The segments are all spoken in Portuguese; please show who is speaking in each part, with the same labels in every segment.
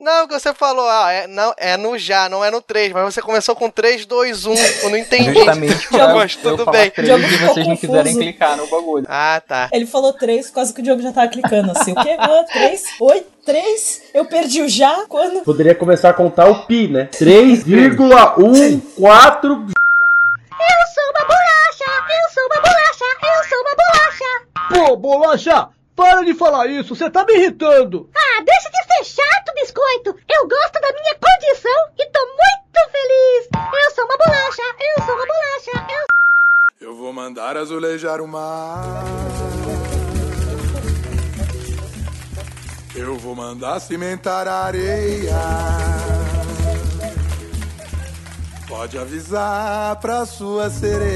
Speaker 1: Não, que você falou, ah, é, não, é no já, não é no 3, mas você começou com 3, 2, 1, eu não entendi.
Speaker 2: Justamente pra
Speaker 1: mas
Speaker 2: eu
Speaker 1: tudo
Speaker 2: falar
Speaker 1: bem.
Speaker 2: três
Speaker 3: Diogo
Speaker 2: e vocês
Speaker 3: ficou
Speaker 2: não quiserem
Speaker 3: confuso.
Speaker 2: clicar no bagulho.
Speaker 1: Ah, tá.
Speaker 3: Ele falou três, quase que o Diogo já tava clicando assim. O quê? Ah, três? Oi? Três? Eu perdi o já? Quando?
Speaker 4: Poderia começar a contar o pi, né? 3,14
Speaker 5: Eu sou uma bolacha, eu sou uma bolacha, eu sou uma bolacha.
Speaker 6: Pô, bolacha, para de falar isso, você tá me irritando.
Speaker 5: Ah, deixa de ser chato, biscoito. Eu gosto da minha condição e tô muito feliz. Eu sou uma bolacha, eu sou uma bolacha, eu
Speaker 7: Eu vou mandar azulejar o mar. Eu vou mandar cimentar a areia. Pode avisar pra sua sereia.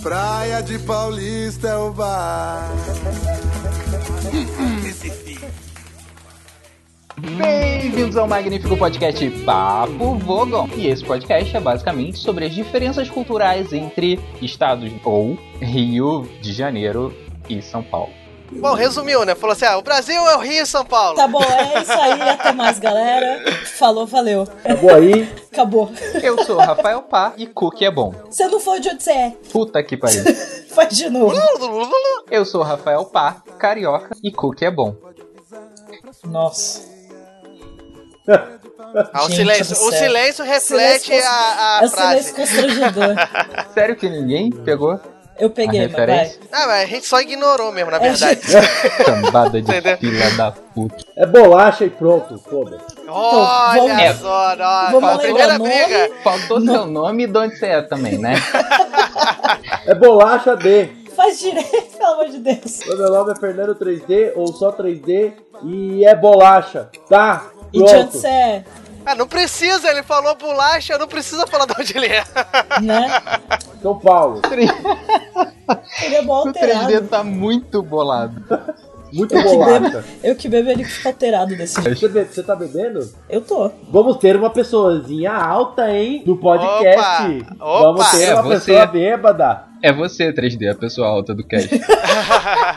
Speaker 7: Praia de Paulista é o bar.
Speaker 2: Bem-vindos ao magnífico podcast Papo Vogon. E esse podcast é basicamente sobre as diferenças culturais entre estados ou Rio de Janeiro e São Paulo.
Speaker 1: Bom, resumiu, né? Falou assim, ah, o Brasil é o Rio e São Paulo.
Speaker 3: Tá bom, é isso aí. Até mais, galera. Falou, valeu.
Speaker 4: Acabou É aí.
Speaker 3: Acabou.
Speaker 2: Eu sou o Rafael Pá e Cook é bom.
Speaker 3: Você não foi de onde você é.
Speaker 2: Puta que pariu.
Speaker 3: Faz de novo.
Speaker 2: Eu sou o Rafael Pá, carioca e Cook é bom.
Speaker 3: Nossa.
Speaker 1: Ah, o
Speaker 3: Gente
Speaker 1: silêncio,
Speaker 3: do
Speaker 1: o
Speaker 3: céu.
Speaker 1: silêncio reflete
Speaker 3: Silêncio
Speaker 1: É a, a
Speaker 3: É o
Speaker 1: frase.
Speaker 3: silêncio constrangedor.
Speaker 2: Sério que ninguém pegou
Speaker 3: Eu peguei,
Speaker 2: a
Speaker 3: mas vai.
Speaker 2: referência?
Speaker 1: Ah, mas a gente só ignorou mesmo, na
Speaker 3: É,
Speaker 1: verdade.
Speaker 2: Cambada de
Speaker 1: Entendeu?
Speaker 2: fila da puta.
Speaker 4: É bolacha e pronto, foda-se.
Speaker 1: Olha
Speaker 3: vamos-
Speaker 1: só, nossa,
Speaker 3: vamos
Speaker 1: a primeira
Speaker 3: lembrar o
Speaker 1: briga.
Speaker 2: Faltou seu nome e de onde você é também, né?
Speaker 4: É bolacha D.
Speaker 3: Faz direito, pelo amor de Deus.
Speaker 4: O meu nome é Fernando 3D ou só 3D e é bolacha. Tá,
Speaker 3: E de onde
Speaker 4: pronto.
Speaker 3: você é,
Speaker 1: Ah, não precisa, ele falou bolacha, não precisa falar de onde ele é.
Speaker 3: né?
Speaker 4: São Paulo.
Speaker 3: Ele é bom
Speaker 2: O 3D
Speaker 3: alterado.
Speaker 2: tá muito bolado.
Speaker 4: Muito bolacha.
Speaker 3: Eu que bebo, ele fica alterado desse jeito.
Speaker 4: Você, be- você tá bebendo?
Speaker 3: Eu tô.
Speaker 4: Vamos ter uma pessoazinha alta, hein? No podcast.
Speaker 1: Opa, opa.
Speaker 4: Vamos ter
Speaker 2: É,
Speaker 4: uma
Speaker 2: você.
Speaker 4: pessoa bêbada.
Speaker 2: É você, 3D, a pessoa alta do cast.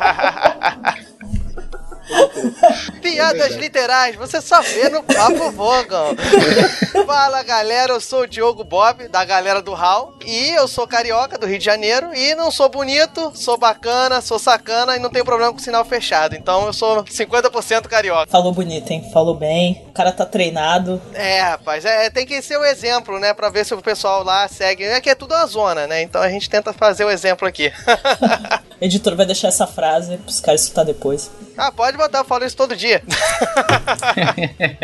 Speaker 1: Piadas literais, você só vê no Papo Vogon. Fala galera, eu sou o Diogo Bob, da galera do Hall. E eu sou carioca, do Rio de Janeiro. E não sou bonito, sou bacana, sou sacana e não tenho problema com sinal fechado. Então eu sou 50% carioca.
Speaker 3: Falou bonito, hein? Falou bem. O cara tá treinado.
Speaker 1: É, rapaz, é, tem que ser o exemplo, né? Pra ver se o pessoal lá segue. É que é tudo uma zona, né? Então a gente tenta fazer o exemplo aqui.
Speaker 3: O editor vai deixar essa frase pros caras escutar depois.
Speaker 1: ah, pode botar, eu falo isso todo dia.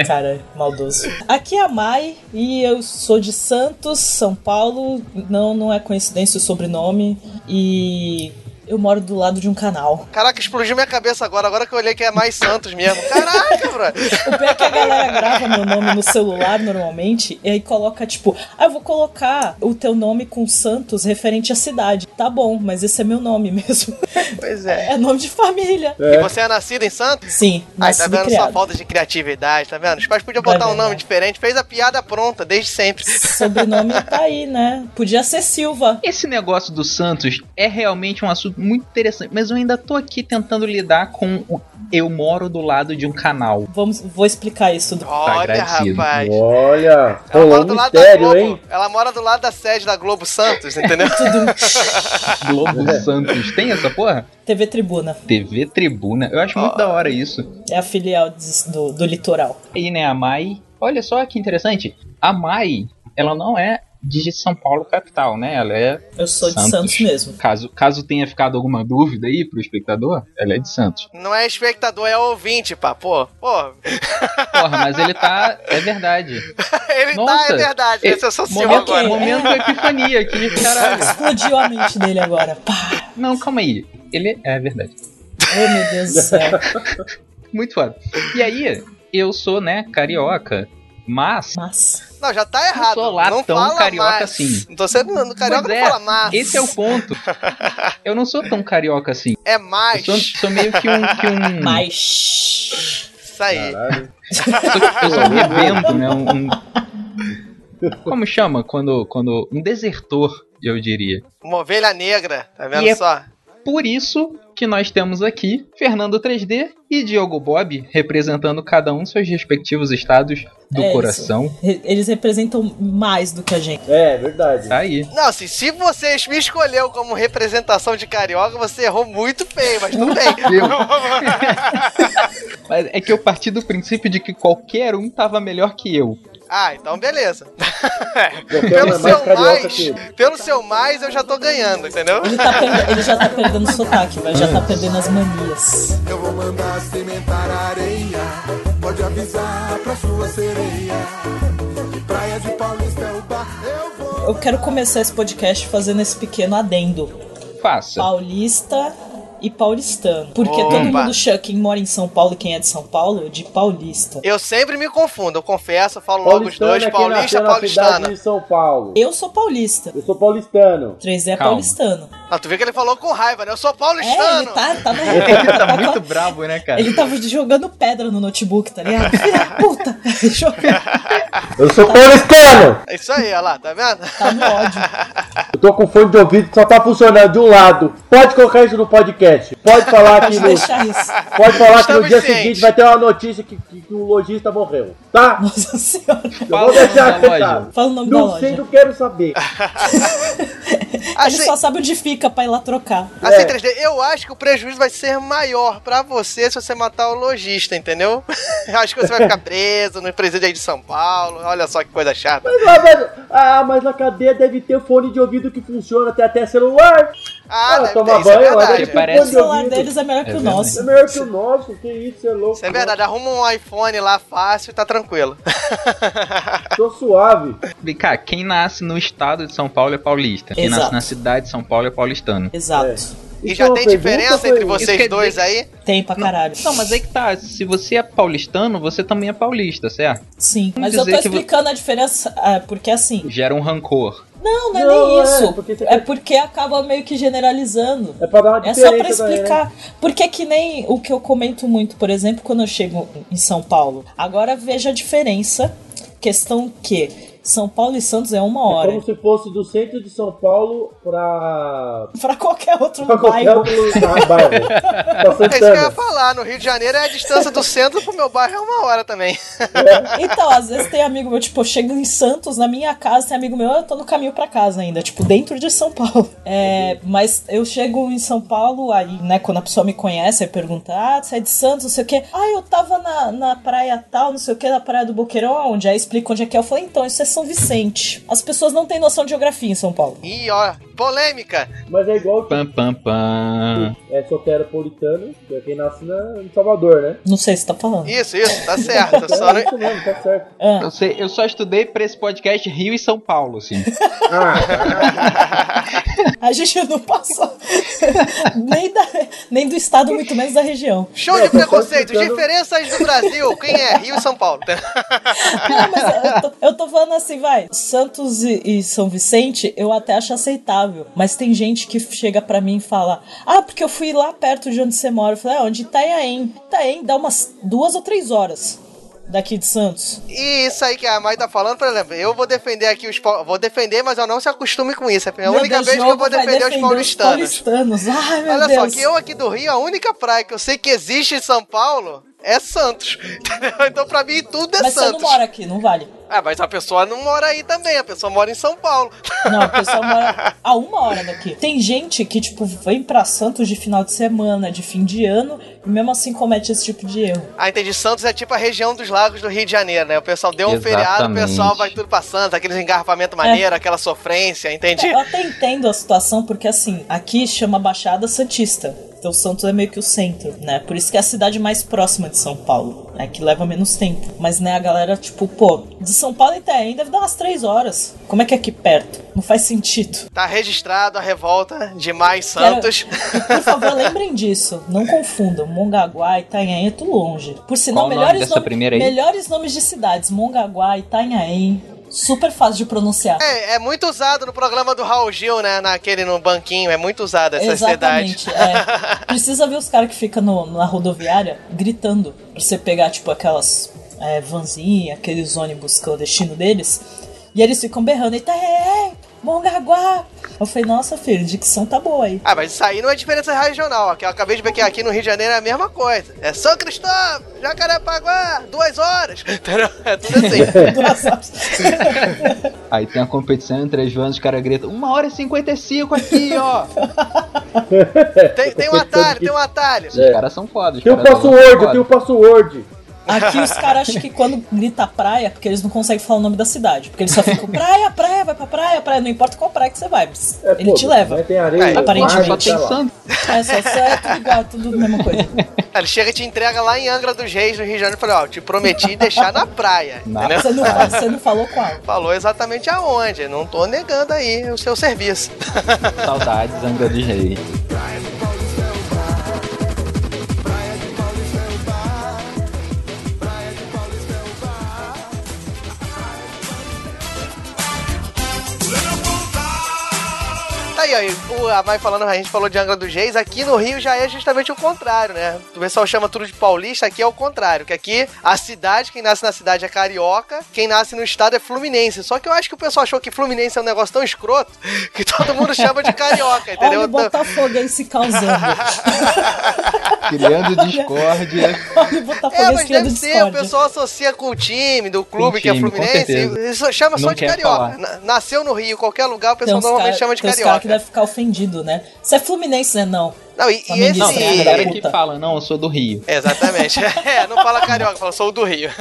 Speaker 3: Cara, maldoso. Aqui é a Mai e eu sou de Santos, São Paulo. Não, não é coincidência o sobrenome. E eu moro do lado de um canal.
Speaker 1: Caraca, explodiu minha cabeça agora, agora que eu olhei que é mais Santos mesmo. Caraca, bro!
Speaker 3: O pior é que a galera grava meu nome no celular normalmente e aí coloca tipo, ah, eu vou colocar o teu nome com Santos referente à cidade. Tá bom, mas esse é meu nome mesmo.
Speaker 1: Pois é.
Speaker 3: É nome de família.
Speaker 1: E você é nascido em Santos?
Speaker 3: Sim,
Speaker 1: Ai,
Speaker 3: mas
Speaker 1: tá vendo sua
Speaker 3: criado.
Speaker 1: falta de criatividade, tá vendo? Os pais podiam
Speaker 3: Tá
Speaker 1: botar um
Speaker 3: vendo,
Speaker 1: nome
Speaker 3: né?
Speaker 1: diferente, fez a piada pronta desde sempre.
Speaker 3: Sobrenome tá aí, né? Podia ser Silva.
Speaker 2: Esse negócio do Santos é realmente um assunto muito interessante, mas eu ainda tô aqui tentando lidar com o eu moro do lado de um canal.
Speaker 3: Vamos, vou explicar isso.
Speaker 1: Olha,
Speaker 2: agradecido.
Speaker 1: rapaz.
Speaker 4: Olha,
Speaker 1: Ela
Speaker 4: rolou
Speaker 1: mora
Speaker 4: Tá um
Speaker 1: do lado da
Speaker 4: mistério,
Speaker 1: Globo.
Speaker 4: hein?
Speaker 1: Ela mora do lado da sede da Globo Santos, entendeu?
Speaker 2: Globo Santos tem essa porra?
Speaker 3: TV Tribuna.
Speaker 2: TV Tribuna. Eu acho muito da hora isso.
Speaker 3: É a filial des- do, do litoral.
Speaker 2: E né, a Mai. Olha só que interessante. A Mai, ela não é de São Paulo capital, né? Ela é
Speaker 3: Eu sou de
Speaker 2: Santos.
Speaker 3: Santos mesmo.
Speaker 2: Caso, caso tenha ficado alguma dúvida aí pro espectador, ela é de Santos.
Speaker 1: Não é espectador, é ouvinte, pá. Pô, pô,
Speaker 2: Porra, mas ele tá. É verdade.
Speaker 1: ele tá,
Speaker 2: Nossa.
Speaker 1: é verdade. Esse é o seu senhor
Speaker 2: momento,
Speaker 1: agora.
Speaker 2: momento epifania aqui, caralho.
Speaker 3: Explodiu a mente dele agora. Pá.
Speaker 2: Não, calma aí. Ele é verdade.
Speaker 3: Oh, meu Deus do céu.
Speaker 2: Muito foda. E aí, eu sou, né, carioca, mas.
Speaker 3: Mas.
Speaker 1: Não, já tá errado.
Speaker 2: sou lá
Speaker 1: não
Speaker 2: tão
Speaker 1: fala
Speaker 2: carioca
Speaker 1: mais.
Speaker 2: assim.
Speaker 1: Não tô sendo no carioca,
Speaker 2: Pois
Speaker 1: não
Speaker 2: é,
Speaker 1: fala mais.
Speaker 2: Esse é o ponto. Eu não sou tão carioca assim.
Speaker 1: É
Speaker 2: Eu
Speaker 1: mais.
Speaker 2: sou, sou meio que um. Que um
Speaker 3: Mas.
Speaker 1: Isso aí.
Speaker 4: Caralho.
Speaker 2: Eu sou um rebento, né? Um, um- Como chama? Quando, quando. Um desertor, eu diria.
Speaker 1: Uma ovelha negra, tá vendo
Speaker 2: E é-
Speaker 1: só?
Speaker 2: Por isso que que nós temos aqui Fernando 3D e Diogo Bob, representando cada um seus respectivos estados do
Speaker 3: É isso.
Speaker 2: coração.
Speaker 3: Re- Eles representam mais do que a gente.
Speaker 4: É, verdade.
Speaker 2: Tá aí.
Speaker 1: Não, assim, se você me escolheu como representação de carioca, você errou muito feio, mas tudo bem.
Speaker 2: Mas é que eu parti do princípio de que qualquer um tava melhor que eu.
Speaker 1: Ah, então beleza.
Speaker 4: Qualquer um
Speaker 1: Pelo
Speaker 4: é mais
Speaker 1: seu
Speaker 4: carioca
Speaker 1: mais,
Speaker 4: que ele.
Speaker 1: pelo seu mais, eu já tô ganhando, entendeu?
Speaker 3: Ele, tá perde- ele já tá perdendo o sotaque, vai, já tá perdendo as manias.
Speaker 7: Eu vou mandar cimentar a areia. Pode avisar pra sua sereia. Praia de Paulista é o bar. Eu vou.
Speaker 3: Eu quero começar esse podcast fazendo esse pequeno adendo.
Speaker 2: Faça.
Speaker 3: Paulista e paulistano. Porque
Speaker 1: Opa.
Speaker 3: todo mundo chama quem mora em São Paulo e quem é de São Paulo de paulista.
Speaker 1: Eu sempre me confundo, eu confesso, eu falo logo os
Speaker 4: Paulistano
Speaker 1: dois,
Speaker 4: é quem
Speaker 1: paulista
Speaker 4: nasceu
Speaker 1: e
Speaker 4: na cidade
Speaker 1: paulistana.
Speaker 4: de São Paulo.
Speaker 3: Eu sou paulista.
Speaker 4: Eu sou paulistano.
Speaker 3: 3D é
Speaker 2: Calma.
Speaker 3: paulistano.
Speaker 1: Ah, tu vê que ele falou com raiva, né? Eu sou
Speaker 3: É,
Speaker 1: paulistano!
Speaker 3: ele tá, tá na
Speaker 2: Ele tá muito bravo, né, cara?
Speaker 3: Ele tava jogando pedra no notebook, tá ligado? Filha da puta! Joga-
Speaker 4: Eu sou paulistano!
Speaker 1: É Isso aí, olha lá, tá vendo?
Speaker 3: Tá no ódio.
Speaker 4: Eu tô com fone de ouvido que só tá funcionando de um lado. Pode colocar isso no podcast. Pode falar que
Speaker 3: Pode
Speaker 4: no,
Speaker 3: deixar isso.
Speaker 4: pode falar que no
Speaker 1: Estamos
Speaker 4: dia
Speaker 1: cientes.
Speaker 4: seguinte vai ter uma notícia que, que, que o lojista morreu. Tá?
Speaker 3: Nossa senhora.
Speaker 4: Eu
Speaker 2: Fala
Speaker 4: vou deixar
Speaker 2: da loja.
Speaker 4: acertado.
Speaker 3: Fala o nome da
Speaker 4: Não
Speaker 3: loja.
Speaker 4: sei, não quero saber.
Speaker 1: Assim,
Speaker 3: Ele só sabe onde fica pra ir lá trocar.
Speaker 1: assim
Speaker 4: É.
Speaker 1: 3D, eu acho que o prejuízo vai ser maior pra você se você matar o lojista, entendeu? Eu acho que você vai ficar preso no presídio aí de São Paulo. Olha só que coisa chata.
Speaker 4: Ah, mas, ah, mas na cadeia deve ter fone de ouvido que funciona, até até celular.
Speaker 1: Ah,
Speaker 4: Ah,
Speaker 1: deve
Speaker 4: toma
Speaker 1: ter, isso é
Speaker 4: banho,
Speaker 1: verdade.
Speaker 4: olha
Speaker 2: Que
Speaker 4: que
Speaker 2: parece-
Speaker 3: O
Speaker 4: fone de
Speaker 3: celular
Speaker 4: ouvido.
Speaker 3: deles é melhor que
Speaker 2: É
Speaker 3: o
Speaker 2: verdade.
Speaker 3: nosso.
Speaker 4: É melhor que o nosso, que isso, é louco.
Speaker 1: Isso é verdade, arruma um iPhone lá fácil e tá tranquilo.
Speaker 4: Tô suave.
Speaker 2: E, Cara, quem nasce no estado de São Paulo é paulista. Quem nasce
Speaker 3: Exato.
Speaker 2: na cidade de São Paulo é paulistano.
Speaker 3: Exato.
Speaker 1: E
Speaker 4: Isso
Speaker 1: já
Speaker 4: é uma
Speaker 1: tem
Speaker 4: pergunta,
Speaker 1: diferença
Speaker 4: foi-
Speaker 1: entre
Speaker 2: Isso quer
Speaker 1: vocês dois aí?
Speaker 3: Tem pra caralho.
Speaker 2: Não, mas aí que tá. Se você é paulistano, você também é paulista, certo?
Speaker 3: Sim. Mas
Speaker 2: dizer
Speaker 3: eu tô
Speaker 2: que vo-
Speaker 3: explicando a diferença. ah, porque assim.
Speaker 2: Gera um rancor.
Speaker 3: Não, não é
Speaker 4: Não,
Speaker 3: nem
Speaker 4: é,
Speaker 3: isso.
Speaker 4: porque você-
Speaker 3: É porque acaba meio que generalizando.
Speaker 4: É pra dar uma
Speaker 3: É só pra
Speaker 4: diferença daí, né?
Speaker 3: explicar. Porque é que nem o que eu comento muito, por exemplo, quando eu chego em São Paulo. Agora veja a diferença. Questão que São Paulo e Santos é uma
Speaker 4: É
Speaker 3: hora.
Speaker 4: como se fosse do centro de São Paulo pra.
Speaker 3: Pra qualquer outro
Speaker 4: pra qualquer
Speaker 3: bairro.
Speaker 4: outro lugar, Ah, bairro. Pra
Speaker 1: É isso que eu ia
Speaker 4: Santana.
Speaker 1: falar. No Rio de Janeiro é a distância do centro pro meu bairro é uma hora também.
Speaker 3: Então, às vezes tem amigo meu, tipo, eu chego em Santos, na minha casa, tem amigo meu, eu tô no caminho pra casa ainda, tipo, dentro de São Paulo. É, mas eu chego em São Paulo, aí, né, quando a pessoa me conhece, aí pergunta, ah, você é de Santos, não sei o quê. Ah, eu tava na, na praia tal, não sei o quê, na praia do Boqueirão, aonde? Aí explica onde é que é. Eu falei, então, isso é São Vicente. As pessoas não têm noção de geografia em São Paulo.
Speaker 1: Ih, ó, polêmica.
Speaker 4: Mas é igual que
Speaker 2: Pam, pam, pam.
Speaker 4: é soteropolitano, que é quem nasce na, em Salvador, né?
Speaker 3: Não sei se tá falando.
Speaker 1: Isso, isso, tá certo.
Speaker 4: É
Speaker 1: Só não-
Speaker 4: isso mesmo, tá certo.
Speaker 3: Ah,
Speaker 2: Eu, sei, eu só estudei pra esse podcast Rio e São Paulo, assim.
Speaker 4: Ah,
Speaker 3: a gente não passou nem, da- nem do estado, muito menos da região.
Speaker 1: Show de preconceito.
Speaker 4: Tá ficando-
Speaker 1: Diferenças do Brasil. Quem é? Rio e São Paulo.
Speaker 3: Não, mas eu tô, eu tô falando assim, vai. Santos e, e São Vicente eu até acho aceitável. Mas tem gente que chega pra mim e fala: Ah, porque eu fui lá perto de onde você mora. Eu falei: Ah, onde? Itaiaém. Itaiaém dá umas duas ou três horas daqui de Santos.
Speaker 1: E isso aí que a Mai tá falando, por exemplo, eu vou defender aqui os pau- Vou defender, mas eu não se acostume com isso. É a
Speaker 3: Meu
Speaker 1: única
Speaker 3: Deus,
Speaker 1: vez que eu
Speaker 3: Diogo
Speaker 1: vou
Speaker 3: vai
Speaker 1: defender os paulistanos.
Speaker 3: paulistanos. Ai, meu
Speaker 1: Olha só,
Speaker 3: Deus.
Speaker 1: que eu aqui do Rio, a única praia que eu sei que existe em São Paulo é Santos. Entendeu? Então, pra mim, tudo é
Speaker 3: Mas você não
Speaker 1: Santos.
Speaker 3: mora aqui, não vale.
Speaker 1: Ah, mas a pessoa não mora aí também, a pessoa mora em São Paulo.
Speaker 3: Não, a pessoa mora a uma hora daqui. Tem gente que, tipo, vem pra Santos de final de semana, de fim de ano, e mesmo assim comete esse tipo de erro.
Speaker 1: Ah, entendi. Santos é tipo a região dos lagos do Rio de Janeiro, né? O pessoal deu um
Speaker 2: Exatamente.
Speaker 1: feriado, o pessoal vai tudo pra Santos, aqueles engarrafamentos
Speaker 3: É.
Speaker 1: maneiros, aquela sofrência, entendi.
Speaker 3: Eu até entendo a situação, porque assim, aqui chama Baixada Santista. Então Santos é meio que o centro, né? Por isso que é a cidade mais próxima de São Paulo, né? Que leva menos tempo. Mas, né, a galera, tipo, pô, de São Paulo até aí deve dar umas três horas. Como é que é aqui perto? Não faz sentido.
Speaker 1: Tá registrado a revolta de mais
Speaker 3: Quero-
Speaker 1: Santos.
Speaker 3: Por favor, lembrem disso. Não confundam. Mongaguá, Itanhaém é tudo longe. Por sinal,
Speaker 2: Qual o nome
Speaker 3: melhores,
Speaker 2: dessa primeira aí?
Speaker 3: melhores nomes de cidades. Mongaguá, Itanhaém. Super fácil de pronunciar.
Speaker 1: É, é muito usado no programa do Raul Gil, né? Naquele no banquinho, é muito usado essa
Speaker 3: Exatamente,
Speaker 1: cidade.
Speaker 3: é. Precisa ver os caras que ficam no- na rodoviária gritando pra você pegar, tipo, aquelas é, vanzinhas, aqueles ônibus que é o destino deles. E eles ficam berrando, Itaé, é, Mongaguá. Eu falei, nossa, filho, dicção tá boa aí.
Speaker 1: Ah, mas isso aí não é diferença regional. ó, que eu acabei de ver que aqui no Rio de Janeiro é a mesma coisa. É São Cristóvão, Jacarepaguá, duas horas. Entendeu? É tudo assim.
Speaker 3: Duas horas.
Speaker 2: Aí tem a competição entre as vans, os caras gritam, uma hora e 55 aqui, ó.
Speaker 1: Tem, tem um atalho, tem um atalho.
Speaker 2: Os caras são fodas. os
Speaker 4: Tem o
Speaker 2: caras da van são
Speaker 4: password, É. eu
Speaker 2: foda.
Speaker 4: tenho o password.
Speaker 3: Aqui os caras acham que quando grita praia, porque eles não conseguem falar o nome da cidade. Porque eles só ficam praia, praia, vai pra praia, praia. Não importa qual praia que você vai, pss,
Speaker 4: É,
Speaker 3: ele
Speaker 4: pô,
Speaker 3: te leva.
Speaker 4: mas Tem areia,
Speaker 1: É,
Speaker 3: aparentemente.
Speaker 2: Só
Speaker 4: mar,
Speaker 2: tem
Speaker 4: tá lá.
Speaker 2: santo.
Speaker 3: É só, só é tudo igual, tudo a mesma coisa.
Speaker 1: Ele chega e te entrega lá em Angra dos Reis, no Rio de Janeiro, e fala, ó, te prometi deixar na praia.
Speaker 2: Na
Speaker 1: Entendeu?
Speaker 3: Você não, fala- você não falou qual.
Speaker 1: Falou exatamente aonde. Não tô negando aí o seu serviço.
Speaker 2: Saudades, Angra dos Reis.
Speaker 1: Tá aí, aí. O, a Mai falando, a gente falou de Angra dos Reis. Aqui no Rio já é justamente o contrário, né? O pessoal chama tudo de paulista, aqui é o contrário. Que aqui, a cidade, quem nasce na cidade é carioca, quem nasce no estado é fluminense. Só que eu acho que o pessoal achou que fluminense é um negócio tão escroto que todo mundo chama de carioca, entendeu? Então-
Speaker 3: Olha o botafoguense causando.
Speaker 2: Criando discórdia.
Speaker 3: Olha o
Speaker 1: É,
Speaker 3: botafoguense
Speaker 1: mas
Speaker 3: criando
Speaker 1: deve ser, o
Speaker 3: discórdia.
Speaker 1: pessoal associa com o time, do clube que é
Speaker 2: time, com
Speaker 1: Fluminense,
Speaker 2: certeza.
Speaker 1: isso chama só
Speaker 2: Não
Speaker 1: de
Speaker 2: quer
Speaker 1: carioca.
Speaker 2: falar.
Speaker 1: Na- Nasceu no Rio, qualquer lugar, o pessoal
Speaker 3: uns
Speaker 1: normalmente
Speaker 3: cara-
Speaker 1: chama de
Speaker 3: tem uns cara que
Speaker 1: carioca.
Speaker 3: deve ficar ofendido, né? Você é fluminense, né? Não.
Speaker 1: Não, e, e
Speaker 3: Flamengo
Speaker 1: esse...
Speaker 2: Não,
Speaker 3: Sim.
Speaker 2: tem a galera que
Speaker 3: Puta.
Speaker 2: fala, não, eu sou do Rio.
Speaker 1: Exatamente. É, não fala carioca, fala sou do Rio.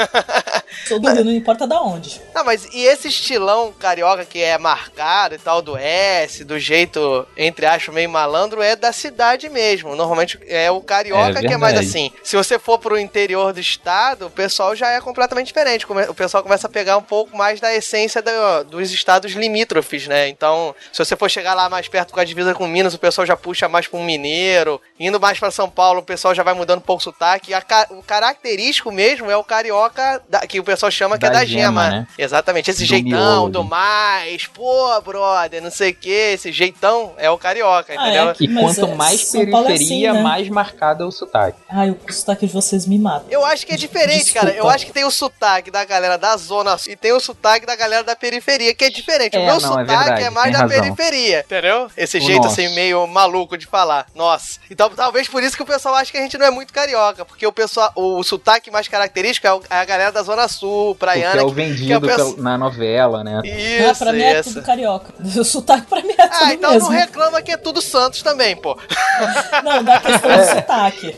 Speaker 3: Sou do Rio, não importa da onde.
Speaker 1: Não, mas e esse estilão carioca que é marcado e tal, do S, do jeito, entre aspas, meio malandro, é da cidade mesmo. Normalmente é o carioca
Speaker 2: É
Speaker 1: que é mais
Speaker 2: verdade.
Speaker 1: assim. Se você for pro interior do estado, o pessoal já é completamente diferente. Come- O pessoal começa a pegar um pouco mais da essência do- dos estados limítrofes, né? Então, se você for chegar lá mais perto com a divisa com Minas, o pessoal já puxa mais pro mineiro. Indo mais pra São Paulo, o pessoal já vai mudando um pouco o sotaque. A ca- o característico mesmo é o carioca, da- que o pessoal chama que é
Speaker 2: Da
Speaker 1: da
Speaker 2: gema,
Speaker 1: gema,
Speaker 2: né?
Speaker 1: Exatamente, esse
Speaker 2: Do
Speaker 1: jeitão,
Speaker 2: miolo.
Speaker 1: do mais, pô, brother, não sei o que, esse jeitão é o carioca,
Speaker 3: Ah,
Speaker 1: entendeu?
Speaker 3: é.
Speaker 2: E
Speaker 3: Mas
Speaker 2: quanto
Speaker 3: é,
Speaker 2: mais
Speaker 3: São Paulo é
Speaker 2: periferia,
Speaker 3: assim, né?
Speaker 2: mais marcado é o sotaque.
Speaker 3: Ai, o sotaque de vocês me mata.
Speaker 1: Eu acho que é diferente,
Speaker 3: Desculpa.
Speaker 1: cara. Eu acho que tem o sotaque da galera da zona sul e tem o sotaque da galera da periferia, que é diferente. o
Speaker 2: É,
Speaker 1: meu
Speaker 2: não, é
Speaker 1: sotaque
Speaker 2: verdade,
Speaker 1: é mais
Speaker 2: tem
Speaker 1: da
Speaker 2: razão.
Speaker 1: periferia, entendeu? Esse
Speaker 2: O
Speaker 1: jeito
Speaker 2: nosso.
Speaker 1: assim, meio maluco de falar. Nossa. Então talvez por isso que o pessoal acha que a gente não é muito carioca, porque o pessoal, o sotaque mais característico é o- é a galera da zona sul,
Speaker 2: Porque
Speaker 1: praiana.
Speaker 2: é o
Speaker 1: que-
Speaker 2: vendido
Speaker 1: que eu penso-
Speaker 2: pelo- na novela, né?
Speaker 1: Isso,
Speaker 3: ah, pra mim é
Speaker 1: isso.
Speaker 3: tudo carioca. O sotaque pra mim é tudo
Speaker 1: Ah, então
Speaker 3: mesmo.
Speaker 1: não reclama que é tudo Santos também, pô.
Speaker 3: Não, da questão do sotaque.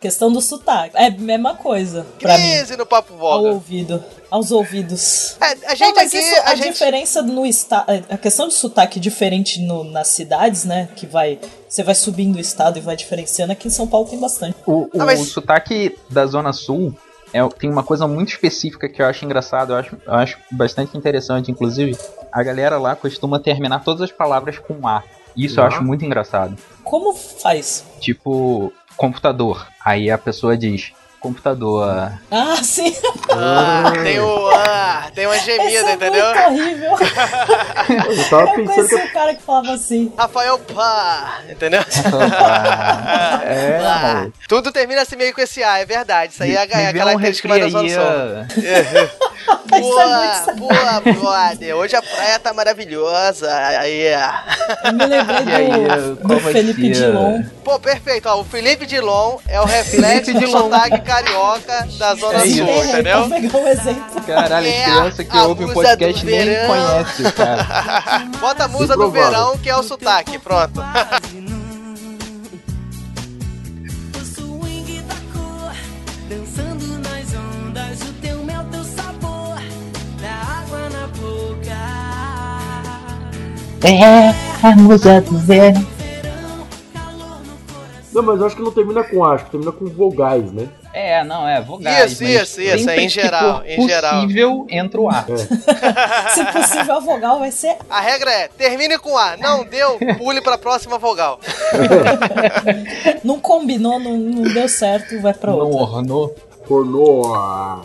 Speaker 3: Questão do sotaque. É a mesma coisa pra mim.
Speaker 1: Crise no Papo
Speaker 3: Ao
Speaker 1: Voga.
Speaker 3: ouvido. Aos ouvidos.
Speaker 1: É, a
Speaker 3: Não,
Speaker 1: gente
Speaker 3: mas
Speaker 1: aqui,
Speaker 3: isso, a,
Speaker 1: a, gente...
Speaker 3: diferença no estado. A questão de sotaque diferente no- nas cidades, né? Que vai. Você vai subindo o estado e vai diferenciando. Aqui em São Paulo tem bastante.
Speaker 2: O,
Speaker 1: Ah,
Speaker 2: o
Speaker 1: mas-
Speaker 2: sotaque da Zona Sul é- tem uma coisa muito específica que eu acho engraçado, eu acho, eu acho bastante interessante, inclusive. A galera lá costuma terminar todas as palavras com A. Isso eu acho muito engraçado.
Speaker 3: Como faz?
Speaker 2: Tipo, computador. Aí a pessoa diz, computador.
Speaker 3: Ah, sim!
Speaker 1: Ah, tem o... Ah, tem uma
Speaker 3: Isso
Speaker 1: gemida,
Speaker 3: é
Speaker 1: entendeu?
Speaker 3: muito horrível.
Speaker 4: Eu tava
Speaker 3: Eu
Speaker 4: pensando que
Speaker 3: conheci um cara que falava assim.
Speaker 1: Rafael Pá, entendeu?
Speaker 2: é,
Speaker 1: Ah, tudo termina assim meio com esse A, é verdade. Isso aí é, a- é a
Speaker 2: um
Speaker 1: característica da zona sul.
Speaker 3: Isso é muito
Speaker 1: Boa, boa, brother. Hoje a praia tá maravilhosa. Aí, ah.
Speaker 3: Eu me lembrei
Speaker 2: E aí,
Speaker 3: do,
Speaker 2: eu-
Speaker 3: do
Speaker 2: como
Speaker 3: Felipe
Speaker 2: assim,
Speaker 3: Dilon.
Speaker 1: Pô, perfeito. Ó, o Felipe Dilon é o reflexo do
Speaker 2: Dilon.
Speaker 1: sotaque carioca da Zona
Speaker 2: É
Speaker 1: Sul,
Speaker 2: isso.
Speaker 1: entendeu?
Speaker 3: Pra pegar um exemplo.
Speaker 2: Caralho,
Speaker 1: É,
Speaker 2: criança que
Speaker 1: a
Speaker 2: ouve o
Speaker 1: musa
Speaker 2: podcast
Speaker 1: do
Speaker 2: nem
Speaker 1: verão.
Speaker 2: conhece, cara.
Speaker 1: Bota a musa do
Speaker 4: Improvável.
Speaker 1: verão, que é o sotaque. Pronto.
Speaker 8: O swing da cor, dançando nas ondas, o teu mel, teu sabor, da água na boca.
Speaker 3: É, a musa do verão.
Speaker 4: Não, mas eu acho que não termina com A, acho que termina com vogais, né?
Speaker 2: É, não, é, vogais.
Speaker 1: Isso,
Speaker 2: mas
Speaker 1: isso, isso,
Speaker 2: sempre
Speaker 1: é em
Speaker 2: que
Speaker 1: geral,
Speaker 2: for
Speaker 1: em geral.
Speaker 2: possível, entra o A.
Speaker 3: Se possível, a vogal vai ser.
Speaker 1: A regra é, termine com A. Não deu, pule pra próxima vogal.
Speaker 3: Não combinou, não, não deu certo, vai pra
Speaker 2: Não
Speaker 3: outra.
Speaker 2: ornou.
Speaker 4: Pornô. A.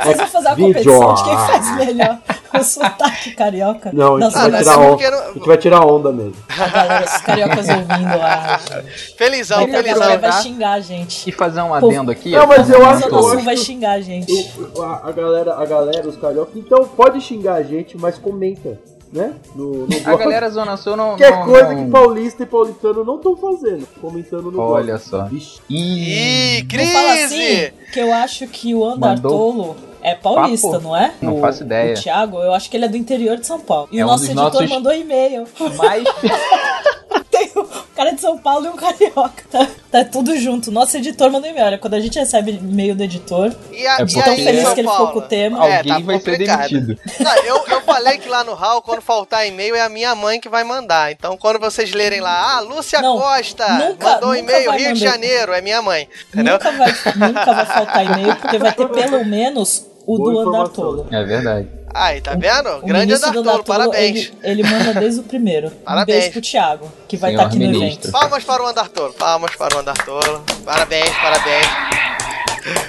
Speaker 4: É-
Speaker 3: Vocês vão fazer uma
Speaker 4: Vídeo. Ah.
Speaker 3: competição de quem faz melhor o sotaque carioca.
Speaker 4: Não, a gente
Speaker 3: Nossa,
Speaker 1: Ah,
Speaker 4: vai
Speaker 1: mas
Speaker 3: mas
Speaker 4: tirar
Speaker 1: é
Speaker 4: onda.
Speaker 1: porque não-
Speaker 3: tá
Speaker 4: A gente vai tirar onda mesmo.
Speaker 3: a galera, os cariocas ouvindo lá.
Speaker 1: Felizão,
Speaker 3: Vai- A
Speaker 1: felizão.
Speaker 3: galera vai
Speaker 2: tá?
Speaker 3: xingar a
Speaker 2: E
Speaker 3: gente.
Speaker 2: fazer um
Speaker 3: Pô,
Speaker 2: adendo aqui.
Speaker 4: não, mas
Speaker 2: um
Speaker 4: eu acho-
Speaker 3: Mas
Speaker 2: adendo.
Speaker 3: o
Speaker 4: eu
Speaker 3: Sul
Speaker 4: acho
Speaker 3: vai
Speaker 4: que-
Speaker 3: xingar a gente.
Speaker 4: O- A, a galera, a galera, os cariocas. Então pode xingar a gente, mas comenta. né? No, no
Speaker 2: A
Speaker 4: blog.
Speaker 2: galera Zona Sul não.
Speaker 4: Que é
Speaker 2: não-
Speaker 4: coisa
Speaker 2: não-
Speaker 4: que paulista e paulistano não estão fazendo. Comentando no blog.
Speaker 2: Olha só.
Speaker 4: Vixe.
Speaker 2: Ih,
Speaker 1: Ih,
Speaker 3: Vou falar
Speaker 1: crise!
Speaker 3: assim, que eu acho que o Andar
Speaker 2: Mandou
Speaker 3: Tolo é paulista,
Speaker 2: papo.
Speaker 3: não é?
Speaker 2: Não
Speaker 3: O-
Speaker 2: faço ideia.
Speaker 3: O Thiago, eu acho que ele é do interior de São Paulo. E
Speaker 2: É
Speaker 3: o
Speaker 2: um
Speaker 3: nosso
Speaker 2: dos
Speaker 3: editor
Speaker 2: nossos-
Speaker 3: mandou e-mail.
Speaker 2: mas.
Speaker 1: É,
Speaker 3: Tem um cara de São Paulo e um carioca. Tá, tá tudo junto. Nosso editor mandou e-mail. Olha, quando a gente recebe e-mail do editor,
Speaker 1: E, a,
Speaker 2: É
Speaker 1: e
Speaker 2: porque-
Speaker 3: tão
Speaker 1: aí,
Speaker 3: feliz
Speaker 1: São
Speaker 3: que ele
Speaker 1: Paulo?
Speaker 3: ficou com o tema.
Speaker 1: É,
Speaker 2: Alguém
Speaker 1: tá
Speaker 2: vai ser
Speaker 1: complicado.
Speaker 2: demitido.
Speaker 1: Não, eu, eu falei que lá no Hall, quando faltar e-mail, é a minha mãe que vai mandar. Então, quando vocês lerem lá, ah, Lúcia
Speaker 3: Não,
Speaker 1: Costa
Speaker 3: nunca-
Speaker 1: mandou
Speaker 3: nunca
Speaker 1: e-mail,
Speaker 3: vai
Speaker 1: Rio de
Speaker 3: mandar.
Speaker 1: Janeiro, é minha mãe. Entendeu?
Speaker 3: Nunca vai, nunca vai faltar e-mail, porque vai ter pelo menos o
Speaker 4: Boa
Speaker 3: do Andar
Speaker 4: informação.
Speaker 3: Tolo.
Speaker 2: É verdade.
Speaker 1: Aí, tá vendo?
Speaker 3: O
Speaker 1: Grande
Speaker 3: ministro
Speaker 1: Andar
Speaker 3: do
Speaker 1: Tolo,
Speaker 3: Tolo,
Speaker 1: parabéns.
Speaker 3: ele, ele manda desde o primeiro. Um
Speaker 1: Parabéns.
Speaker 3: beijo pro Thiago, que vai
Speaker 2: Senhor
Speaker 3: estar aqui no
Speaker 2: ministro.
Speaker 3: evento.
Speaker 1: Palmas para o Andar Tolo, palmas para o Andar Tolo. Parabéns, parabéns.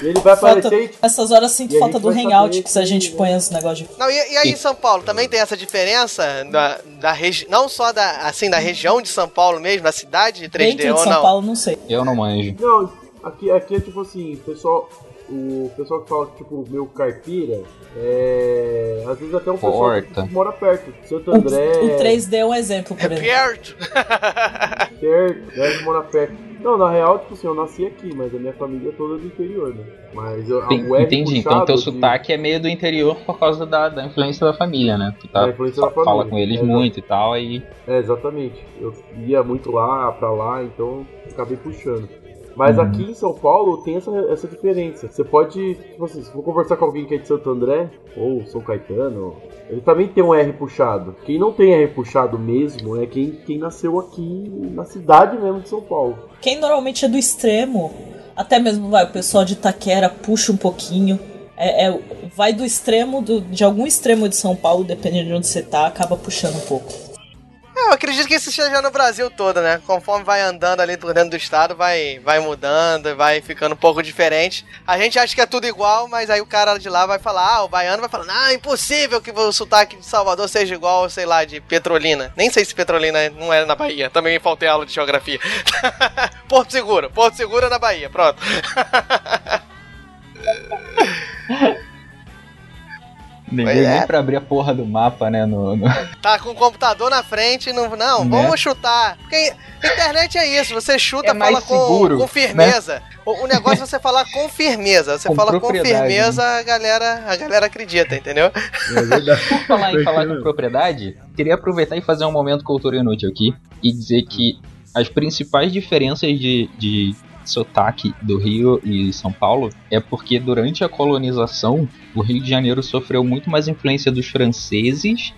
Speaker 4: Ele vai
Speaker 3: Falta-
Speaker 4: aparecer e tipo,
Speaker 3: essas horas
Speaker 4: E
Speaker 3: sinto
Speaker 4: a
Speaker 3: falta
Speaker 4: gente
Speaker 3: do
Speaker 4: vai
Speaker 3: hangout,
Speaker 4: saber
Speaker 3: que se a gente
Speaker 4: que-
Speaker 3: põe esse negócio de...
Speaker 1: Não, e, e aí em São Paulo também tem essa diferença da, da regi- não só da assim da região de São Paulo mesmo, da cidade de 3D
Speaker 3: Dentro de
Speaker 1: ou
Speaker 3: São
Speaker 1: não?
Speaker 3: Paulo, não sei.
Speaker 2: Eu não manjo.
Speaker 4: Não, aqui, aqui é tipo assim, o pessoal. O pessoal que fala, tipo, meu carpira, é. Às vezes até um
Speaker 2: Porta.
Speaker 4: pessoal que mora perto. Santo
Speaker 3: O,
Speaker 4: André.
Speaker 3: o 3D é um exemplo, por exemplo.
Speaker 1: Perto.
Speaker 4: Ter, deve morar perto. Não, na real, tipo assim, eu nasci aqui, mas a minha família é toda do interior, né? Mas eu,
Speaker 2: Sim,
Speaker 4: o R
Speaker 2: entendi.
Speaker 4: puxado
Speaker 2: Então teu
Speaker 4: de-
Speaker 2: sotaque é meio do interior por causa da, da influência da família, né? Tu tá,
Speaker 4: Da influência da
Speaker 2: fa- fala
Speaker 4: família,
Speaker 2: com eles
Speaker 4: exato.
Speaker 2: muito e tal, aí.
Speaker 4: É, exatamente. Eu ia muito lá, pra lá, então acabei puxando. Mas
Speaker 2: Uhum.
Speaker 4: aqui em São Paulo tem essa, essa diferença. Você pode, tipo assim, se for conversar com alguém que é de Santo André, ou São Caetano, ele também tem um R puxado. Quem não tem R puxado mesmo é quem, quem nasceu aqui na cidade mesmo de São Paulo.
Speaker 3: Quem normalmente é do extremo, até mesmo vai, o pessoal de Itaquera puxa um pouquinho. É, é- vai do extremo, do- de algum extremo de São Paulo, dependendo de onde você tá, acaba puxando um pouco.
Speaker 1: É, eu acredito que isso esteja no Brasil todo, né? Conforme vai andando ali por dentro do estado, vai, vai mudando, vai ficando um pouco diferente. A gente acha que é tudo igual, mas aí o cara de lá vai falar, ah, o baiano vai falar, ah, impossível que o sotaque de Salvador seja igual, sei lá, de Petrolina. Nem sei se Petrolina não era na Bahia, também faltei aula de geografia. Porto Seguro, Porto Seguro é na Bahia, pronto.
Speaker 2: Ninguém
Speaker 1: Pois é.
Speaker 2: nem pra abrir a porra do mapa, né? No, no-
Speaker 1: Tá com o computador na frente, não, não
Speaker 2: Né?
Speaker 1: vamos chutar. Porque internet é isso, você chuta,
Speaker 2: É mais
Speaker 1: fala com,
Speaker 2: seguro,
Speaker 1: com firmeza. O, o negócio é você falar com firmeza. Você
Speaker 2: Com
Speaker 1: fala com
Speaker 2: propriedade, né?
Speaker 1: firmeza, a galera, a galera acredita, entendeu?
Speaker 2: Por falar em falar com propriedade, queria aproveitar e fazer um momento cultura inútil aqui e dizer que as principais diferenças de, de sotaque do Rio e São Paulo é porque durante a colonização o Rio de Janeiro sofreu muito mais influência dos franceses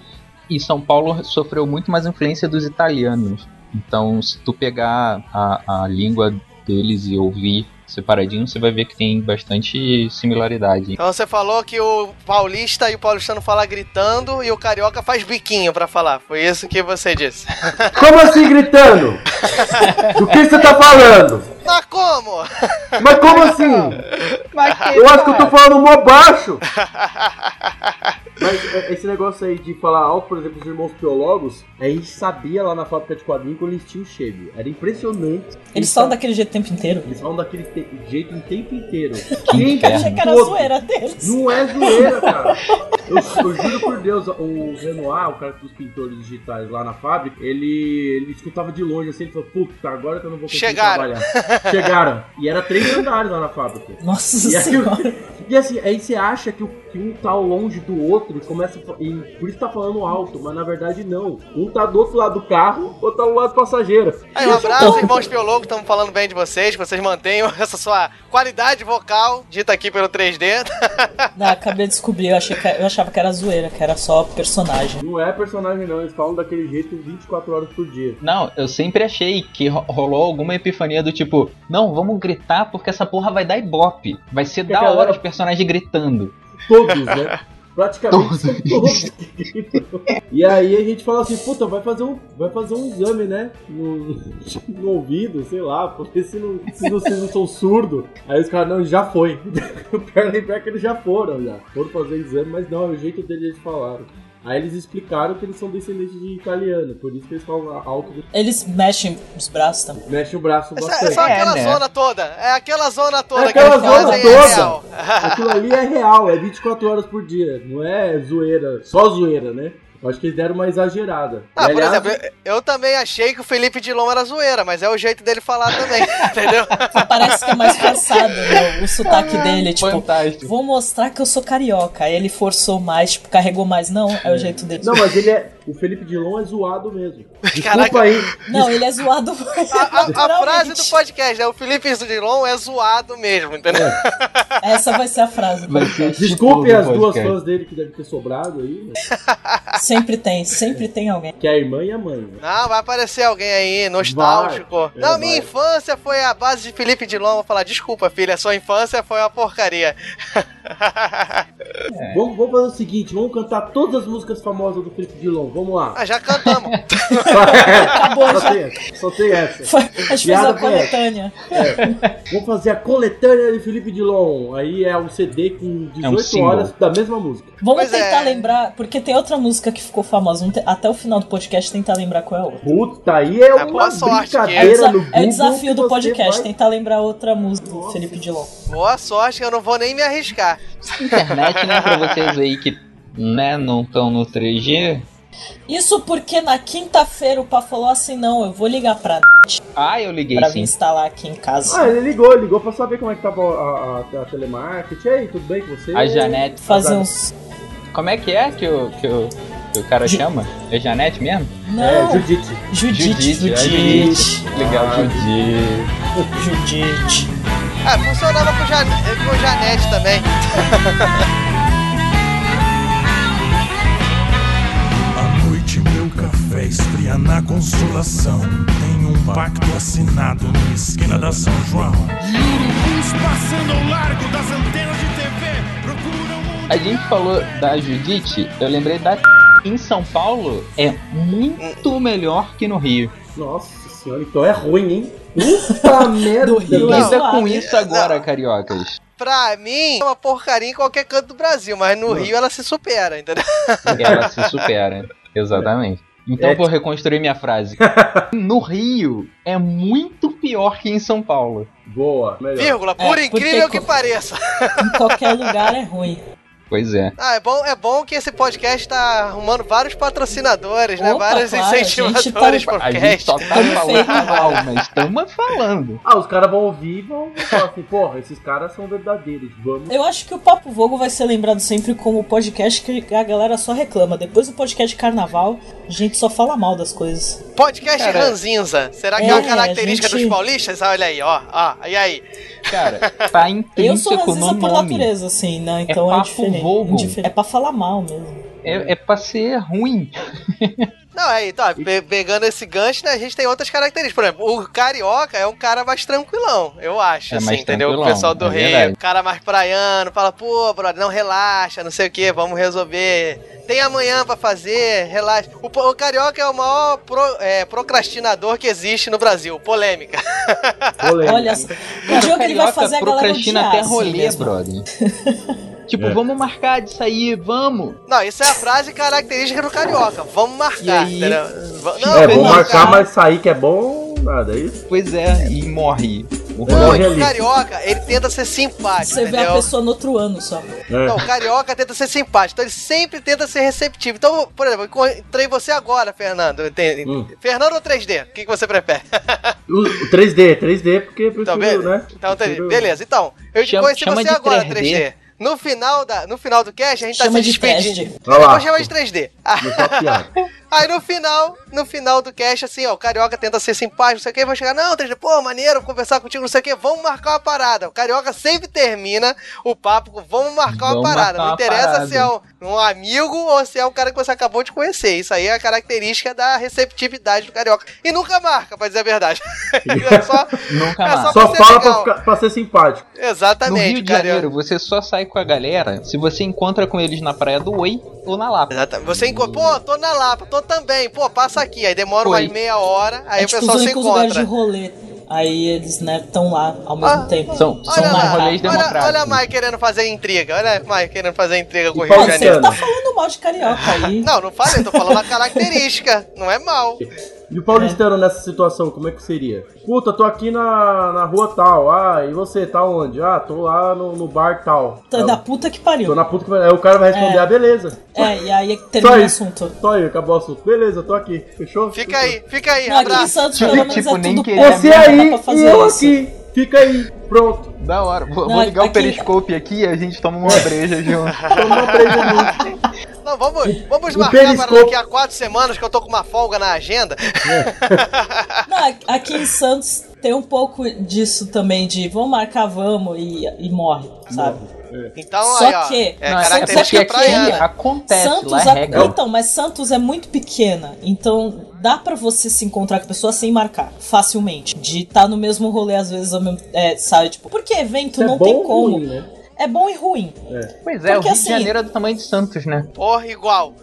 Speaker 2: e São Paulo sofreu muito mais influência dos italianos. Então, se tu pegar a, a língua deles e ouvir separadinho, você vai ver que tem bastante similaridade.
Speaker 1: Então você falou que o paulista e o paulistano fala gritando e o carioca faz biquinho pra falar. Foi isso que você disse.
Speaker 4: Como assim gritando? Do que você tá falando?
Speaker 1: Mas como?
Speaker 4: Mas como assim? Eu acho que eu tô falando mó baixo. Mas é, esse negócio aí de falar alto, por exemplo, os irmãos biólogos, a gente sabia lá na fábrica de quadrinhos quando eles tinham chego. Era impressionante.
Speaker 3: Eles falam daquele jeito o tempo inteiro.
Speaker 4: Eles falam daquele te- jeito o tempo inteiro.
Speaker 3: Eu achei
Speaker 2: inferno.
Speaker 3: que era a
Speaker 4: todo.
Speaker 3: zoeira deles.
Speaker 4: Não é zoeira, cara. Eu, eu juro por Deus, o Renoir, o cara dos pintores digitais lá na fábrica, ele, ele escutava de longe assim, ele falou, puta, agora que eu não vou conseguir
Speaker 1: Chegaram.
Speaker 4: trabalhar. Chegaram. E era três andares lá na fábrica.
Speaker 3: Nossa
Speaker 4: E aí,
Speaker 3: senhora.
Speaker 4: e assim, aí você acha que, o- que um tá longe do outro e começa a fa- e por isso tá falando alto, mas na verdade não. Um tá do outro lado do carro, outro tá do lado do passageiro.
Speaker 1: Aí, um abraço, irmãos biólogos, estamos falando bem de vocês, que vocês mantenham essa sua qualidade vocal, dita aqui pelo 3D.
Speaker 3: Não, acabei de descobrir, eu, achei que- eu achava que era zoeira, que era só personagem.
Speaker 4: Não é personagem não, eles falam daquele jeito 24 horas por dia.
Speaker 2: Não, eu sempre achei que ro- rolou alguma epifania do tipo, não, vamos gritar porque essa porra vai dar ibope. Vai ser
Speaker 4: Que
Speaker 2: da
Speaker 4: galera-
Speaker 2: hora os personagens gritando.
Speaker 4: Todos, né? Praticamente são todos. e aí a gente fala assim, puta, vai fazer um, vai fazer um exame, né? No, no ouvido, sei lá, porque se, não, se vocês não são surdos, aí os caras, não, já foi. O pior é que eles já foram, já. Foram fazer exame, mas não, é o jeito deles falaram. Aí eles explicaram que eles são descendentes de italiano, por isso que eles falam alto,
Speaker 3: Eles mexem os braços tá? também.
Speaker 4: mexe o braço
Speaker 1: É
Speaker 4: bastante.
Speaker 1: só aquela
Speaker 2: né?
Speaker 1: zona toda. É aquela zona toda
Speaker 4: É
Speaker 1: que eles
Speaker 4: aquela zona
Speaker 1: fazem, é
Speaker 4: toda.
Speaker 1: real.
Speaker 4: Aquilo ali é real, é 24 horas por dia, não é zoeira, só zoeira, né? Eu acho que eles deram uma exagerada.
Speaker 1: Ah,
Speaker 4: E,
Speaker 1: por
Speaker 4: aliás,
Speaker 1: exemplo, eu- eu também achei que o Felipe Dilon era zoeira, mas é o jeito dele falar também, entendeu?
Speaker 3: Só Parece que é mais forçado, né? O sotaque dele, é tipo,
Speaker 2: Fantástico.
Speaker 3: vou mostrar que eu sou carioca. Aí ele forçou mais, tipo, carregou mais. Não, é o jeito dele.
Speaker 4: Não, mas ele é. O Felipe Dilon é zoado mesmo. Desculpa
Speaker 1: Caraca.
Speaker 4: aí.
Speaker 3: Não, ele é zoado.
Speaker 1: A, a- a frase do
Speaker 3: naturalmente.
Speaker 1: podcast é o Felipe Dilon é zoado mesmo, entendeu?
Speaker 4: É.
Speaker 3: Essa vai ser a frase.
Speaker 2: Vai ser o
Speaker 4: Desculpem
Speaker 2: título
Speaker 4: as
Speaker 2: do
Speaker 4: duas
Speaker 2: podcast.
Speaker 4: fãs dele que devem ter sobrado aí, né?
Speaker 3: Sempre tem, sempre tem alguém.
Speaker 4: que é a irmã e a mãe. né?
Speaker 1: Não, vai aparecer alguém aí, nostálgico.
Speaker 4: Vai.
Speaker 1: Não,
Speaker 4: É,
Speaker 1: minha
Speaker 4: vai.
Speaker 1: infância foi a base de Felipe Dilon. Vou falar, desculpa, filha, sua infância foi uma porcaria.
Speaker 4: Vamos, vamos fazer o seguinte: vamos cantar todas as músicas famosas do Felipe Dilon. Vamos lá.
Speaker 1: ah, já cantamos. tá
Speaker 4: Acabou, só, tem essa, só tem essa.
Speaker 3: Foi- a gente fez
Speaker 4: Piada
Speaker 3: a
Speaker 4: foi essa.
Speaker 3: coletânea.
Speaker 4: Vamos fazer a coletânea de Felipe Dilon. Aí é um CD com 18
Speaker 2: single.
Speaker 4: horas da mesma música.
Speaker 3: Vamos
Speaker 1: Pois
Speaker 3: tentar
Speaker 1: é.
Speaker 3: lembrar, porque tem outra música que ficou famosa. Vamos te- Até o final do podcast tentar lembrar qual é a outra.
Speaker 4: Puta, aí é
Speaker 1: Ah,
Speaker 4: uma
Speaker 1: boa sorte,
Speaker 3: É o,
Speaker 4: brincadeira
Speaker 3: desa-
Speaker 4: no
Speaker 3: é o
Speaker 4: Google
Speaker 3: desafio
Speaker 4: que
Speaker 3: do
Speaker 4: você
Speaker 3: podcast,
Speaker 4: vai-
Speaker 3: tentar lembrar outra música do Felipe Dilon.
Speaker 1: Boa sorte, que eu não vou nem me arriscar.
Speaker 2: Internet, né, pra vocês aí que né, não estão no 3G.
Speaker 3: Isso porque na quinta-feira o Pá falou assim: não, eu vou ligar pra,
Speaker 2: Ah, eu liguei
Speaker 3: pra vir
Speaker 2: sim.
Speaker 3: instalar aqui em casa.
Speaker 4: Ah, ele ligou, ligou pra saber como é que tava a, a- a telemarketing. E aí, tudo bem com você?
Speaker 2: A
Speaker 4: é.
Speaker 2: Janete.
Speaker 3: Fazer uns.
Speaker 2: Como é que é que o, que o, que o cara
Speaker 3: Ju-
Speaker 2: chama? É Janete mesmo?
Speaker 4: É,
Speaker 3: Não,
Speaker 4: Judite.
Speaker 3: Judite,
Speaker 2: Judite, é
Speaker 3: Judite,
Speaker 2: Legal,
Speaker 4: Ah,
Speaker 2: Judite.
Speaker 3: Judite.
Speaker 1: Ah, funcionava com, Jan com Janete também.
Speaker 7: À noite meu café esfria na consolação. Tem um pacto assinado na esquina da São João. E urubus passando ao largo das antenas de TV procuram
Speaker 2: A gente falou da Judite, eu lembrei da em São Paulo é muito melhor que no Rio.
Speaker 4: Nossa senhora, então é ruim, hein? Puta merda.
Speaker 3: Do Rio.
Speaker 1: Não.
Speaker 2: Lida com
Speaker 3: Não.
Speaker 2: isso agora, cariocas.
Speaker 1: Pra mim, é uma porcaria em qualquer canto do Brasil, mas no Rio ela se supera, entendeu?
Speaker 2: Ela se supera. Exatamente. Então
Speaker 4: É.
Speaker 2: vou reconstruir minha frase. No Rio é muito pior que em São Paulo.
Speaker 4: Boa, melhor.
Speaker 1: Vírgula, por
Speaker 3: É, porque
Speaker 1: incrível
Speaker 3: co-
Speaker 1: que pareça.
Speaker 3: Em qualquer lugar é ruim.
Speaker 2: Pois é.
Speaker 1: Ah, é bom, é bom que esse podcast tá arrumando vários patrocinadores, né?
Speaker 3: Opa,
Speaker 1: Vários
Speaker 3: claro, a gente tá-
Speaker 1: incentivadores por
Speaker 2: A
Speaker 1: podcast.
Speaker 2: gente só tá
Speaker 3: Tamo
Speaker 2: falando
Speaker 3: feio.
Speaker 2: mal, mas estamos falando.
Speaker 4: Ah, os caras vão ouvir e vão falar assim, porra, esses caras são verdadeiros, vamos.
Speaker 3: Eu acho que o Papo Vogo vai ser lembrado sempre como o podcast que a galera só reclama. Depois do podcast de carnaval, a gente só fala mal das coisas.
Speaker 1: Podcast
Speaker 2: Cara,
Speaker 1: ranzinza. Será que é, uma
Speaker 3: é,
Speaker 1: característica
Speaker 3: a gente-
Speaker 1: dos paulistas? Ah, Olha aí, ó, ó, e aí?
Speaker 2: Cara, tá
Speaker 3: Eu sou
Speaker 2: intrínseco
Speaker 3: racista
Speaker 2: no
Speaker 3: por
Speaker 2: nome.
Speaker 3: natureza, assim, né? Então é,
Speaker 2: papo
Speaker 3: diferente,
Speaker 2: vogo.
Speaker 3: indiferente. É pra falar mal mesmo.
Speaker 2: É, é pra ser ruim.
Speaker 1: Não, aí, tá, pe- pegando esse gancho, né, a gente tem outras características. Por exemplo, o carioca é um cara mais tranquilão, eu acho,
Speaker 2: É
Speaker 1: assim,
Speaker 2: mais
Speaker 1: entendeu? O
Speaker 2: tranquilão,
Speaker 1: pessoal do
Speaker 2: é
Speaker 1: Rio,
Speaker 2: verdade.
Speaker 1: o cara mais praiano, fala, pô, brother, não relaxa, não sei o que, vamos resolver. Tem amanhã pra fazer, relaxa. O, po- o carioca é o maior pro- é, procrastinador que existe no Brasil, polêmica.
Speaker 4: Polêmica.
Speaker 3: Olha, o dia que ele vai
Speaker 2: Carioca
Speaker 3: fazer a galera
Speaker 2: procrastina
Speaker 3: odiar,
Speaker 2: até
Speaker 3: assim,
Speaker 2: rolê,
Speaker 3: mesmo.
Speaker 2: brother. tipo,
Speaker 1: É.
Speaker 2: vamos marcar de sair, vamos.
Speaker 1: Não, isso é a frase característica do carioca. Vamos
Speaker 2: E
Speaker 1: marcar,
Speaker 2: aí?
Speaker 1: entendeu? Va-
Speaker 4: é,
Speaker 2: vou
Speaker 4: vamos
Speaker 1: vamos
Speaker 4: marcar, mas sair que é bom, nada, é isso?
Speaker 2: Pois é, e morre. O
Speaker 1: Não, é
Speaker 2: rolê.
Speaker 1: que o
Speaker 4: Realista.
Speaker 1: carioca, ele tenta ser simpático,
Speaker 3: Você vê a
Speaker 1: entendeu? Tá
Speaker 3: pessoa no outro ano só.
Speaker 4: É.
Speaker 1: Não, o carioca tenta ser simpático, então ele sempre tenta ser receptivo. Então, por exemplo, eu encontrei você agora, Fernando. Entende?
Speaker 4: Hum.
Speaker 1: Fernando ou 3D? O que, que você prefere?
Speaker 4: O o 3D, 3D, é porque eu prefiro,
Speaker 1: Então, be-
Speaker 4: né?
Speaker 1: então, tá-
Speaker 4: Prefiro-
Speaker 1: beleza. Então, eu
Speaker 2: Chama-
Speaker 1: conheci
Speaker 2: chama
Speaker 1: você
Speaker 2: de
Speaker 1: agora,
Speaker 2: 3D.
Speaker 1: 3D. No final, da, no final do cast, a gente tá
Speaker 3: Chama
Speaker 1: se
Speaker 3: de
Speaker 1: despedindo.
Speaker 3: teste.
Speaker 4: Olha lá.
Speaker 1: Vamos chamar de 3D.
Speaker 4: Não faz piada.
Speaker 1: Aí no final, no final do cast, assim, ó, o carioca tenta ser simpático, não sei o que, vai chegar, não, 3D, pô, maneiro, vou conversar contigo, não sei o que, vamos marcar uma parada. O carioca sempre termina o papo com vamos marcar uma
Speaker 2: Vamos
Speaker 1: parada.
Speaker 2: marcar
Speaker 1: não
Speaker 2: uma
Speaker 1: interessa
Speaker 2: parada.
Speaker 1: se é um, um amigo ou se é um cara que você acabou de conhecer. Isso aí é a característica da receptividade do carioca. E nunca marca, pra dizer a verdade. é só.
Speaker 2: Nunca
Speaker 1: é
Speaker 2: mais.
Speaker 1: só-
Speaker 4: Só
Speaker 1: Você é
Speaker 4: fala pra,
Speaker 1: legal.
Speaker 4: ficar- pra ser simpático.
Speaker 2: No
Speaker 1: Exatamente,
Speaker 2: Rio
Speaker 1: o
Speaker 2: de
Speaker 1: carioca.
Speaker 2: Janeiro, você só sai com a galera se você encontra com eles na Praia do Oi ou na Lapa.
Speaker 1: Exatamente. Você encontra, pô, tô na Lapa, tô também, pô, passa aqui. Aí demora
Speaker 2: Foi.
Speaker 1: umas meia hora, aí
Speaker 3: é
Speaker 1: o
Speaker 3: tipo
Speaker 1: pessoal
Speaker 3: os
Speaker 1: se
Speaker 3: únicos lugares de
Speaker 1: encontra.
Speaker 3: rolê. Aí eles, né, estão lá ao mesmo
Speaker 1: Ah,
Speaker 3: tempo.
Speaker 2: São, são
Speaker 1: Olha
Speaker 2: mais
Speaker 1: lá,
Speaker 2: rolês
Speaker 1: olha,
Speaker 2: democráticos.
Speaker 1: olha a Mai querendo fazer intriga, olha a Mai querendo fazer intriga com o
Speaker 4: E
Speaker 1: Rio de
Speaker 3: Pode ser
Speaker 1: Janeiro.
Speaker 3: que tá falando mal de carioca aí.
Speaker 1: Não, não falei, tô falando a característica, não é mal.
Speaker 4: E o paulistano nessa situação, como é que seria? Puta, tô aqui na, na rua tal. Ah, e você, tá onde? Ah, tô lá no, no bar tal. É
Speaker 3: Puta
Speaker 4: Aí eu-
Speaker 3: Da Tá puta que pariu.
Speaker 4: Tô na puta que vai. Aí o cara vai responder,
Speaker 3: É.
Speaker 4: ah, beleza.
Speaker 3: É, e aí
Speaker 4: Só
Speaker 3: termina o
Speaker 4: isso.
Speaker 1: Um
Speaker 3: assunto.
Speaker 4: Só aí, acabou o assunto. Beleza, tô aqui. Fechou?
Speaker 1: Fica aí, fica aí,
Speaker 3: Não, aqui em
Speaker 1: abraço.
Speaker 3: Santos, pelo menos,
Speaker 2: Tipo,
Speaker 3: é
Speaker 2: nem
Speaker 3: tudo
Speaker 2: queria
Speaker 3: perto,
Speaker 4: Você
Speaker 3: dá pra
Speaker 4: aí e
Speaker 3: fazer
Speaker 4: eu
Speaker 3: isso.
Speaker 4: aqui. Fica aí. Pronto.
Speaker 2: Da hora. Vou,
Speaker 3: Não,
Speaker 2: vou ligar o
Speaker 3: aqui-
Speaker 2: periscope aqui e a gente toma uma breja junto.
Speaker 4: Toma pra ele junto.
Speaker 1: Não, vamos, vamos
Speaker 4: o
Speaker 1: marcar para
Speaker 4: periscope-
Speaker 1: daqui a quatro semanas que eu tô com uma folga na agenda.
Speaker 3: Não, aqui em Santos tem um pouco disso também, de vamos marcar, vamos e, e morre, sabe?
Speaker 1: Então,
Speaker 3: Só
Speaker 1: aí, ó,
Speaker 3: que-
Speaker 1: é
Speaker 3: Não,
Speaker 2: é
Speaker 3: Santos
Speaker 2: porque
Speaker 1: característica
Speaker 3: é
Speaker 2: aqui
Speaker 1: praiana.
Speaker 2: acontece,
Speaker 3: Santos,
Speaker 2: lá é
Speaker 3: a-
Speaker 2: regra.
Speaker 3: então, mas Santos é muito pequena, então dá pra você se encontrar com a pessoa sem marcar, facilmente. De estar no mesmo rolê às vezes, ao mesmo, é, sabe, tipo, porque evento
Speaker 4: Isso é
Speaker 3: não
Speaker 4: bom
Speaker 3: tem
Speaker 4: ou
Speaker 3: como.
Speaker 4: ruim, né?
Speaker 3: É bom e ruim.
Speaker 2: Pois é, o
Speaker 3: porque
Speaker 2: Rio de
Speaker 3: assim-
Speaker 2: Janeiro é do tamanho de Santos, né?
Speaker 1: Porra, igual.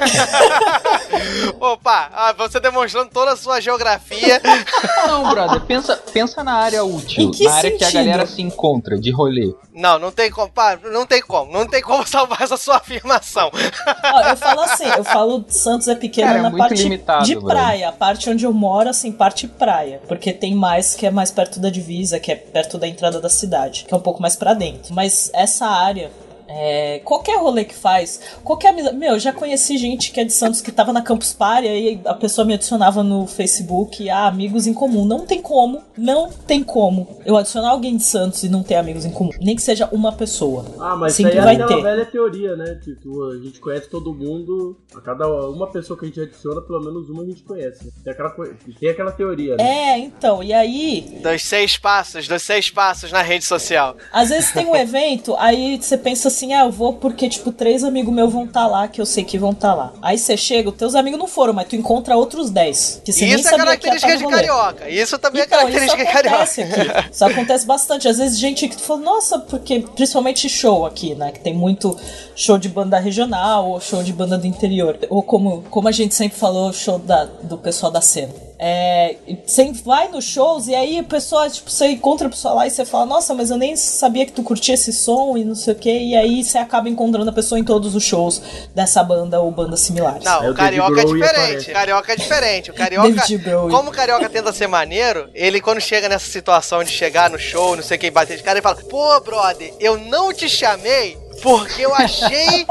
Speaker 1: Opa, ah, você demonstrando toda a sua geografia.
Speaker 2: Ah, Não, brother, pensa, pensa na área útil,
Speaker 3: Em que
Speaker 2: na área que a
Speaker 3: sentido?
Speaker 2: galera se encontra de rolê.
Speaker 1: Não, não tem como, pá, não tem como, não tem como salvar essa sua afirmação.
Speaker 3: Ó, eu falo assim, eu falo Santos é pequeno
Speaker 2: Cara, é
Speaker 3: na
Speaker 2: muito
Speaker 3: parte
Speaker 2: limitado,
Speaker 3: de
Speaker 2: velho.
Speaker 3: praia, a parte onde eu moro, assim, parte praia, porque tem mais que é mais perto da divisa, que é perto da entrada da cidade, que é um pouco mais pra dentro. Mas essa área é, qualquer rolê que faz, qualquer amizade. Meu, eu já conheci gente que é de Santos que tava na Campus Party e a pessoa me adicionava no Facebook, ah, amigos em comum. Não tem como, não tem como eu adicionar alguém de Santos e não ter amigos em comum. Nem que seja uma pessoa.
Speaker 4: Ah, mas isso aí
Speaker 3: Sempre
Speaker 4: é
Speaker 3: vai
Speaker 4: aquela
Speaker 3: ter.
Speaker 4: velha teoria, né? Tipo, a gente conhece todo mundo. A cada uma pessoa que a gente adiciona, pelo menos uma a gente conhece. né? Tem aquela, coi- tem aquela teoria, né?
Speaker 3: É, então, e aí
Speaker 1: Dos seis passos, dos seis passos na rede social.
Speaker 3: Às vezes tem um evento, aí você pensa assim, ah, eu vou porque, tipo, três amigos meus vão estar lá, que eu sei que vão estar lá. Aí você chega, os teus amigos não foram, mas tu encontra outros dez. Que você nem
Speaker 1: Isso é
Speaker 3: sabia que
Speaker 1: característica
Speaker 3: ia tá
Speaker 1: de
Speaker 3: estar no rolê.
Speaker 1: carioca. Isso também
Speaker 3: Então,
Speaker 1: é
Speaker 3: isso
Speaker 1: característica de
Speaker 3: acontece
Speaker 1: carioca.
Speaker 3: aqui. Isso acontece bastante. Às vezes, gente que tu fala, nossa, porque principalmente show aqui, né? Que tem muito show de banda regional ou show de banda do interior. Ou como, como a gente sempre falou, show da, do pessoal da cena. É, e você vai nos shows e aí o pessoal, tipo, você encontra a pessoa lá e você fala, nossa, mas eu nem sabia que tu curtia esse som e não sei o que, e aí você acaba encontrando a pessoa em todos os shows dessa banda ou bandas similares.
Speaker 1: Não,
Speaker 4: Aí o
Speaker 1: o carioca é
Speaker 4: David Grohl e
Speaker 1: diferente.
Speaker 4: aparece.
Speaker 1: Carioca é diferente. O carioca.
Speaker 3: David Grohl.
Speaker 1: Como o carioca tenta ser maneiro, ele quando chega nessa situação de chegar no show, não sei quem bater de cara, ele fala: Pô, brother, eu não te chamei. Porque eu achei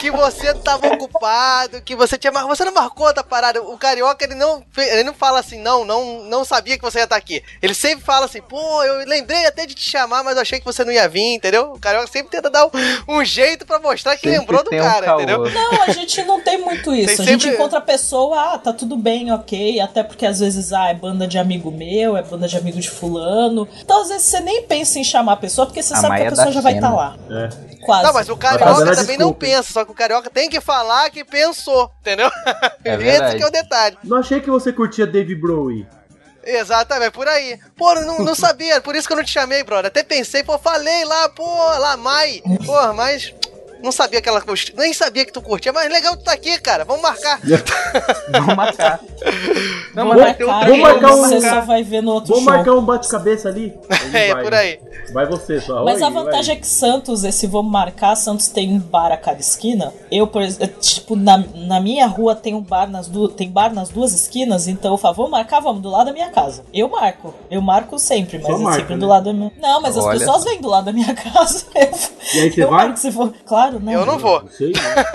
Speaker 1: que você tava ocupado, que você tinha. Mas você não marcou da parada. O carioca, ele não, fe- ele não fala assim, não, não, não sabia que você ia estar aqui. Ele sempre fala assim, pô, eu lembrei até de te chamar, mas eu achei que você não ia vir, entendeu? O carioca sempre tenta dar um, um jeito pra mostrar que
Speaker 2: Sempre
Speaker 1: lembrou do
Speaker 2: tem um
Speaker 1: cara,
Speaker 2: caô.
Speaker 1: entendeu?
Speaker 3: Não, a gente não tem muito isso.
Speaker 1: Tem
Speaker 3: a gente
Speaker 1: sempre-
Speaker 3: encontra a pessoa, ah, tá tudo bem, ok. Até porque às vezes, ah, é banda de amigo meu, é banda de amigo de fulano. Então às vezes você nem pensa em chamar a pessoa, porque você
Speaker 2: Ah,
Speaker 3: sabe
Speaker 2: mas
Speaker 3: que a
Speaker 2: é
Speaker 3: pessoa
Speaker 2: da
Speaker 3: já vai estar
Speaker 2: cena.
Speaker 3: lá.
Speaker 4: É.
Speaker 3: Quase.
Speaker 1: Não, mas o
Speaker 4: Mas é fazendo
Speaker 1: carioca tá
Speaker 4: a
Speaker 1: também não
Speaker 4: desculpa.
Speaker 1: pensa, só que o carioca tem que falar que pensou, entendeu?
Speaker 2: É
Speaker 1: Esse
Speaker 2: verdade.
Speaker 1: que é o detalhe.
Speaker 4: Não achei que você curtia Dave Bowie.
Speaker 1: Exatamente, é por aí. Pô, eu não, não sabia, por isso que eu não te chamei, brother. Até pensei, pô, falei lá, pô, lá, Mai. Pô, mas não sabia que ela curtia, nem sabia que tu curtia, mas legal tu tá aqui, cara, vamos marcar.
Speaker 2: Vamos marcar. Não, mas
Speaker 3: Vou
Speaker 2: vai ter outra
Speaker 3: marcar,
Speaker 4: vou marcar um-
Speaker 3: você só vai ver no outro
Speaker 4: Vou
Speaker 3: show.
Speaker 4: marcar um bate-cabeça ali? Ele
Speaker 1: É,
Speaker 4: vai. né?
Speaker 1: por aí.
Speaker 4: Vai você, só.
Speaker 3: Mas
Speaker 4: Oi,
Speaker 3: a vantagem é que Santos, esse vamos marcar, Santos tem um bar a cada esquina. Eu, por exemplo, tipo, na, na minha rua tem um bar nas duas, tem bar nas duas esquinas, então eu falo, vamos marcar, vamos do lado da minha casa. Eu marco. Eu marco sempre, mas
Speaker 4: Só
Speaker 3: é
Speaker 4: marca,
Speaker 3: sempre
Speaker 4: né?
Speaker 3: do lado da minha. Não, mas
Speaker 2: Olha.
Speaker 3: as pessoas vêm do lado da minha casa. Eu,
Speaker 4: E aí você
Speaker 3: eu
Speaker 4: vai?
Speaker 3: marco se for. Claro, não.
Speaker 1: Eu não vou.
Speaker 4: Não sei. né?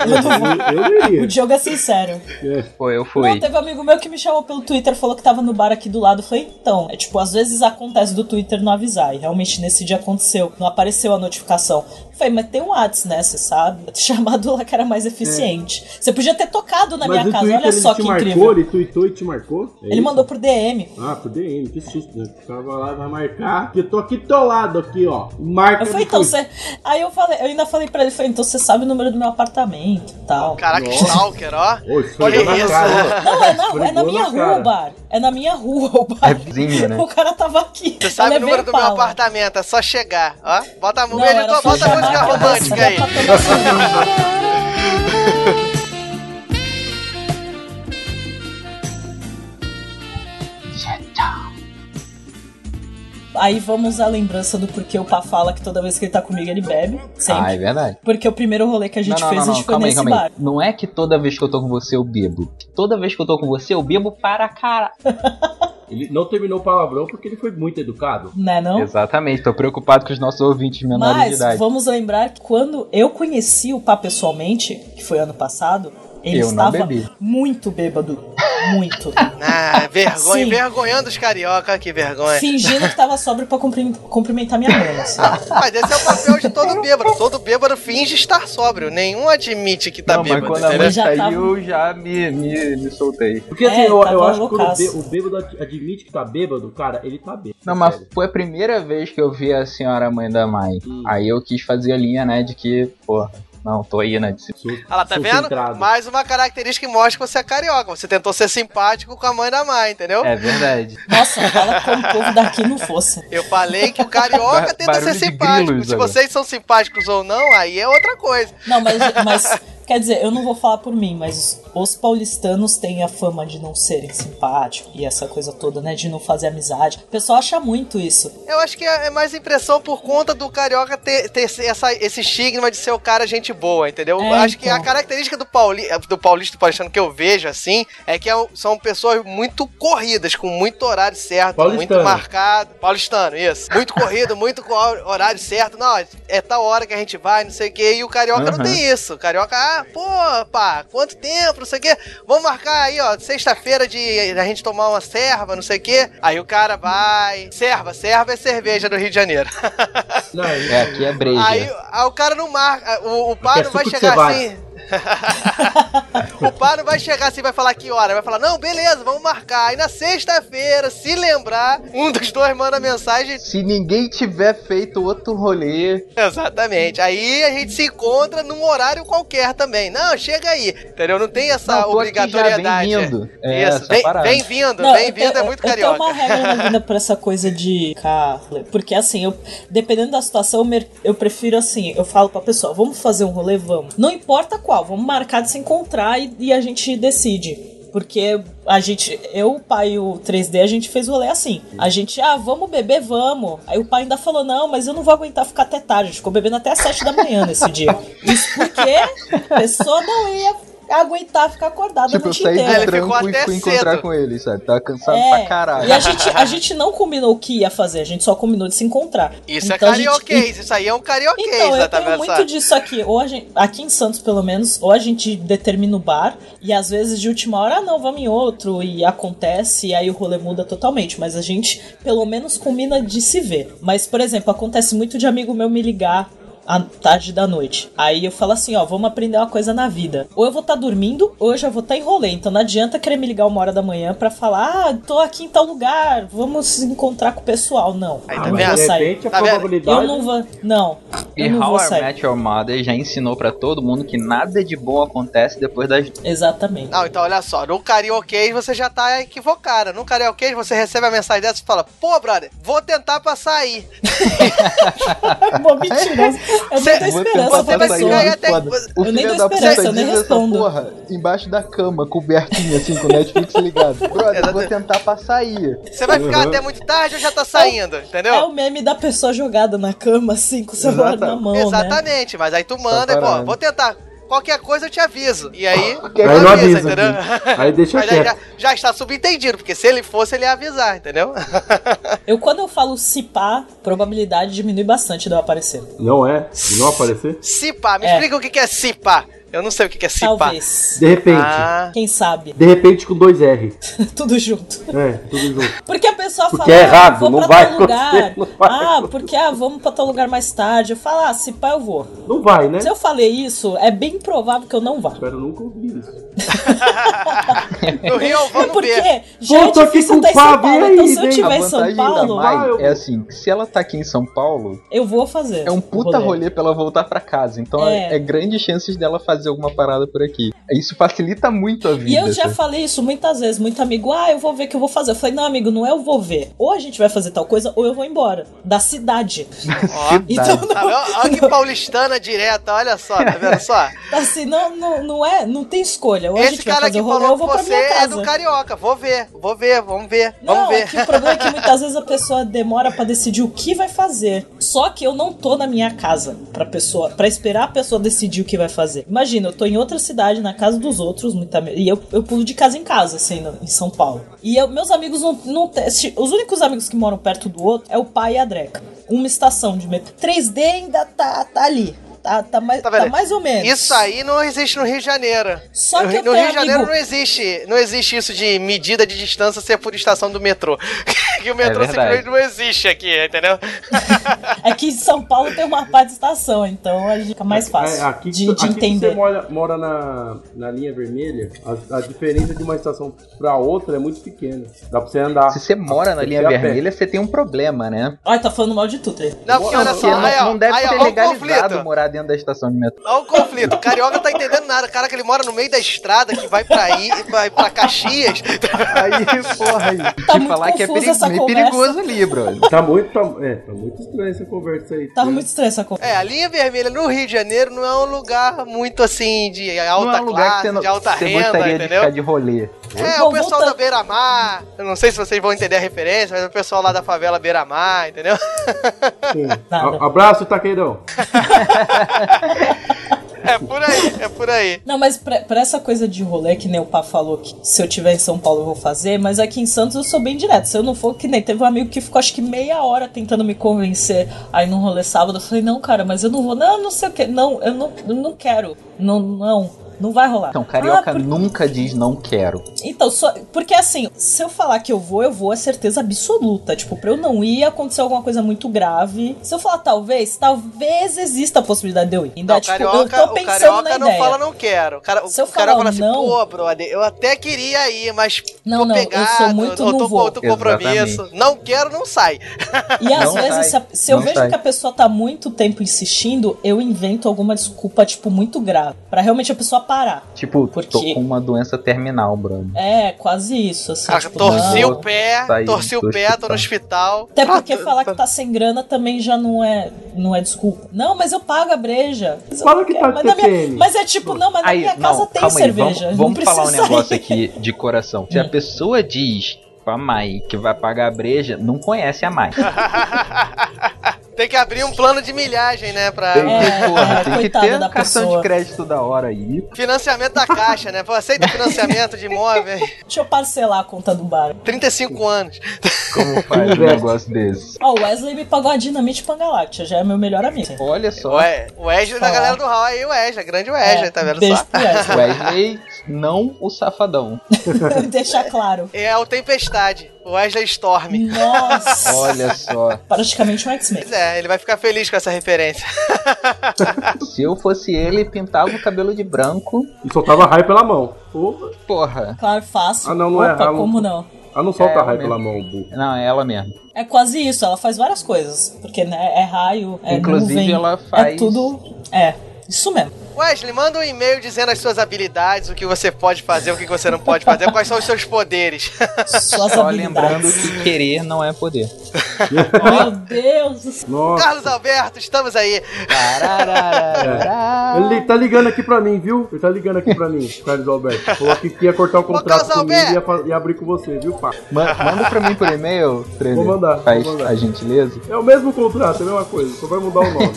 Speaker 4: Eu, eu, eu
Speaker 3: O
Speaker 4: iria.
Speaker 3: Diogo é sincero.
Speaker 2: Pô, eu
Speaker 3: Não,
Speaker 2: fui.
Speaker 3: teve um amigo meu que me chamou pelo Twitter, falou que tava no bar aqui do lado. Eu falei, então, é tipo, às vezes acontece do Twitter não avisar. E realmente nesse dia aconteceu, não apareceu a notificação. Eu falei, mas tem um Whats, né? Você sabe? Chamado lá que era mais eficiente. Você podia ter tocado na
Speaker 4: Mas
Speaker 3: minha
Speaker 4: o
Speaker 3: casa,
Speaker 4: Twitter
Speaker 3: olha
Speaker 4: ele
Speaker 3: só
Speaker 4: te
Speaker 3: que
Speaker 4: marcou,
Speaker 3: incrível.
Speaker 4: ele tweetou e te marcou? É
Speaker 3: Ele
Speaker 4: isso?
Speaker 3: mandou por DM.
Speaker 4: Ah, pro DM, que susto, né? Tava lá, vai marcar. Que eu tô aqui tolado aqui, ó. Marca.
Speaker 3: Eu falei,
Speaker 4: do
Speaker 3: então
Speaker 4: Twitter.
Speaker 3: você. Aí eu falei, eu ainda falei pra ele, falei, então você sabe o número do meu apartamento e tal.
Speaker 1: Caraca, stalker, ó.
Speaker 4: Ô, isso
Speaker 1: Olha
Speaker 4: foi na
Speaker 1: isso.
Speaker 4: cara, né? ó.
Speaker 3: Não, é na, é na
Speaker 4: Brigou
Speaker 3: minha
Speaker 4: na
Speaker 3: rua
Speaker 4: cara.
Speaker 3: o bar. É na minha rua o bar.
Speaker 2: É vizinho, né?
Speaker 3: O cara tava aqui. é
Speaker 1: Você sabe o
Speaker 3: Eu levei
Speaker 1: número do meu
Speaker 3: pala.
Speaker 1: apartamento, é só chegar, ó. Bota a
Speaker 3: né? Não,
Speaker 1: música,
Speaker 3: era só
Speaker 1: bota a
Speaker 3: chamar
Speaker 1: música
Speaker 3: a criança,
Speaker 1: romântica aí.
Speaker 3: era pra tomar cerveja. Aí vamos à lembrança do porquê o Pá fala que toda vez que ele tá comigo ele bebe. Sempre.
Speaker 2: Ah, é verdade.
Speaker 3: Porque o primeiro rolê que a gente fez, a gente foi
Speaker 2: calma aí,
Speaker 3: nesse
Speaker 2: calma aí.
Speaker 3: bar.
Speaker 2: Não é que toda vez que eu tô com você eu bebo. Toda vez que eu tô com você eu bebo para cara.
Speaker 4: Ele não terminou o palavrão porque ele foi muito educado.
Speaker 3: Né, não?
Speaker 2: Exatamente, tô preocupado com os nossos ouvintes menores de
Speaker 3: Mas
Speaker 2: idade.
Speaker 3: vamos lembrar que quando eu conheci o Pá pessoalmente, que foi ano passado, ele
Speaker 2: Eu não
Speaker 3: estava
Speaker 2: bebi.
Speaker 3: muito bêbado. Muito.
Speaker 1: Ah, vergonha,
Speaker 3: Sim.
Speaker 1: envergonhando os carioca, que vergonha.
Speaker 3: fingindo que tava sóbrio pra cumprim- cumprimentar minha mãe. assim.
Speaker 1: Mas esse é o papel de todo bêbado. Todo bêbado finge estar sóbrio. Nenhum admite que tá
Speaker 2: não, mas
Speaker 1: bêbado.
Speaker 2: quando a
Speaker 1: entendeu?
Speaker 2: mãe
Speaker 3: Ele já
Speaker 2: saiu,
Speaker 3: tava-
Speaker 2: já me, me, me soltei.
Speaker 4: Porque assim,
Speaker 3: É,
Speaker 4: eu,
Speaker 3: tava
Speaker 4: eu acho que quando o,
Speaker 3: loucaço.
Speaker 4: bê- o bêbado ad- admite que tá bêbado, cara, ele tá bêbado.
Speaker 2: Não, mas
Speaker 4: sério.
Speaker 2: foi a primeira vez que eu vi a senhora mãe da mãe.
Speaker 4: Hum.
Speaker 2: Aí eu quis fazer a linha, né, de que, porra, não, tô aí né, na disciplina.
Speaker 4: Sou-
Speaker 1: Olha lá, tá
Speaker 4: sou
Speaker 1: vendo?
Speaker 4: centrado.
Speaker 1: Mais uma característica que mostra que você é carioca. Você tentou ser simpático com a mãe da mãe, entendeu?
Speaker 2: É verdade.
Speaker 3: Nossa, fala como o povo daqui não fosse.
Speaker 1: Eu falei que o carioca
Speaker 2: Ba-
Speaker 1: tenta ser
Speaker 2: barulho de
Speaker 1: simpático.
Speaker 2: grilos
Speaker 1: Se
Speaker 2: agora.
Speaker 1: vocês são simpáticos ou não, aí é outra coisa.
Speaker 3: Não, mas, mas quer dizer, eu não vou falar por mim, mas os paulistanos têm a fama de não serem simpáticos e essa coisa toda, né? De não fazer amizade. O pessoal acha muito isso.
Speaker 1: Eu acho que é é mais impressão por conta do carioca ter, ter esse- essa- esse estigma de ser o cara gente boa, entendeu?
Speaker 3: É,
Speaker 1: acho que
Speaker 3: então.
Speaker 1: a característica do, pauli, do paulista, do paulistano que eu vejo, assim, é que é o- são pessoas muito corridas, com muito horário certo,
Speaker 4: Paulistano.
Speaker 1: muito marcado. Paulistano, isso. Muito corrido, muito com hor- horário certo. Não, é tal hora que a gente vai, não sei o quê. E o carioca não
Speaker 2: Aham.
Speaker 1: tem isso. O carioca, ah, pô, pá, quanto tempo, não sei o quê. Vamos marcar aí, ó, sexta-feira de a gente tomar uma serva, não sei o quê. Aí o cara vai. Serva, serva é cerveja do Rio de Janeiro.
Speaker 4: Não, ele-
Speaker 2: É, aqui é breja.
Speaker 1: Aí, aí o cara não marca. O, o
Speaker 4: Aqui
Speaker 1: pá
Speaker 4: é
Speaker 1: não vai
Speaker 4: suco de
Speaker 1: chegar
Speaker 4: cevada.
Speaker 1: assim. o pá não vai chegar assim, vai falar que hora. Vai falar, não, beleza, vamos marcar. Aí na sexta-feira, se lembrar, um dos dois manda mensagem.
Speaker 2: Se ninguém tiver feito outro rolê,
Speaker 1: Exatamente. Aí a gente se encontra num horário qualquer também. Não, chega aí. Entendeu? Não tem essa
Speaker 2: não, tô aqui já vem
Speaker 1: obrigatoriedade.
Speaker 2: vindo. É,
Speaker 1: Isso,
Speaker 2: essa
Speaker 1: vem,
Speaker 2: parada.
Speaker 1: vem vindo,
Speaker 3: Não, então,
Speaker 1: vem
Speaker 3: eu
Speaker 1: vindo
Speaker 3: tenho-
Speaker 1: é muito
Speaker 3: eu tenho
Speaker 1: carioca.
Speaker 3: uma regra na vida pra essa coisa de ficar. Porque assim, eu, dependendo da situação, eu mer- eu prefiro assim, eu falo pra pessoa, vamos fazer um rolê, vamos. Não importa qual, vamos marcar de se encontrar e, e a gente decide. Porque a gente, eu, o pai e o 3D, a gente fez o rolê assim. A gente, ah, vamos beber, vamos. Aí o pai ainda falou, não, mas eu não vou aguentar ficar até tarde. A gente ficou bebendo até as 7 da manhã nesse dia. Isso porque a pessoa não ia aguentar ficar acordada a
Speaker 2: Tipo, eu
Speaker 3: noite
Speaker 2: saí
Speaker 3: inteira.
Speaker 1: Ele
Speaker 2: do
Speaker 1: ficou
Speaker 2: trampo e
Speaker 1: até
Speaker 2: fui encontrar
Speaker 1: cedo.
Speaker 2: com ele, sabe? Tava cansado
Speaker 3: É,
Speaker 2: pra caralho.
Speaker 3: E a gente, a gente não combinou o que ia fazer, a gente só combinou de se encontrar.
Speaker 1: Isso
Speaker 3: Então,
Speaker 1: é
Speaker 3: a gente-
Speaker 1: carioquês, isso aí é um carioquês,
Speaker 3: Então, eu
Speaker 1: exatamente.
Speaker 3: tenho muito disso aqui. Ou a gente, aqui em Santos, pelo menos, ou a gente determina o bar, e às vezes de última hora, ah, não, vamos em outro, e acontece, e aí o rolê muda totalmente. Mas a gente, pelo menos, combina de se ver. Mas, por exemplo, acontece muito de amigo meu me ligar à tarde da noite. Aí eu falo assim, ó, vamos aprender uma coisa na vida. Ou eu vou estar dormindo, ou eu já vou estar em rolê. Então não adianta querer me ligar uma hora da manhã pra falar, ah, tô aqui em tal lugar, vamos se encontrar com o pessoal. Não.
Speaker 1: Aí
Speaker 3: eu
Speaker 1: tá
Speaker 3: não
Speaker 1: vendo?
Speaker 3: vou
Speaker 4: de
Speaker 3: sair.
Speaker 4: repente a
Speaker 1: Tá vendo?
Speaker 4: probabilidade.
Speaker 3: Eu não vou. Não.
Speaker 2: E
Speaker 3: Eu não
Speaker 2: How
Speaker 3: vou
Speaker 2: I
Speaker 3: sair.
Speaker 2: Met Your Mother já ensinou pra todo mundo que nada de bom acontece depois das.
Speaker 3: Exatamente.
Speaker 1: Não, então olha só, no carioquês você já tá equivocada. No carioquês você recebe a mensagem dessa e fala: pô, brother, vou tentar passar aí.
Speaker 3: Bom, mentiroso. É Eu
Speaker 1: Cê-
Speaker 3: não tenho
Speaker 2: Vou
Speaker 3: esperança
Speaker 2: tentar
Speaker 3: pra
Speaker 1: vai
Speaker 2: sair,
Speaker 1: ficar aí
Speaker 2: mas
Speaker 3: pessoa.
Speaker 1: até-
Speaker 2: foda. O
Speaker 3: Eu nem
Speaker 2: filho
Speaker 3: dou
Speaker 2: da
Speaker 3: esperança,
Speaker 2: puta
Speaker 3: eu nem
Speaker 2: diz essa
Speaker 3: respondo.
Speaker 2: porra embaixo da cama, cobertinho assim, com o Netflix ligado. Brother, vou
Speaker 1: Exatamente.
Speaker 2: tentar passar aí.
Speaker 1: Você vai ficar
Speaker 4: Uhum.
Speaker 1: até muito tarde ou já tá saindo, entendeu?
Speaker 3: É o meme da pessoa jogada na cama, assim, com o celular na
Speaker 2: Exatamente.
Speaker 3: mão, né?
Speaker 1: Exatamente, mas aí tu manda e pô,
Speaker 2: parando.
Speaker 1: vou tentar. Qualquer coisa eu te aviso. E aí,
Speaker 4: Aí
Speaker 1: tu
Speaker 4: não avisa,
Speaker 1: entendeu?
Speaker 4: Aí deixa
Speaker 1: Mas aí
Speaker 4: quieto.
Speaker 1: já, já está subentendido, porque se ele fosse, ele ia avisar, entendeu?
Speaker 3: Eu, quando eu falo se pá, probabilidade diminui bastante de eu aparecer.
Speaker 4: Não é? De não aparecer?
Speaker 1: Cipa, me
Speaker 3: É.
Speaker 1: explica o que que é cipa. Eu não sei o que que é cipa.
Speaker 3: Talvez.
Speaker 4: De repente.
Speaker 1: Ah,
Speaker 3: Quem sabe?
Speaker 4: De repente com dois R.
Speaker 3: Tudo junto.
Speaker 4: É, tudo junto.
Speaker 3: Porque a pessoa
Speaker 4: Porque
Speaker 3: fala,
Speaker 4: é
Speaker 3: ah,
Speaker 4: errado,
Speaker 3: vou
Speaker 4: não
Speaker 3: pra
Speaker 4: vai
Speaker 3: tal lugar.
Speaker 4: acontecer, não vai
Speaker 3: ah, porque ah, vamos pra tal lugar mais tarde. Eu falo, ah, se pá, eu vou.
Speaker 4: Não vai, né?
Speaker 3: Se eu falei isso, é bem provável que eu não vá.
Speaker 4: Espero nunca ouvir isso.
Speaker 1: no Rio eu vou no
Speaker 3: Porque
Speaker 1: B.
Speaker 3: já
Speaker 4: Pô, tô
Speaker 3: é
Speaker 4: aqui
Speaker 3: difícil
Speaker 4: com
Speaker 3: estar em São
Speaker 4: Fábio,
Speaker 3: Paulo.
Speaker 4: e aí,
Speaker 3: Então, se eu
Speaker 4: né? A
Speaker 3: estiver em São Paulo,
Speaker 2: da Mai
Speaker 4: Ah, eu-
Speaker 2: é assim, se ela tá aqui em São Paulo,
Speaker 3: eu vou fazer.
Speaker 2: é um
Speaker 3: o
Speaker 2: puta rolê pra ela voltar pra casa. Então
Speaker 3: É.
Speaker 2: é, é grandes chances dela fazer alguma parada por aqui. Isso facilita muito a vida. assim.
Speaker 3: E eu
Speaker 1: né?
Speaker 3: já
Speaker 2: sabe?
Speaker 3: falei isso muitas vezes, muito amigo, ah, eu vou ver o que eu vou fazer. Eu falei, não, amigo, não é eu vou ver. Ou a gente vai fazer tal coisa, ou eu vou embora. Da cidade.
Speaker 1: Ó,
Speaker 3: Então
Speaker 2: Cidade.
Speaker 1: Sabe,
Speaker 3: não,
Speaker 1: olha que paulistana direta, olha só, tá vendo só?
Speaker 3: assim, não, não, não é, não tem escolha. Ou a
Speaker 1: Esse
Speaker 3: gente vai
Speaker 1: cara
Speaker 3: fazer
Speaker 1: que
Speaker 3: o rolê, ou eu
Speaker 1: falou
Speaker 3: vou
Speaker 1: com
Speaker 3: pra
Speaker 1: você
Speaker 3: minha
Speaker 1: é
Speaker 3: casa.
Speaker 1: do carioca. Vou ver, vou ver, vamos ver,
Speaker 3: Não,
Speaker 1: vamos
Speaker 3: é
Speaker 1: ver.
Speaker 3: que o problema é que muitas vezes a pessoa demora pra decidir o que vai fazer. Só que eu não tô na minha casa pra pessoa, para esperar a pessoa decidir o que vai fazer. Imagina, eu tô em outra cidade, na casa dos outros, muita me- e eu, eu pulo de casa em casa, assim, no- em São Paulo. E eu- meus amigos não, não te- se- os únicos amigos que moram perto do outro é o pai e a Dreca. Uma estação de metrô. 3D ainda tá, tá ali. Tá, tá, mais,
Speaker 1: Tá
Speaker 3: tá,
Speaker 1: vendo?
Speaker 3: mais ou menos.
Speaker 1: Isso aí não existe no Rio de Janeiro.
Speaker 3: Só
Speaker 1: no,
Speaker 3: que eu
Speaker 1: no
Speaker 3: tenho
Speaker 1: Rio de Janeiro
Speaker 3: amigo-
Speaker 1: não existe, não existe isso de medida de distância ser por estação do metrô. que o metrô
Speaker 2: verdade.
Speaker 1: simplesmente não existe aqui, entendeu?
Speaker 3: É que em São Paulo tem uma parte de estação, então a gente fica mais fácil
Speaker 4: É, aqui,
Speaker 3: de, de
Speaker 4: aqui
Speaker 3: entender.
Speaker 4: você mora, mora na, na linha vermelha, a, a diferença de uma estação pra outra é muito pequena. Dá pra você andar.
Speaker 2: Se você mora na
Speaker 4: Tem que
Speaker 2: linha
Speaker 4: ir a pé.
Speaker 2: vermelha, você tem um problema, né?
Speaker 3: Ai, tá falando mal de tudo aí.
Speaker 1: Não, porque olha
Speaker 2: Porque
Speaker 1: só,
Speaker 2: não,
Speaker 1: aí, ó,
Speaker 2: não deve
Speaker 1: aí, ó,
Speaker 2: ser
Speaker 1: ó o
Speaker 2: legalizado
Speaker 1: conflito.
Speaker 2: morar dentro da estação de metrô.
Speaker 1: Olha o conflito. O carioca tá entendendo nada. Caraca, ele mora no meio da estrada que vai pra aí, vai pra Caxias.
Speaker 2: Aí, porra, aí.
Speaker 3: Tá
Speaker 2: te
Speaker 3: muito
Speaker 2: falar que é
Speaker 3: confusa
Speaker 2: peri-
Speaker 3: essa
Speaker 2: meio
Speaker 3: conversa.
Speaker 2: perigoso ali, brother.
Speaker 4: Tá muito, tá, é, tá muito estranha essa conversa aí.
Speaker 3: Tá
Speaker 4: né?
Speaker 3: muito estranho essa conversa.
Speaker 1: É, a linha vermelha no Rio de Janeiro não é um lugar muito assim de alta
Speaker 2: não é um lugar
Speaker 1: classe,
Speaker 2: que você, não,
Speaker 1: de alta
Speaker 2: você
Speaker 1: renda,
Speaker 2: gostaria de
Speaker 1: entendeu?
Speaker 2: ficar de rolê.
Speaker 1: É,
Speaker 3: Bom,
Speaker 1: o pessoal
Speaker 3: voltando.
Speaker 1: da Beira-Mar, eu não sei se vocês vão entender a referência, mas é o pessoal lá da favela Beira-Mar, entendeu?
Speaker 4: Sim.
Speaker 3: Nada.
Speaker 4: A- abraço, Taqueirão.
Speaker 1: É por aí, é por aí.
Speaker 3: Não, mas pra, pra essa coisa de rolê, que nem o Pá falou que se eu tiver em São Paulo eu vou fazer, mas aqui em Santos eu sou bem direto. Se eu não for, que nem teve um amigo que ficou acho que meia hora tentando me convencer aí num rolê sábado. Eu falei, não, cara, mas eu não vou, não, não sei o que, não, eu não, eu não quero, não, não, não vai rolar.
Speaker 2: Então, carioca
Speaker 3: Ah, por-
Speaker 2: nunca diz não quero.
Speaker 3: Então, só, porque assim, se eu falar que eu vou, eu vou é certeza absoluta. Tipo, pra eu não ir, aconteceu alguma coisa muito grave. Se eu falar talvez, talvez exista a possibilidade de eu ir. Ainda,
Speaker 1: Não,
Speaker 3: tipo,
Speaker 1: carioca,
Speaker 3: eu tô
Speaker 1: o
Speaker 3: pensando
Speaker 1: carioca
Speaker 3: na
Speaker 1: não
Speaker 3: ideia.
Speaker 1: fala não quero. O, cara,
Speaker 3: Se eu
Speaker 1: o carioca
Speaker 3: falar
Speaker 1: fala assim,
Speaker 3: não-
Speaker 1: pô, brother, eu até queria ir, mas
Speaker 3: Não,
Speaker 1: tô
Speaker 3: não, eu sou
Speaker 1: pegado,
Speaker 3: muito Ah,
Speaker 1: eu
Speaker 3: não
Speaker 1: tô com
Speaker 3: vou.
Speaker 1: outro compromisso. Não quero, não sai.
Speaker 3: E às
Speaker 2: Não sai,
Speaker 3: vezes, se, a- se eu
Speaker 2: não
Speaker 3: vejo
Speaker 2: sai.
Speaker 3: que a pessoa tá muito tempo insistindo, eu invento alguma desculpa, tipo, muito grave. Pra realmente a pessoa parar.
Speaker 2: Tipo,
Speaker 3: Por
Speaker 2: tô
Speaker 3: quê?
Speaker 2: com uma doença terminal, brother.
Speaker 3: É, quase isso, assim.
Speaker 1: Cara,
Speaker 3: tipo,
Speaker 1: torci
Speaker 3: não.
Speaker 1: o pé,
Speaker 2: Saí
Speaker 1: torci o
Speaker 2: do
Speaker 1: pé, tô no hospital.
Speaker 4: Ah,
Speaker 3: Até porque falar que tá sem grana também já não é, não é desculpa. Não, mas eu pago a breja. Mas eu
Speaker 4: Fala
Speaker 3: não
Speaker 4: que
Speaker 3: quero.
Speaker 4: tá
Speaker 3: mas, na minha-
Speaker 4: TPM.
Speaker 3: mas é tipo, não, mas na minha casa tem cerveja.
Speaker 2: Vamos, vamos
Speaker 3: não
Speaker 2: falar um
Speaker 3: precisa ir.
Speaker 2: negócio aqui de coração. Se a
Speaker 3: Hum.
Speaker 2: pessoa diz pra mãe que vai pagar a breja, não conhece a mãe.
Speaker 1: Tem que abrir um plano de milhagem, né? Pra
Speaker 2: Tem que,
Speaker 3: É,
Speaker 2: porra,
Speaker 3: é,
Speaker 2: tem que
Speaker 3: coitada
Speaker 2: ter
Speaker 3: da
Speaker 2: um cartão
Speaker 3: pessoa.
Speaker 2: de crédito da hora aí.
Speaker 1: financiamento da caixa, né? Pô, aceita financiamento de imóvel.
Speaker 3: Deixa eu parcelar a conta do bar.
Speaker 1: 35 anos.
Speaker 2: Como faz um
Speaker 4: Investe.
Speaker 2: negócio desse?
Speaker 3: Ó, o Wesley me pagou a Dinamite Pangaláctia, já é meu melhor amigo.
Speaker 2: Olha só,
Speaker 1: Ué, o Wesley da
Speaker 3: Falar.
Speaker 1: galera do Hall aí, o Wesley, grande Wesley,
Speaker 3: É,
Speaker 1: tá vendo
Speaker 3: beijo
Speaker 1: só?
Speaker 3: pro Wesley.
Speaker 2: Wesley, não o safadão.
Speaker 3: Deixar claro.
Speaker 1: É o Tempestade, o Wesley
Speaker 3: Hum.
Speaker 1: Storm.
Speaker 3: Nossa.
Speaker 2: Olha só,
Speaker 3: Praticamente um X-Men.
Speaker 1: Pois é, ele vai ficar feliz com essa referência.
Speaker 2: se eu fosse ele, pintava o cabelo de branco.
Speaker 4: E soltava raio pela mão. Opa.
Speaker 2: Porra,
Speaker 3: Claro, fácil.
Speaker 4: Ah, não, não é
Speaker 3: Opa,
Speaker 4: ralo.
Speaker 3: como não?
Speaker 4: Ah, não solta
Speaker 2: É,
Speaker 4: raio
Speaker 2: mesmo.
Speaker 4: pela mão, burro.
Speaker 2: não, é ela mesmo.
Speaker 3: É quase isso, ela faz várias coisas. Porque né, é raio, é
Speaker 2: Inclusive,
Speaker 3: nuvem,
Speaker 2: ela faz-
Speaker 3: É tudo... É, isso mesmo.
Speaker 1: Wesley, manda um e-mail dizendo as suas habilidades, o que você pode fazer, o que você não pode fazer, quais são os seus poderes.
Speaker 3: Suas
Speaker 2: Só lembrando
Speaker 3: habilidades.
Speaker 2: que querer não é poder.
Speaker 3: Meu Deus do céu.
Speaker 4: Nossa.
Speaker 1: Carlos Alberto, estamos aí.
Speaker 2: Tararararará.
Speaker 4: Ele tá ligando aqui pra mim, viu? Ele tá ligando aqui pra mim, Carlos Alberto. Falou que ia cortar o contrato
Speaker 1: Carlos
Speaker 4: comigo e ia,
Speaker 1: Alberto!
Speaker 4: fa- ia abrir com você, viu, pá?
Speaker 2: Ma- manda pra mim por e-mail, Trevi.
Speaker 4: Vou mandar, vou
Speaker 2: Faz
Speaker 4: mandar.
Speaker 2: a gentileza.
Speaker 4: É o mesmo contrato, é a mesma coisa, só vai mudar o nome.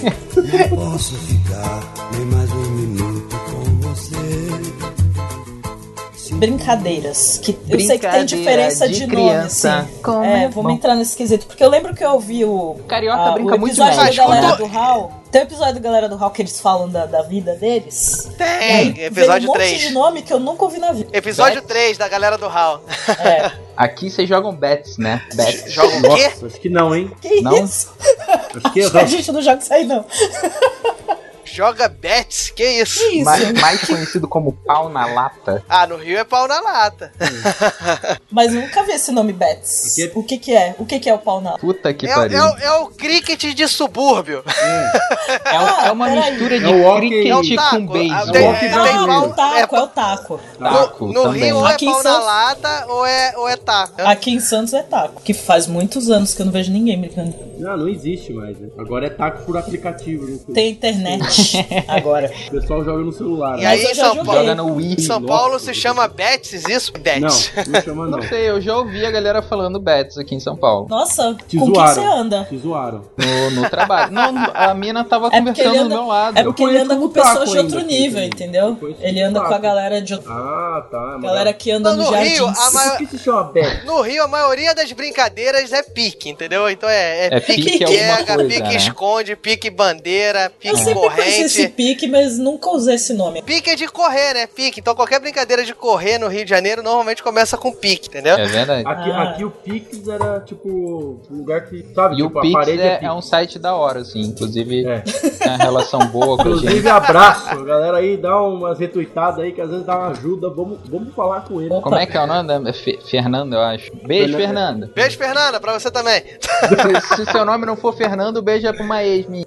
Speaker 7: Posso ficar nem mais um minuto com você.
Speaker 3: Brincadeiras. Que eu sei que tem
Speaker 2: Brincadeira
Speaker 3: diferença
Speaker 2: de
Speaker 3: de,
Speaker 2: criança.
Speaker 3: nome, assim.
Speaker 2: Como
Speaker 3: é,
Speaker 2: é
Speaker 3: vamos
Speaker 2: bom.
Speaker 3: entrar nesse quesito. Porque eu lembro que eu ouvi o.
Speaker 2: Carioca
Speaker 3: ah,
Speaker 2: brinca
Speaker 3: o
Speaker 2: muito
Speaker 3: episódio
Speaker 2: mais.
Speaker 3: da galera
Speaker 1: Escuta.
Speaker 3: do Hall. Tem o episódio da galera do Hall que eles falam da, da vida deles.
Speaker 1: Tem,
Speaker 3: Veio
Speaker 1: episódio
Speaker 3: um monte de
Speaker 1: 3.
Speaker 3: nome que eu nunca ouvi na vida.
Speaker 1: Episódio 3 da galera do Hall.
Speaker 3: É.
Speaker 2: Aqui vocês jogam bets, né? Bets.
Speaker 1: Joga o quê?
Speaker 4: Nossa, acho que não, hein?
Speaker 3: Que é
Speaker 2: Não?
Speaker 3: isso?
Speaker 4: Acho que
Speaker 3: A gente não joga isso aí, não.
Speaker 1: Joga bets? Que isso?
Speaker 3: Que isso?
Speaker 2: Mais, mais conhecido como pau na lata.
Speaker 1: Ah, no Rio é pau na lata.
Speaker 3: Mas nunca vi esse nome Betts.
Speaker 4: Porque-
Speaker 3: O que que é? O que que é o pau na...
Speaker 2: Puta que
Speaker 1: É, o-
Speaker 2: pariu.
Speaker 1: é o- é o cricket de subúrbio.
Speaker 2: É, o- é uma
Speaker 3: Ah, peraí.
Speaker 2: mistura de
Speaker 4: É o hockey.
Speaker 2: cricket
Speaker 1: É o
Speaker 2: com
Speaker 1: taco. Ah,
Speaker 2: beisebol.
Speaker 1: tem-
Speaker 4: Walk
Speaker 1: é,
Speaker 4: down
Speaker 1: tem
Speaker 3: Não, é o
Speaker 1: pau- é
Speaker 3: taco, é o taco.
Speaker 2: Taco
Speaker 1: No, no
Speaker 2: também.
Speaker 1: Rio ou é
Speaker 3: Aqui em
Speaker 1: pau na
Speaker 3: Santos-
Speaker 1: lata ou é, ou é taco.
Speaker 3: Aqui em Santos é taco, que faz muitos anos que eu não vejo ninguém brincando.
Speaker 4: Não, não existe mais. Né? Agora é taco por aplicativo. Né?
Speaker 3: Tem internet agora.
Speaker 4: O pessoal joga no celular.
Speaker 1: E
Speaker 4: né?
Speaker 1: aí,
Speaker 3: Mas eu já
Speaker 1: São
Speaker 3: joguei.
Speaker 2: Joga no Wii.
Speaker 1: Em São Paulo se chama Betis, isso?
Speaker 4: Não,
Speaker 1: Betis.
Speaker 4: não chama não.
Speaker 2: Não sei, eu já ouvi a galera falando bets aqui em São Paulo.
Speaker 3: Nossa,
Speaker 4: Te
Speaker 3: com quem
Speaker 4: zoaram.
Speaker 3: você anda?
Speaker 4: Te zoaram.
Speaker 2: No, no trabalho. Não, a mina tava
Speaker 3: É porque
Speaker 2: conversando
Speaker 3: ele
Speaker 2: do
Speaker 3: anda,
Speaker 2: meu lado.
Speaker 3: é porque ele
Speaker 4: conheço
Speaker 3: anda com
Speaker 4: como taco
Speaker 3: pessoas de outro
Speaker 4: ainda,
Speaker 3: nível,
Speaker 4: assim,
Speaker 3: entendeu?
Speaker 4: eu conheço
Speaker 3: Ele
Speaker 4: como
Speaker 3: anda com a
Speaker 4: taco.
Speaker 3: galera de outro...
Speaker 4: Ah, tá. mas-
Speaker 3: Galera que anda
Speaker 1: Não,
Speaker 3: no,
Speaker 1: no
Speaker 3: jardim.
Speaker 1: Rio, a maior-
Speaker 4: Por que se chama Beto?
Speaker 1: No Rio, a maioria das brincadeiras é pique, entendeu? Então é,
Speaker 2: É pique
Speaker 1: pique
Speaker 2: alguma
Speaker 1: pega,
Speaker 2: coisa,
Speaker 1: pique
Speaker 2: né?
Speaker 1: esconde, pique bandeira,
Speaker 3: Eu
Speaker 1: pique
Speaker 3: sempre assim. conheci esse
Speaker 1: é corrente.
Speaker 3: pique, mas nunca usei esse nome.
Speaker 1: Pique é de correr, né? Pique. Então qualquer brincadeira de correr no Rio de Janeiro normalmente começa com pique, entendeu?
Speaker 2: É verdade.
Speaker 4: Aqui,
Speaker 3: Ah.
Speaker 4: aqui o Pix era tipo um lugar que, sabe,
Speaker 2: E
Speaker 4: tipo,
Speaker 2: o Pix
Speaker 4: parede
Speaker 2: é,
Speaker 4: Pix.
Speaker 2: é um site da hora, assim. Inclusive,
Speaker 4: É.
Speaker 2: tem uma relação boa com a gente.
Speaker 4: Inclusive, abraço, galera aí, dá umas retuitadas aí que às vezes dá uma ajuda. Vamos, vamos falar com ele.
Speaker 2: Como é que é o nome? da- Fe- Fernando, eu acho. Beijo, Fernando.
Speaker 1: Beijo, Fernanda, pra você também.
Speaker 2: Se seu nome não for Fernando, beija pra uma ex minha.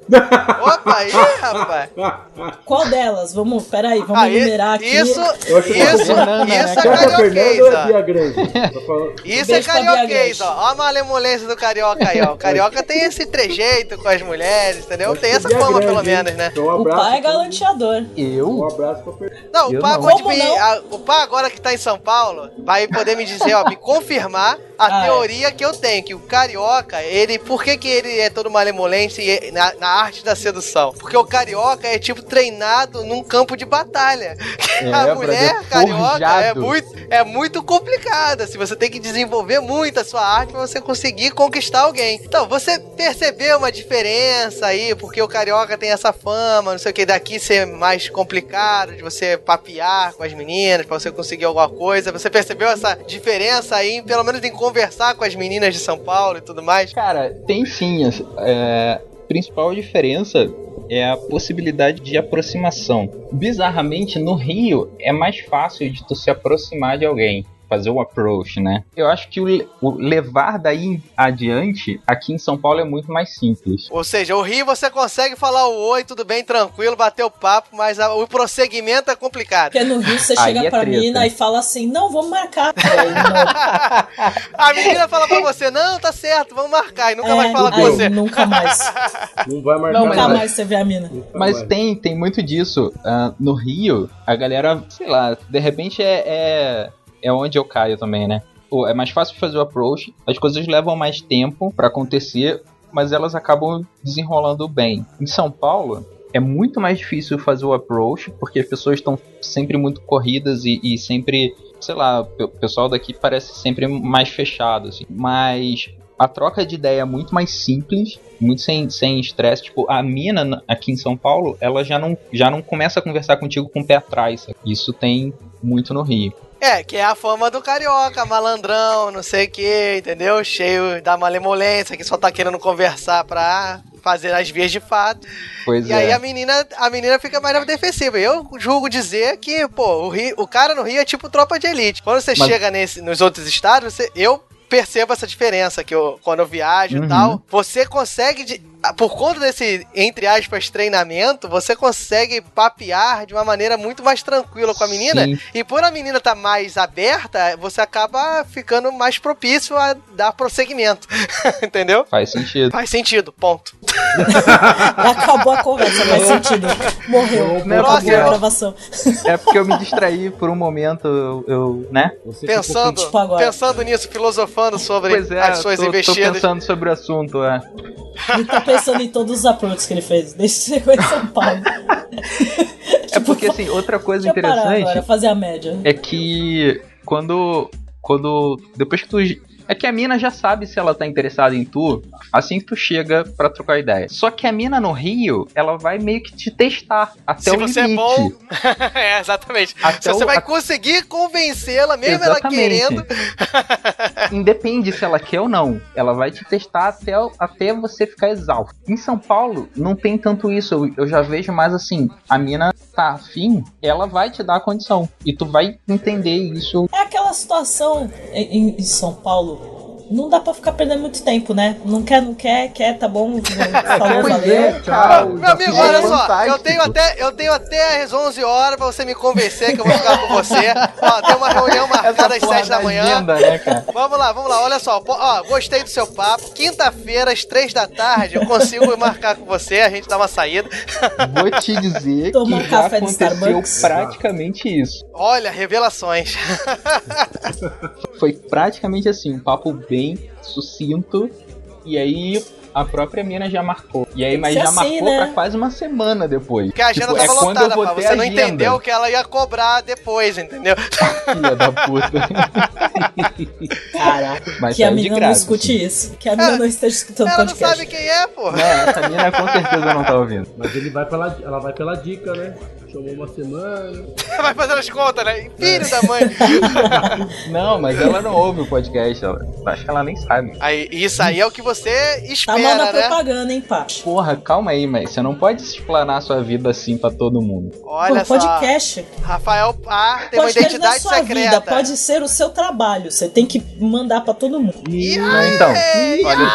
Speaker 1: Opa, aí, rapaz.
Speaker 3: Qual delas? Vamos, peraí, vamos
Speaker 1: Aí,
Speaker 3: numerar aqui.
Speaker 1: isso,
Speaker 4: Eu acho
Speaker 1: isso,
Speaker 4: que
Speaker 1: isso,
Speaker 2: é Fernanda, né,
Speaker 1: isso é
Speaker 2: cara?
Speaker 4: Quer ser
Speaker 1: carioquês,
Speaker 4: Fernando ou é
Speaker 1: ó.
Speaker 4: Bia Grande? Tá falando-
Speaker 1: Isso é
Speaker 3: Beijo pra Bia
Speaker 1: carioquês,
Speaker 3: Grande.
Speaker 1: ó. Ó a malemolência do carioca aí, ó. O carioca tem esse trejeito com as mulheres, entendeu? Tem essa
Speaker 4: Bia
Speaker 1: fama,
Speaker 4: é Grande,
Speaker 1: pelo
Speaker 4: hein?
Speaker 1: menos, né?
Speaker 4: Então, um
Speaker 3: O
Speaker 4: abraço
Speaker 3: pai é
Speaker 4: pra-
Speaker 3: galanteador.
Speaker 4: Um
Speaker 2: Eu?
Speaker 4: abraço pra Fernando.
Speaker 1: Não,
Speaker 2: Eu
Speaker 1: o Pá
Speaker 2: não.
Speaker 1: pode
Speaker 3: Como
Speaker 1: me.
Speaker 3: não?
Speaker 1: a- o Pá agora que tá em São Paulo vai poder me dizer, ó, me confirmar a
Speaker 3: Ah, é.
Speaker 1: teoria que eu tenho, que o carioca, ele. Por que, que ele é todo malemolente e- na, na arte da sedução? Porque o carioca é tipo treinado num campo de batalha.
Speaker 2: É,
Speaker 1: a
Speaker 2: pra
Speaker 1: mulher
Speaker 2: ver
Speaker 1: carioca é
Speaker 2: forjado.
Speaker 1: muito, é muito complicada. Assim, você tem que desenvolver muito a sua arte pra você conseguir conquistar alguém. Então, você percebeu uma diferença aí, porque o carioca tem essa fama, não sei o que, daqui ser mais complicado, de você papear com as meninas pra você conseguir alguma coisa. Você percebeu essa diferença aí, pelo menos em conversar com as meninas de São Paulo e tudo mais?
Speaker 2: Cara, tem sim. as- é, a principal diferença é a possibilidade de aproximação. Bizarramente, no Rio, é mais fácil de tu se aproximar de alguém. Fazer o approach, né? Eu acho que o, le- o levar daí em adiante, aqui em São Paulo, é muito mais simples.
Speaker 1: Ou seja, o Rio você consegue falar o oi, tudo bem, tranquilo, bater o papo, mas a- o prosseguimento é complicado.
Speaker 3: Porque no Rio você
Speaker 2: Aí
Speaker 3: chega
Speaker 2: é
Speaker 3: pra
Speaker 2: treta.
Speaker 3: mina e fala assim: não, vamos marcar. Aí, não.
Speaker 1: A menina fala pra você, não, tá certo, vamos marcar, e nunca mais
Speaker 3: É,
Speaker 1: fala com
Speaker 3: aí
Speaker 1: você.
Speaker 3: Nunca mais.
Speaker 4: Não vai marcar
Speaker 2: Não, mas-
Speaker 3: Nunca
Speaker 4: nada.
Speaker 3: mais você vê a mina.
Speaker 4: Nunca
Speaker 2: Mas
Speaker 4: mais.
Speaker 2: tem, tem muito disso. Ah, no Rio, a galera, sei lá, de repente é, é, é onde eu caio também, né? Pô, é mais fácil fazer o approach, as coisas levam mais tempo pra acontecer, mas elas acabam desenrolando bem. Em São Paulo, é muito mais difícil fazer o approach, porque as pessoas estão sempre muito corridas e, e sempre, sei lá, o pe- o pessoal daqui parece sempre mais fechado, assim. Mas a troca de ideia é muito mais simples, muito sem sem estresse. tipo, a mina na- aqui em São Paulo, ela já não, já não começa a conversar contigo com o pé atrás. sabe? Isso tem muito no Rio.
Speaker 1: É, que é a fama do carioca, malandrão, não sei o que, entendeu? Cheio da malemolência, que só tá querendo conversar pra fazer as vias de fato.
Speaker 2: Pois
Speaker 1: E
Speaker 2: é.
Speaker 1: aí a menina, a menina fica mais defensiva. Eu julgo dizer que, pô, o, Rio- o cara no Rio é tipo tropa de elite. Quando você
Speaker 2: Mas-
Speaker 1: chega nesse- nos outros estados, você- eu percebo essa diferença que eu, quando eu viajo
Speaker 2: Uhum.
Speaker 1: e tal, você consegue de- por conta desse, entre aspas, treinamento, você consegue papear de uma maneira muito mais tranquila com a menina.
Speaker 2: Sim.
Speaker 1: E por a menina estar mais aberta, você acaba ficando mais propício a dar prosseguimento. Entendeu?
Speaker 2: Faz sentido.
Speaker 1: Faz sentido, ponto.
Speaker 3: Acabou a conversa, faz sentido. Morreu.
Speaker 2: Não é
Speaker 3: Acabou
Speaker 1: possível.
Speaker 3: a gravação.
Speaker 2: É porque eu me distraí por um momento, eu, eu- né?
Speaker 4: Você ficou
Speaker 1: Pensando,
Speaker 3: tipo agora.
Speaker 1: pensando nisso, filosofando sobre
Speaker 2: Pois é,
Speaker 1: "Ah, as suas
Speaker 2: tô, tô
Speaker 1: investidas.
Speaker 2: pensando sobre o assunto, é.
Speaker 3: Ele tá pensando em todos os approaches que ele fez desde que chegou em São Paulo. Tipo,
Speaker 2: É porque, assim, outra coisa
Speaker 3: Deixa eu parar
Speaker 2: interessante
Speaker 3: agora, fazer a média.
Speaker 2: é que quando quando depois que tu É que a mina já sabe se ela tá interessada em tu assim que tu chega pra trocar ideia. Só que a mina no Rio, ela vai meio que te testar até
Speaker 1: Se
Speaker 2: o limite.
Speaker 1: você é bom. é, exatamente.
Speaker 2: Até
Speaker 1: Se você
Speaker 2: o-
Speaker 1: vai
Speaker 2: a-
Speaker 1: conseguir convencê-la, mesmo ela
Speaker 2: Exatamente.
Speaker 1: querendo.
Speaker 2: Independe se ela quer ou não, ela vai te testar até, o- até você ficar exausto. Em São Paulo, não tem tanto isso. Eu, eu já vejo mais assim: a mina tá afim, ela vai te dar a condição. E tu vai entender isso.
Speaker 3: É aquela situação em, em São Paulo. Não dá pra ficar perdendo muito tempo, né? Não quer, não quer, quer, tá bom. Falou,
Speaker 2: Pois é,
Speaker 3: valeu.
Speaker 1: Ah,
Speaker 4: tchau.
Speaker 1: Meu amigo,
Speaker 2: desafio
Speaker 1: olha
Speaker 2: é
Speaker 1: só, eu
Speaker 2: fantástico.
Speaker 1: tenho, até, eu tenho até às 11 horas pra você me convencer que eu vou ficar com você. Ó, tem uma reunião marcada às
Speaker 2: Essa porra
Speaker 1: 7 da manhã.
Speaker 2: agenda, né, cara?
Speaker 1: Vamos lá, vamos lá, olha só. po- Ó, gostei do seu papo. Quinta-feira, às 3 da tarde, eu consigo marcar com você, a gente dá uma saída.
Speaker 2: Vou te dizer
Speaker 3: Tomar um
Speaker 2: que já
Speaker 3: café no
Speaker 2: aconteceu
Speaker 3: Starbucks.
Speaker 2: praticamente isso.
Speaker 1: Olha, revelações.
Speaker 2: Foi praticamente assim, um papo bem sucinto. E aí a própria mina já marcou. E aí, mas
Speaker 3: Tem
Speaker 2: já
Speaker 3: que ser assim,
Speaker 2: marcou
Speaker 3: né?
Speaker 2: pra quase uma semana depois.
Speaker 1: Porque a agenda
Speaker 2: Tipo,
Speaker 1: tava
Speaker 2: é quando eu
Speaker 1: lotada,
Speaker 2: vou
Speaker 1: pá.
Speaker 2: ter
Speaker 1: Você não
Speaker 2: agenda.
Speaker 1: entendeu que ela ia cobrar depois, entendeu?
Speaker 2: Filha da puta.
Speaker 6: Caraca.
Speaker 2: Mas
Speaker 3: Que a
Speaker 2: saiu tá de
Speaker 3: mina não
Speaker 2: graça. assim.
Speaker 3: escute isso. Que a mina
Speaker 1: Ela-
Speaker 3: não esteja escutando
Speaker 1: Ela não
Speaker 3: podcast.
Speaker 1: sabe quem é, porra.
Speaker 2: Não, essa mina com certeza não tá ouvindo.
Speaker 4: Mas ele vai pela, ela vai pela dica, né? Chamou uma semana.
Speaker 1: Vai fazendo as contas, né? Filho da mãe.
Speaker 2: Não, mas ela não ouve o podcast. Ela, acho que ela nem sabe.
Speaker 1: Aí, isso aí é o que você
Speaker 3: Tá mal na
Speaker 1: espera, né?
Speaker 3: propaganda, hein, pá?
Speaker 2: Porra, calma aí, mas você não pode explanar sua vida assim pra todo mundo.
Speaker 1: Olha
Speaker 3: Pô,
Speaker 1: só.
Speaker 3: podcast.
Speaker 1: Rafael Par tem uma
Speaker 3: podcast não é
Speaker 1: identidade
Speaker 3: sua
Speaker 1: secreta.
Speaker 3: vida, pode ser o seu trabalho. Você tem que mandar pra todo mundo.
Speaker 1: Ih,
Speaker 2: Não, então,
Speaker 1: ai,
Speaker 2: olha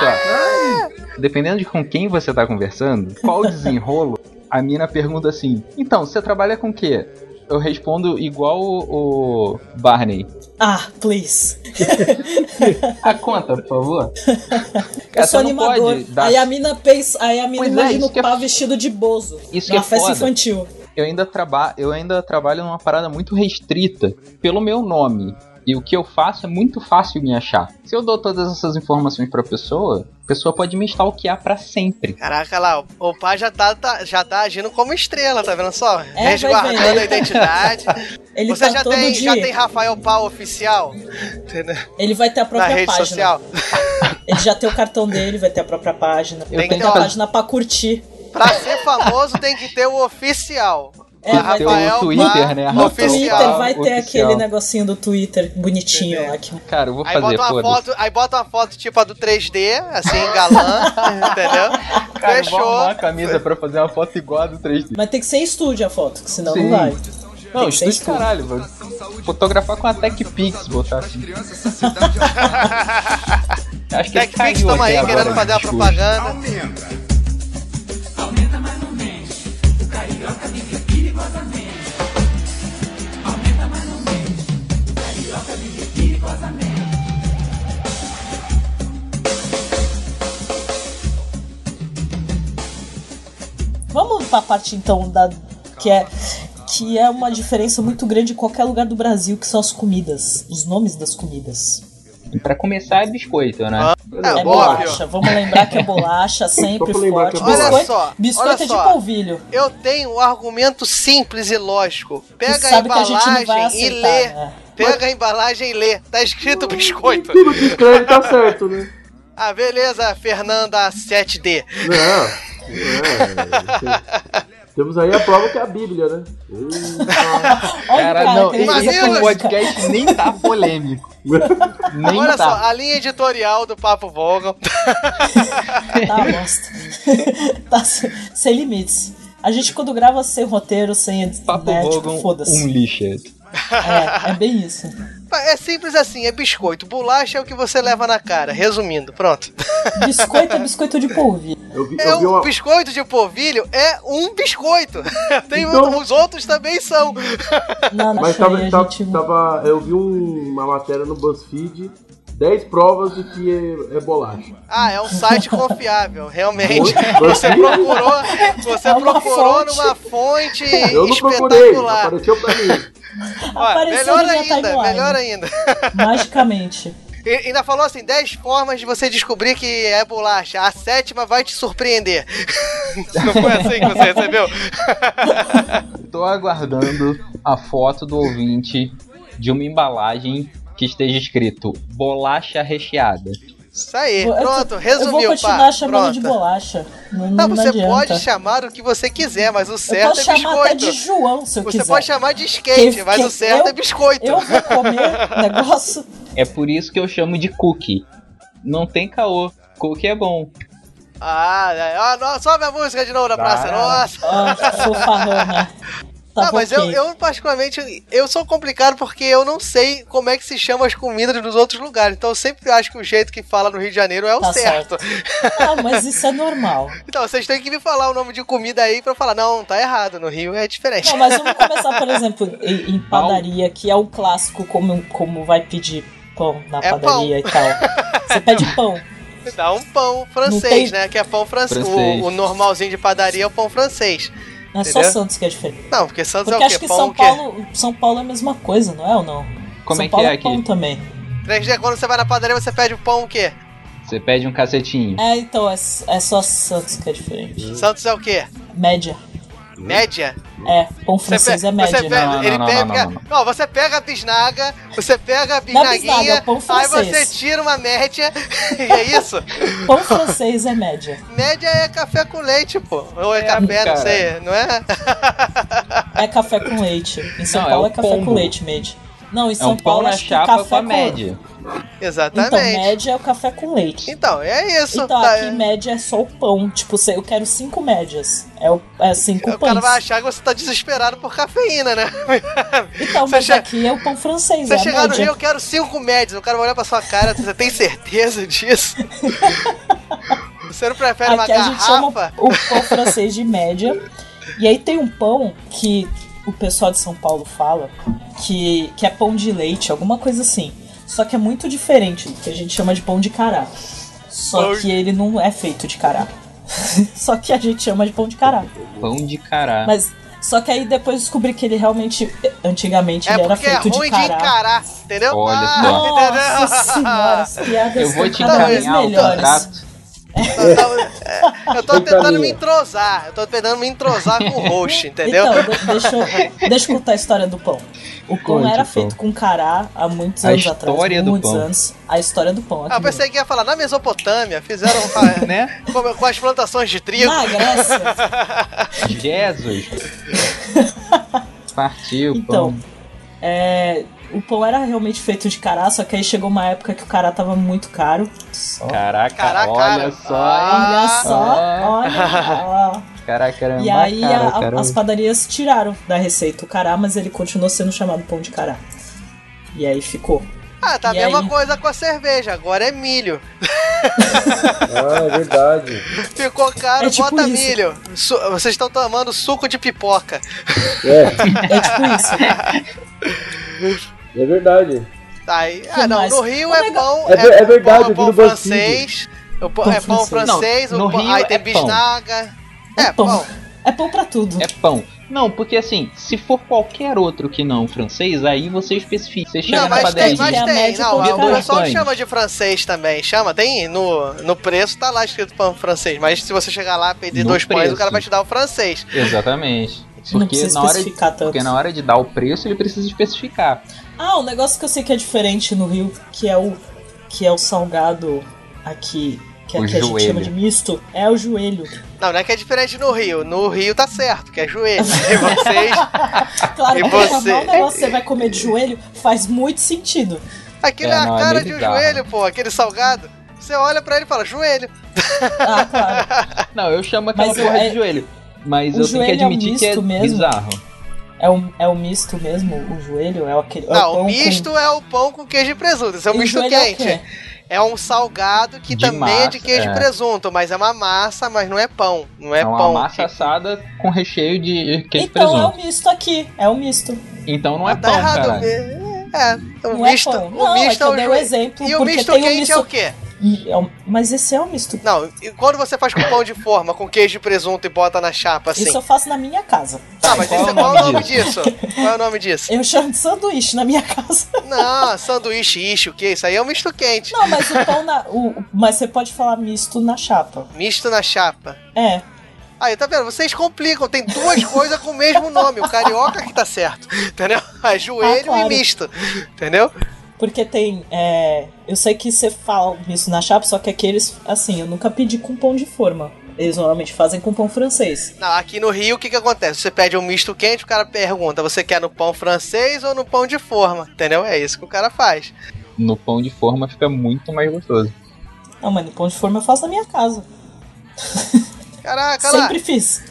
Speaker 2: só. Dependendo de com quem você tá conversando, qual o desenrolo, a mina pergunta assim: Então, você trabalha com o quê? Eu respondo igual o, o Barney.
Speaker 3: Ah, please.
Speaker 2: A conta, por favor.
Speaker 3: Eu
Speaker 2: Cara,
Speaker 3: sou
Speaker 2: você não
Speaker 3: animador.
Speaker 2: pode dar-
Speaker 3: Aí a mina pensa. Aí a mina
Speaker 2: Pois é,
Speaker 3: imagina
Speaker 2: isso
Speaker 3: o
Speaker 2: que é-
Speaker 3: pá vestido de bozo.
Speaker 2: Isso que
Speaker 3: na
Speaker 2: é
Speaker 3: festa
Speaker 2: foda.
Speaker 3: infantil.
Speaker 2: eu ainda trabalho, eu ainda trabalho numa parada muito restrita pelo meu nome. E o que eu faço é muito fácil me achar. Se eu dou todas essas informações pra pessoa, a pessoa pode me stalkear pra sempre.
Speaker 1: Caraca lá, o- o pai já tá, tá- já tá agindo como estrela, tá vendo só?
Speaker 3: É, vai né?
Speaker 1: Resguardando
Speaker 3: vendo.
Speaker 1: a identidade.
Speaker 3: Ele
Speaker 1: Você
Speaker 3: tá
Speaker 1: já
Speaker 3: todo
Speaker 1: tem,
Speaker 3: dia.
Speaker 1: já tem Rafael Pau oficial entendeu?
Speaker 3: Ele vai ter a
Speaker 1: na
Speaker 3: própria
Speaker 1: rede
Speaker 3: página.
Speaker 1: social.
Speaker 3: Ele já tem o cartão dele, vai ter a própria página.
Speaker 2: Eu
Speaker 1: Tem
Speaker 3: Tem
Speaker 1: que
Speaker 2: tenho
Speaker 1: ter
Speaker 3: uma
Speaker 1: uma-
Speaker 2: fazer
Speaker 3: página pra curtir.
Speaker 1: Pra ser famoso tem que ter o oficial.
Speaker 3: É,
Speaker 2: Tem
Speaker 3: vai
Speaker 2: que
Speaker 3: ter
Speaker 2: ter o Twitter, né?
Speaker 3: No
Speaker 2: Rafael
Speaker 3: Twitter
Speaker 2: Pau,
Speaker 3: vai ter
Speaker 2: oficial.
Speaker 3: aquele negocinho do Twitter bonitinho lá. Que...
Speaker 2: Cara, eu vou
Speaker 1: Aí
Speaker 2: fazer,
Speaker 1: bota, uma
Speaker 2: foda-se.
Speaker 1: foto, aí bota uma foto tipo a do 3D, assim, galã, entendeu?
Speaker 2: Cara, eu vou
Speaker 1: Fechou.
Speaker 2: arrumar a camisa pra fazer uma foto igual a do 3D.
Speaker 3: Mas tem que ser em estúdio a foto, que senão
Speaker 2: Sim.
Speaker 3: não vai.
Speaker 2: Não,
Speaker 3: que ser
Speaker 2: estúdio
Speaker 3: estúdio.
Speaker 2: caralho, vou fotografar com a TechPix, botar assim. Acho que
Speaker 1: Tech
Speaker 2: caiu
Speaker 1: Pix estamos
Speaker 2: até
Speaker 1: tá aí
Speaker 2: agora
Speaker 1: querendo
Speaker 2: no
Speaker 1: fazer a
Speaker 2: discurso.
Speaker 1: propaganda.
Speaker 7: Aumenta.
Speaker 3: Vamos pra parte então da que é que é uma diferença muito grande em qualquer lugar do Brasil, que são as comidas, os nomes das comidas.
Speaker 2: Pra começar é biscoito, né?
Speaker 1: Ah,
Speaker 3: é
Speaker 1: óbvio.
Speaker 3: bolacha, vamos lembrar que é bolacha sempre
Speaker 4: pra lembrar
Speaker 3: forte.
Speaker 4: que é
Speaker 1: bolacha.
Speaker 3: Biscoito-
Speaker 1: Olha só,
Speaker 3: biscoito
Speaker 1: olha
Speaker 3: é de
Speaker 1: só.
Speaker 3: polvilho.
Speaker 1: Eu tenho um argumento simples e lógico.
Speaker 3: que
Speaker 1: Pega a
Speaker 3: sabe que a gente não vai
Speaker 1: embalagem e
Speaker 3: aceitar.
Speaker 1: lê.
Speaker 3: né?
Speaker 1: Pega a embalagem e lê. Tá escrito biscoito.
Speaker 4: Tudo que escreve tá certo, né?
Speaker 1: Ah, beleza, Fernanda 7D.
Speaker 4: Não. é. Temos aí a prova que é a Bíblia, né? Eita.
Speaker 3: Olha
Speaker 2: Cara,
Speaker 3: o
Speaker 2: não,
Speaker 3: que ele
Speaker 1: esse
Speaker 3: fez,
Speaker 1: Imagina,
Speaker 2: esse é
Speaker 3: cara.
Speaker 2: podcast nem tá polêmico. Nem
Speaker 1: Olha só,
Speaker 2: tá.
Speaker 1: a linha editorial do Papo Vogon.
Speaker 3: Tá uma bosta. tá sem, sem limites. A gente quando grava sem roteiro, sem
Speaker 2: Papo
Speaker 3: né,
Speaker 2: Vogon,
Speaker 3: tipo, foda-se.
Speaker 2: um lixo.
Speaker 3: É, é bem isso.
Speaker 1: É simples assim, é biscoito. Bolacha é o que você leva na cara. Resumindo, pronto.
Speaker 3: Biscoito é biscoito de polvilho.
Speaker 4: Eu vi,
Speaker 1: É
Speaker 4: eu vi
Speaker 1: um
Speaker 4: uma...
Speaker 1: biscoito de polvilho, é um biscoito. Tem um,
Speaker 4: Então-
Speaker 1: os outros também são.
Speaker 3: Não, não,
Speaker 4: Mas
Speaker 3: isso aí
Speaker 4: tava,
Speaker 3: a
Speaker 4: tava,
Speaker 3: gente-
Speaker 4: tava- eu vi um- uma matéria no BuzzFeed, 10 provas de que é, é bolacha.
Speaker 1: Ah, é um site confiável, realmente.
Speaker 4: Oi?
Speaker 1: Você procurou, você
Speaker 3: É uma
Speaker 1: procurou
Speaker 3: fonte.
Speaker 1: numa fonte
Speaker 4: Eu não procurei,
Speaker 1: É espetacular.
Speaker 4: apareceu pra mim.
Speaker 1: Ó,
Speaker 3: Apareceu tá né?
Speaker 1: melhor
Speaker 3: na minha
Speaker 1: ainda,
Speaker 3: timeline.
Speaker 1: melhor ainda.
Speaker 3: Magicamente.
Speaker 1: E ainda falou assim: 10 formas de você descobrir que é bolacha. A sétima vai te surpreender. Não foi assim que você recebeu?
Speaker 2: Tô aguardando a foto do ouvinte de uma embalagem que esteja escrito bolacha recheada.
Speaker 1: Isso aí,
Speaker 3: Eu-
Speaker 1: pronto, resumiu,
Speaker 3: Eu vou continuar
Speaker 1: pá,
Speaker 3: chamando de
Speaker 1: pronto.
Speaker 3: bolacha. Não,
Speaker 1: Não,
Speaker 3: não,
Speaker 1: você
Speaker 3: adianta.
Speaker 1: pode chamar o que você quiser, mas o
Speaker 3: Eu
Speaker 1: certo
Speaker 3: posso
Speaker 1: é
Speaker 3: chamar até
Speaker 1: biscoito.
Speaker 3: de João, se eu
Speaker 1: Você
Speaker 3: quiser.
Speaker 1: pode chamar de skate,
Speaker 3: Que-
Speaker 1: mas
Speaker 3: que-
Speaker 1: o certo é
Speaker 3: eu-
Speaker 1: biscoito.
Speaker 3: Eu vou comer um negócio.
Speaker 2: É por isso que eu chamo de cookie. Não tem caô. Cookie é bom.
Speaker 1: Ah, é. ah não, sobe a música de novo na praça, nossa.
Speaker 3: Ah, fofarrona. Tá
Speaker 1: ah, mas eu,
Speaker 3: ok.
Speaker 1: eu, particularmente, eu sou complicado porque eu não sei como é que se chama as comidas dos outros lugares. Então eu sempre acho que o jeito que fala no Rio de Janeiro é o
Speaker 3: Tá
Speaker 1: certo.
Speaker 3: Não, mas isso é normal.
Speaker 1: Então vocês têm que me falar o nome de comida aí pra eu falar, não, tá errado, no Rio é diferente.
Speaker 3: Não, mas vamos começar, por exemplo, em, em padaria, que é um clássico como, como vai pedir pão na
Speaker 1: É
Speaker 3: padaria e tal. Você pede pão.
Speaker 1: Dá um pão francês,
Speaker 3: tem-
Speaker 1: né? Que é pão francês.
Speaker 2: Francês.
Speaker 1: O, o normalzinho de padaria é o pão francês.
Speaker 3: Não é só
Speaker 1: Entendeu?
Speaker 3: Santos que é diferente.
Speaker 1: Não, porque Santos
Speaker 3: Porque
Speaker 1: é o
Speaker 3: acho
Speaker 1: quê?
Speaker 3: que
Speaker 1: pão
Speaker 3: São
Speaker 1: o quê?
Speaker 3: Paulo, São Paulo é a mesma coisa, não é ou não?
Speaker 2: Como
Speaker 3: São
Speaker 2: é que
Speaker 3: Paulo
Speaker 2: é aqui?
Speaker 3: pão também.
Speaker 1: 3D, quando você vai na padaria, você pede o pão o quê?
Speaker 2: Você pede um cacetinho.
Speaker 3: É, então, é, é só Santos que é diferente.
Speaker 1: Santos é o quê?
Speaker 3: Média.
Speaker 1: Média?
Speaker 3: É, pão
Speaker 1: Você
Speaker 3: francês
Speaker 1: pe-
Speaker 3: é média.
Speaker 1: Você pega,
Speaker 2: Não, não,
Speaker 1: ele
Speaker 2: não,
Speaker 1: pega,
Speaker 2: não, não, não.
Speaker 1: você pega a bisnaga, você pega a
Speaker 3: bisnaga,
Speaker 1: bisnaguinha,
Speaker 3: é pão
Speaker 1: aí
Speaker 3: francês.
Speaker 1: você tira uma média, e é isso.
Speaker 3: Pão francês é média.
Speaker 1: Média é café com leite, pô. Ou é, café,
Speaker 2: cara.
Speaker 1: não sei, não é?
Speaker 3: É café com leite. Em São
Speaker 2: Não, é
Speaker 3: Paulo é,
Speaker 2: um
Speaker 3: café
Speaker 2: pombo.
Speaker 3: com leite, média. Não, em
Speaker 2: É
Speaker 3: São
Speaker 2: um pão
Speaker 3: Paulo
Speaker 2: na
Speaker 3: acho que
Speaker 2: chapa
Speaker 3: café é
Speaker 2: com a
Speaker 3: com...
Speaker 2: média.
Speaker 3: Então,
Speaker 1: Exatamente.
Speaker 3: média é o café com leite.
Speaker 1: Então, é isso.
Speaker 3: Então,
Speaker 1: tá?
Speaker 3: aqui média é só o pão. Tipo, se- eu quero cinco médias. É, o- é cinco
Speaker 1: O cara vai
Speaker 3: pães.
Speaker 1: achar que você tá desesperado por cafeína, né?
Speaker 3: Então,
Speaker 1: Você
Speaker 3: mas
Speaker 1: che-
Speaker 3: aqui é o pão francês, é
Speaker 1: Você
Speaker 3: a
Speaker 1: chegar no
Speaker 3: média.
Speaker 1: Rio, eu quero cinco médias. O cara vai olhar pra sua cara, você tem certeza disso? Você não prefere uma
Speaker 3: Aqui a gente chama o
Speaker 1: garrafa?
Speaker 3: pão francês de média. E aí tem um pão que o pessoal de São Paulo fala que, que é pão de leite, alguma coisa assim. Só que é muito diferente do que a gente chama de pão de cará. Só
Speaker 1: Pão-
Speaker 3: que ele não é feito de cará. Só que a gente chama de pão de cará.
Speaker 2: Pão de cará.
Speaker 3: Mas só que aí depois descobri que ele realmente antigamente
Speaker 1: É
Speaker 3: ele era
Speaker 1: porque é
Speaker 3: feito
Speaker 1: ruim
Speaker 3: de
Speaker 1: de
Speaker 3: cará.
Speaker 1: encarar, entendeu?
Speaker 2: Olha
Speaker 1: ah,
Speaker 2: só.
Speaker 1: entendeu?
Speaker 3: Nossa senhora, as piadas
Speaker 2: Eu vou
Speaker 3: estão
Speaker 2: te
Speaker 3: é cada vez
Speaker 2: encaminhar o
Speaker 3: melhores.
Speaker 2: contrato.
Speaker 1: Eu tô- Então, é, Eu tô
Speaker 4: Outra
Speaker 1: tentando me
Speaker 4: linha.
Speaker 1: entrosar. Eu tô tentando me entrosar com o host, entendeu?
Speaker 3: Então, de- deixa, eu, deixa eu contar a história do pão. O pão
Speaker 2: Conte, pão.
Speaker 3: era feito com cará há muitos
Speaker 2: A
Speaker 3: anos atrás.
Speaker 2: história do
Speaker 3: muitos
Speaker 2: pão.
Speaker 3: anos. A história do pão. aqui
Speaker 1: Ah, eu pensei que ia falar, na Mesopotâmia, fizeram ah,
Speaker 2: Né?
Speaker 1: com, com as plantações de
Speaker 3: mesmo.
Speaker 1: trigo.
Speaker 3: Na Grécia.
Speaker 2: Jesus. Partiu,
Speaker 3: Então,
Speaker 2: pão.
Speaker 3: é, o pão era realmente feito de cará, só que aí chegou uma época que o cará tava muito caro.
Speaker 2: Caraca,
Speaker 1: Caraca, cara.
Speaker 2: olha só. hein?
Speaker 3: Olha
Speaker 1: Ah.
Speaker 3: só,
Speaker 2: Ah.
Speaker 3: olha. ó.
Speaker 2: Caraca,
Speaker 3: E aí
Speaker 2: É cara, um-
Speaker 3: a-
Speaker 2: cara.
Speaker 3: as padarias tiraram da receita o cará, mas ele continuou sendo chamado pão de cará. E aí ficou.
Speaker 1: Ah, tá a
Speaker 3: E
Speaker 1: mesma
Speaker 3: aí?
Speaker 1: coisa com a cerveja, agora é milho.
Speaker 4: Ah, é verdade.
Speaker 1: Ficou caro,
Speaker 3: É tipo
Speaker 1: bota
Speaker 3: isso.
Speaker 1: milho. Su- vocês estão tomando suco de pipoca.
Speaker 4: É,
Speaker 3: É tipo isso.
Speaker 4: é verdade.
Speaker 1: Aí,
Speaker 3: Que
Speaker 1: ah, não,
Speaker 3: mais?
Speaker 1: no Rio
Speaker 3: Ô,
Speaker 1: é
Speaker 3: nega-
Speaker 1: pão.
Speaker 4: É ver- é
Speaker 1: pão-
Speaker 4: verdade, eu
Speaker 1: é
Speaker 4: vi
Speaker 1: pão
Speaker 4: no
Speaker 1: francês. o pão-
Speaker 3: Pão
Speaker 1: É pão
Speaker 3: francês.
Speaker 1: francês, o
Speaker 2: Não, no
Speaker 1: pão-
Speaker 2: Rio
Speaker 1: aí
Speaker 2: é
Speaker 1: tem
Speaker 2: pão.
Speaker 1: bisnaga. É,
Speaker 3: pão.
Speaker 1: pão.
Speaker 3: É pão pra tudo.
Speaker 2: É pão. Não, porque assim, se for qualquer outro que não francês, aí você especifica. Você chega
Speaker 1: Não,
Speaker 2: na
Speaker 1: mas tem,
Speaker 2: padaria.
Speaker 1: mas
Speaker 3: Média
Speaker 1: tem.
Speaker 3: com
Speaker 1: Não, o
Speaker 3: pão.
Speaker 1: pessoal
Speaker 2: Pães.
Speaker 1: chama de francês também. Chama, tem no, no preço, tá lá escrito pão francês. Mas se você chegar lá e pedir
Speaker 2: No
Speaker 1: dois pães,
Speaker 2: preço.
Speaker 1: o cara vai te dar o francês.
Speaker 2: Exatamente.
Speaker 3: Não
Speaker 2: Porque
Speaker 3: precisa
Speaker 2: na, hora de,
Speaker 3: especificar tanto.
Speaker 2: porque na hora de dar o preço, ele precisa especificar.
Speaker 3: Ah, um negócio que eu sei que é diferente no Rio, que é o que é o salgado aqui, que
Speaker 2: O
Speaker 3: aqui a gente
Speaker 2: joelho.
Speaker 3: chama de misto, é o joelho.
Speaker 1: Não, não é que é diferente no Rio. No Rio tá certo, que é joelho. E vocês.
Speaker 3: Claro
Speaker 1: E
Speaker 3: que
Speaker 1: você?
Speaker 3: reclamar um negócio que você vai comer de joelho faz muito sentido.
Speaker 1: Aquilo
Speaker 2: É,
Speaker 1: é, a
Speaker 2: não, é
Speaker 1: cara
Speaker 2: meio
Speaker 1: de um
Speaker 2: bizarro.
Speaker 1: joelho, pô, aquele salgado. Você olha pra ele e fala, joelho.
Speaker 3: Ah, claro.
Speaker 2: Não, eu chamo aquela
Speaker 3: Mas eu-
Speaker 2: porra
Speaker 3: é-
Speaker 2: de joelho. Mas
Speaker 3: o
Speaker 2: eu tenho que
Speaker 3: joelho é um
Speaker 2: admitir que é
Speaker 3: misto mesmo.
Speaker 2: bizarro.
Speaker 3: É um, é um misto mesmo, o joelho é aquele. é o
Speaker 1: Não,
Speaker 3: pão
Speaker 1: o
Speaker 3: com-
Speaker 1: misto é o pão com queijo e presunto. Isso é um
Speaker 3: E o
Speaker 1: misto
Speaker 3: joelho
Speaker 1: quente.
Speaker 3: É o
Speaker 1: É,
Speaker 3: quê?
Speaker 1: um salgado que
Speaker 2: De
Speaker 1: também é de
Speaker 2: massa,
Speaker 1: queijo
Speaker 2: é.
Speaker 1: e presunto, mas é uma massa, mas não é pão. Não é,
Speaker 2: É uma
Speaker 1: pão.
Speaker 2: massa assada com recheio de queijo e
Speaker 3: então é
Speaker 2: presunto.
Speaker 3: o misto aqui, é o misto.
Speaker 2: Então não é
Speaker 1: tá
Speaker 2: pão,
Speaker 1: errado
Speaker 2: caralho.
Speaker 1: mesmo. É, o
Speaker 3: não
Speaker 1: misto,
Speaker 3: é pão.
Speaker 1: o
Speaker 3: não, é
Speaker 1: misto
Speaker 3: que eu dei o
Speaker 1: joelho.
Speaker 3: exemplo,
Speaker 1: E o
Speaker 3: porque
Speaker 1: misto
Speaker 3: tem
Speaker 1: quente
Speaker 3: o misto.
Speaker 1: é o quê?
Speaker 3: E é um- Mas esse é o misto.
Speaker 1: Não, e quando você faz com pão de forma, com queijo e presunto e bota na chapa assim?
Speaker 3: Isso é um eu faço na minha casa.
Speaker 1: Tá, mas
Speaker 2: Qual
Speaker 1: isso,
Speaker 2: é o
Speaker 1: qual é o
Speaker 3: né?
Speaker 2: nome
Speaker 1: nome disso? Qual é o nome disso?
Speaker 3: Eu chamo de sanduíche na minha casa.
Speaker 1: Não, sanduíche, ishi, o quê? Isso aí é um misto quente.
Speaker 3: Não, mas o pão na. o- o- mas você pode falar misto na chapa.
Speaker 1: Misto na chapa.
Speaker 3: É.
Speaker 1: Aí, tá vendo? Vocês complicam. Tem duas coisas com o mesmo nome. O carioca que tá certo. Entendeu? É joelho
Speaker 3: Ah, claro.
Speaker 1: e misto. Entendeu?
Speaker 3: Porque tem. é, eu sei que você fala isso na chapa, só que aqui eles. Assim, eu nunca pedi com pão de forma. Eles normalmente fazem com pão francês.
Speaker 1: Não, aqui no Rio, o que que acontece? Você pede um misto quente, o cara pergunta, você quer no pão francês ou no pão de forma? Entendeu? É isso que o cara faz.
Speaker 2: No pão de forma fica muito mais gostoso.
Speaker 3: Não, mano, pão de forma eu faço na minha casa.
Speaker 1: Caraca, lá.
Speaker 3: Sempre fiz.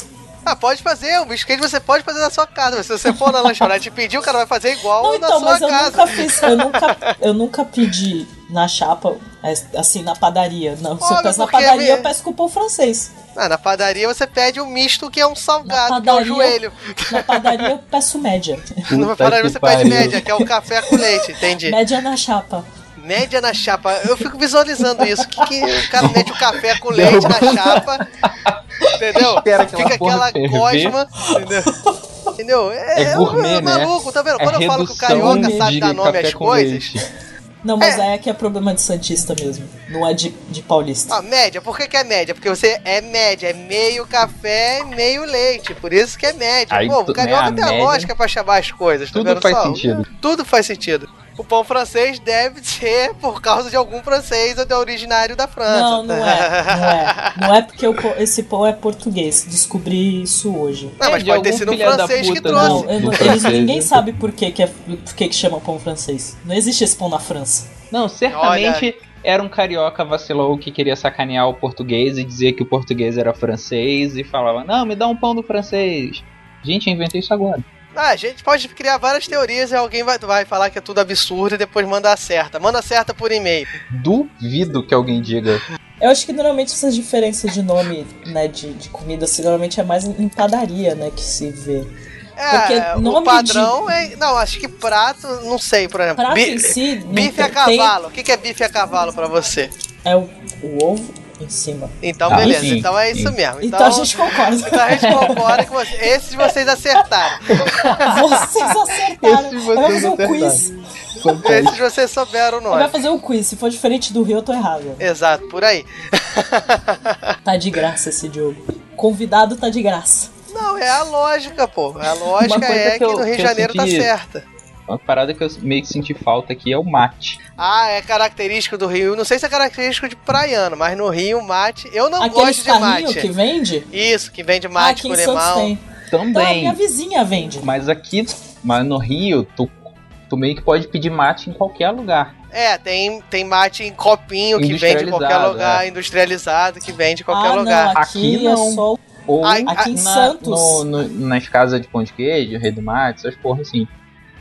Speaker 1: Ah, pode fazer, o misto quente você pode fazer na sua casa. mas Se você for na lanchonete e pedir, o cara vai fazer igual Tá
Speaker 3: Não,
Speaker 1: na
Speaker 3: então,
Speaker 1: sua
Speaker 3: mas eu
Speaker 1: casa.
Speaker 3: nunca fiz. Eu nunca, eu nunca pedi na chapa, é, assim, na padaria. Não, se
Speaker 1: Olha,
Speaker 3: eu peço na
Speaker 1: porque é
Speaker 3: padaria,
Speaker 1: me-
Speaker 3: eu peço com pão francês.
Speaker 1: Ah, na padaria você pede um misto que é um salgado,
Speaker 3: Na
Speaker 1: que é o
Speaker 3: padaria-
Speaker 1: joelho.
Speaker 3: Na padaria, eu peço média.
Speaker 1: Na
Speaker 2: Puta
Speaker 1: padaria
Speaker 2: que
Speaker 1: você
Speaker 2: pariu.
Speaker 1: pede média, que é o café com leite, entendi.
Speaker 3: Média na chapa.
Speaker 1: Média na chapa. Eu fico visualizando isso. Que, que o cara mete o café com leite na chapa. Entendeu?
Speaker 2: Espera aquela
Speaker 1: Fica
Speaker 2: porra
Speaker 1: aquela
Speaker 2: ferver.
Speaker 1: cosma. Entendeu? Entendeu? É,
Speaker 2: É gourmet, né?
Speaker 1: maluco, tá vendo?
Speaker 2: É
Speaker 1: Quando eu falo que o
Speaker 2: redução
Speaker 1: carioca sabe
Speaker 2: de
Speaker 1: dar nome
Speaker 2: café
Speaker 1: às
Speaker 2: com
Speaker 1: coisas. tá
Speaker 2: leite.
Speaker 3: Não, mas aí é que é problema de Santista mesmo. Não é de, de paulista.
Speaker 1: Ah, média, por que, que é média? Porque você é média, é meio café, meio leite. Por isso que é média.
Speaker 2: Aí
Speaker 1: Pô,
Speaker 2: tu-
Speaker 1: o carioca
Speaker 2: né, a
Speaker 1: tem a
Speaker 2: média-
Speaker 1: lógica pra chamar as coisas, tá
Speaker 2: Tudo
Speaker 1: vendo
Speaker 2: faz
Speaker 1: só?
Speaker 2: sentido.
Speaker 1: Tudo faz sentido. O pão francês deve ser por causa de algum francês ou de originário da França.
Speaker 3: Não, não é, não é. Não é porque o po- esse pão é português. Descobri isso hoje.
Speaker 1: Não,
Speaker 2: É,
Speaker 1: mas
Speaker 2: de
Speaker 1: pode ter
Speaker 2: algum
Speaker 1: sido um
Speaker 2: filha da
Speaker 1: francês que
Speaker 2: puta,
Speaker 1: trouxe.
Speaker 3: Não, eu
Speaker 2: Do
Speaker 3: não- eles,
Speaker 2: francês,
Speaker 3: ninguém
Speaker 2: né?
Speaker 3: sabe por que, que, é, por que, que chama pão francês. Não existe esse pão na França.
Speaker 2: Não, certamente era um carioca vacilou que queria sacanear o português e dizer que o português era francês e falava, não, me dá um pão do francês. Gente, eu inventei isso agora.
Speaker 1: Ah, a gente pode criar várias teorias e alguém vai, vai falar que é tudo absurdo e depois manda a certa. Manda a certa por e-mail.
Speaker 2: Duvido que alguém diga.
Speaker 3: Eu acho que normalmente essas diferenças de nome, né, de, de comida, assim, normalmente é mais em padaria, né, que se vê. Porque
Speaker 1: É, o
Speaker 3: nome
Speaker 1: padrão é. Não, acho que prato, não sei, por exemplo.
Speaker 3: Prato
Speaker 1: bi-
Speaker 3: em si, não
Speaker 1: bife a
Speaker 3: tem- tem-
Speaker 1: cavalo. O que que é bife a cavalo pra você?
Speaker 3: é o, o ovo em cima.
Speaker 1: Então,
Speaker 2: Ah,
Speaker 1: beleza.
Speaker 2: sim,
Speaker 1: então é isso
Speaker 2: sim.
Speaker 1: mesmo.
Speaker 3: Tá, Então,
Speaker 1: Então,
Speaker 3: a gente
Speaker 1: então a
Speaker 3: concorda.
Speaker 1: gente concorda que você- esses vocês acertaram.
Speaker 3: Vocês acertaram.
Speaker 2: Esse
Speaker 3: Eu
Speaker 2: vocês
Speaker 3: vou fazer um
Speaker 2: acertaram.
Speaker 3: quiz. É
Speaker 1: esses vocês souberam o
Speaker 3: Vai
Speaker 1: nome.
Speaker 3: fazer um quiz. Se for diferente do Rio, eu tô errado.
Speaker 1: Exato, por aí.
Speaker 3: Tá de graça esse jogo. Convidado tá de graça.
Speaker 1: Não, é a lógica, pô. A lógica
Speaker 2: coisa
Speaker 1: é
Speaker 2: que
Speaker 1: que,
Speaker 2: eu-
Speaker 1: no Rio de
Speaker 2: que eu
Speaker 1: Janeiro tá
Speaker 2: senti-
Speaker 1: certa.
Speaker 2: Uma parada que eu meio que senti falta aqui é o mate.
Speaker 1: Ah, é característico do Rio. Não sei se é característico de praiano, mas no Rio, mate. Eu não
Speaker 3: Aqueles
Speaker 1: gosto de
Speaker 3: carrinhos
Speaker 1: mate.
Speaker 3: que vende?
Speaker 1: Isso, que vende
Speaker 3: Ah,
Speaker 1: mate
Speaker 3: aqui
Speaker 1: com
Speaker 3: em Santos
Speaker 1: limão.
Speaker 3: tem. Então, a
Speaker 2: Também.
Speaker 3: minha vizinha vende.
Speaker 2: Mas aqui, mas no Rio, tu, tu meio que pode pedir mate em qualquer lugar.
Speaker 1: É, tem, tem mate em copinho que vende em qualquer
Speaker 2: Industrializado,
Speaker 1: lugar, industrializado, que vende em qualquer
Speaker 3: ah,
Speaker 1: lugar.
Speaker 3: Não, aqui,
Speaker 2: Aqui
Speaker 3: é
Speaker 2: não.
Speaker 3: só.
Speaker 2: Ou
Speaker 1: Ai,
Speaker 2: na-
Speaker 3: aqui em Santos.
Speaker 2: no- no- nas casas de pão de queijo, rei do mate, essas porras assim.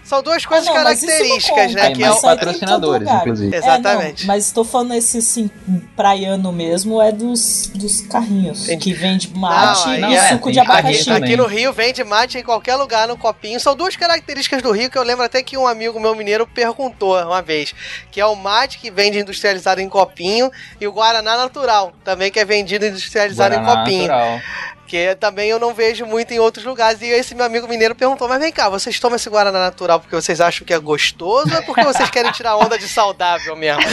Speaker 1: São duas coisas
Speaker 3: Ah, não, mas isso não
Speaker 1: características,
Speaker 3: conta,
Speaker 1: né?
Speaker 2: Aí
Speaker 1: Que é o...
Speaker 2: mais
Speaker 3: isso aí tem em todo
Speaker 2: patrocinadores,
Speaker 3: lugar.
Speaker 2: inclusive.
Speaker 3: É, não,
Speaker 1: Exatamente.
Speaker 3: mas tô falando esse assim, praiano mesmo, é dos, dos carrinhos.
Speaker 1: Entendi.
Speaker 3: Que vende mate
Speaker 1: Não, aí
Speaker 3: e
Speaker 1: é-
Speaker 3: suco de
Speaker 2: tem carrinho
Speaker 3: abacaxi.
Speaker 1: Aqui,
Speaker 2: também.
Speaker 1: aqui no Rio vende mate em qualquer lugar, no copinho. São duas características do Rio que eu lembro até que um amigo meu mineiro perguntou uma vez. Que é o mate que vende industrializado em copinho e o Guaraná natural, também que é vendido industrializado em
Speaker 2: Guaraná
Speaker 1: copinho.
Speaker 2: natural.
Speaker 1: Que também eu não vejo muito em outros lugares. E esse meu amigo mineiro perguntou: Mas vem cá, vocês tomam esse Guaraná natural porque vocês acham que é gostoso ou é porque vocês querem tirar onda de saudável mesmo?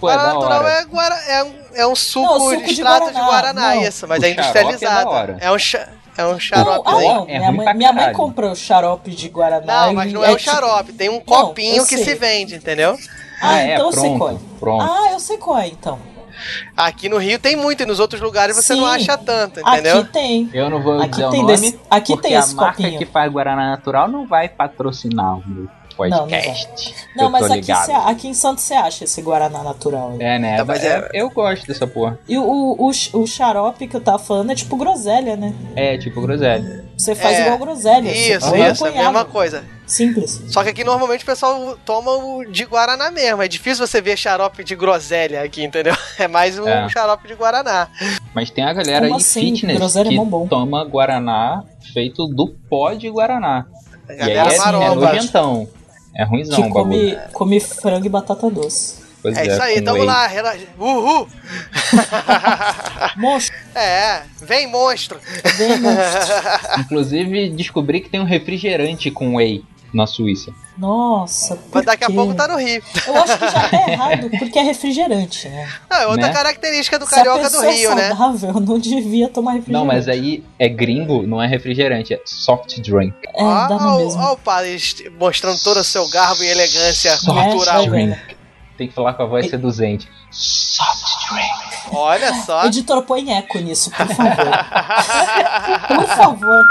Speaker 2: Pô, é
Speaker 1: Guaraná
Speaker 2: da
Speaker 1: natural
Speaker 2: hora.
Speaker 1: é, guara- é um, é um suco,
Speaker 3: Não, suco
Speaker 1: de
Speaker 3: de
Speaker 1: extrato de
Speaker 3: guaraná.
Speaker 1: guaraná,
Speaker 3: Não.
Speaker 1: isso, mas é
Speaker 2: O xarope é da
Speaker 1: industrializado.
Speaker 2: hora.
Speaker 1: É, um xa- é um
Speaker 3: Não, ah,
Speaker 1: xaropezinho.
Speaker 3: não,
Speaker 2: É
Speaker 3: minha,
Speaker 2: ruim
Speaker 3: mãe,
Speaker 2: pra
Speaker 3: minha mãe
Speaker 2: caralho.
Speaker 3: comprou xarope de Guaraná.
Speaker 1: Não,
Speaker 3: e
Speaker 1: mas não é o
Speaker 3: tipo-
Speaker 1: xarope, tem um
Speaker 3: Não,
Speaker 1: copinho
Speaker 3: eu
Speaker 1: que
Speaker 3: sei.
Speaker 1: se vende, entendeu?
Speaker 3: Ah,
Speaker 2: Ah, é,
Speaker 3: então eu sei
Speaker 2: pronto,
Speaker 3: qual é.
Speaker 2: pronto.
Speaker 3: Ah, eu sei qual é, então.
Speaker 1: Aqui no Rio tem muito, e nos outros lugares você
Speaker 3: Sim.
Speaker 1: não acha tanto, entendeu?
Speaker 3: Aqui tem.
Speaker 2: Eu não vou
Speaker 3: Aqui
Speaker 2: dizer o
Speaker 3: tem
Speaker 2: nome,
Speaker 3: desse- aqui
Speaker 2: porque
Speaker 3: tem
Speaker 2: a
Speaker 3: esse
Speaker 2: marca
Speaker 3: copinho.
Speaker 2: que faz Guaraná Natural não vai patrocinar o meu podcast. Eu
Speaker 3: Não,
Speaker 2: tô
Speaker 3: mas aqui,
Speaker 2: ligado.
Speaker 3: cê- aqui em Santos você acha esse Guaraná natural. aí.
Speaker 2: É, né?
Speaker 1: Tá, mas é-
Speaker 2: Eu gosto dessa porra.
Speaker 3: E o, o, o x- o xarope que eu tava falando é tipo groselha, né?
Speaker 2: É, tipo groselha.
Speaker 3: Você faz
Speaker 1: É.
Speaker 3: igual groselha. você
Speaker 1: Isso,
Speaker 3: põe no
Speaker 1: isso, é a
Speaker 3: punhado.
Speaker 1: mesma coisa.
Speaker 3: Simples.
Speaker 1: Só que aqui normalmente o pessoal toma o de Guaraná mesmo. É difícil você ver xarope de groselha aqui, entendeu? É mais um
Speaker 2: É.
Speaker 1: xarope de Guaraná.
Speaker 2: Mas tem a galera
Speaker 3: Como
Speaker 2: aí
Speaker 3: assim?
Speaker 2: fitness
Speaker 3: Groselha é
Speaker 2: que
Speaker 3: mó bom.
Speaker 2: toma Guaraná feito do pó de Guaraná.
Speaker 1: A
Speaker 2: E aí
Speaker 1: galera
Speaker 2: é, é
Speaker 1: maromba.
Speaker 2: nojentão. É ruimzão
Speaker 3: que
Speaker 2: o bagulho.
Speaker 3: come, come frango e batata doce.
Speaker 2: Pois
Speaker 1: É isso aí,
Speaker 2: né? com
Speaker 1: tamo
Speaker 2: whey.
Speaker 1: lá, relaxa. Uhul!
Speaker 3: Monstro,
Speaker 1: é, vem monstro!
Speaker 3: vem monstro.
Speaker 2: Inclusive, descobri que tem um refrigerante com whey. na Suíça.
Speaker 3: Nossa, por
Speaker 1: Mas daqui a
Speaker 3: quê?
Speaker 1: pouco tá no Rio.
Speaker 3: Eu acho que já tá errado, porque é refrigerante, né?
Speaker 1: Não, é outra
Speaker 2: Né?
Speaker 1: característica do
Speaker 3: Se a
Speaker 1: carioca do
Speaker 3: pessoa é
Speaker 1: Rio, né?
Speaker 3: saudável, não devia tomar refrigerante.
Speaker 2: Não, mas aí é gringo, não é refrigerante, é soft drink.
Speaker 3: É,
Speaker 1: ó,
Speaker 3: dá no
Speaker 1: ó,
Speaker 3: mesmo.
Speaker 1: ó o Paris mostrando todo o seu garbo e elegância
Speaker 2: Soft
Speaker 1: cultural.
Speaker 3: vai Tá vendo.
Speaker 2: Tem que falar com a voz seduzente. Soft drink.
Speaker 1: Olha só.
Speaker 3: Editor, põe eco nisso, por favor. por favor.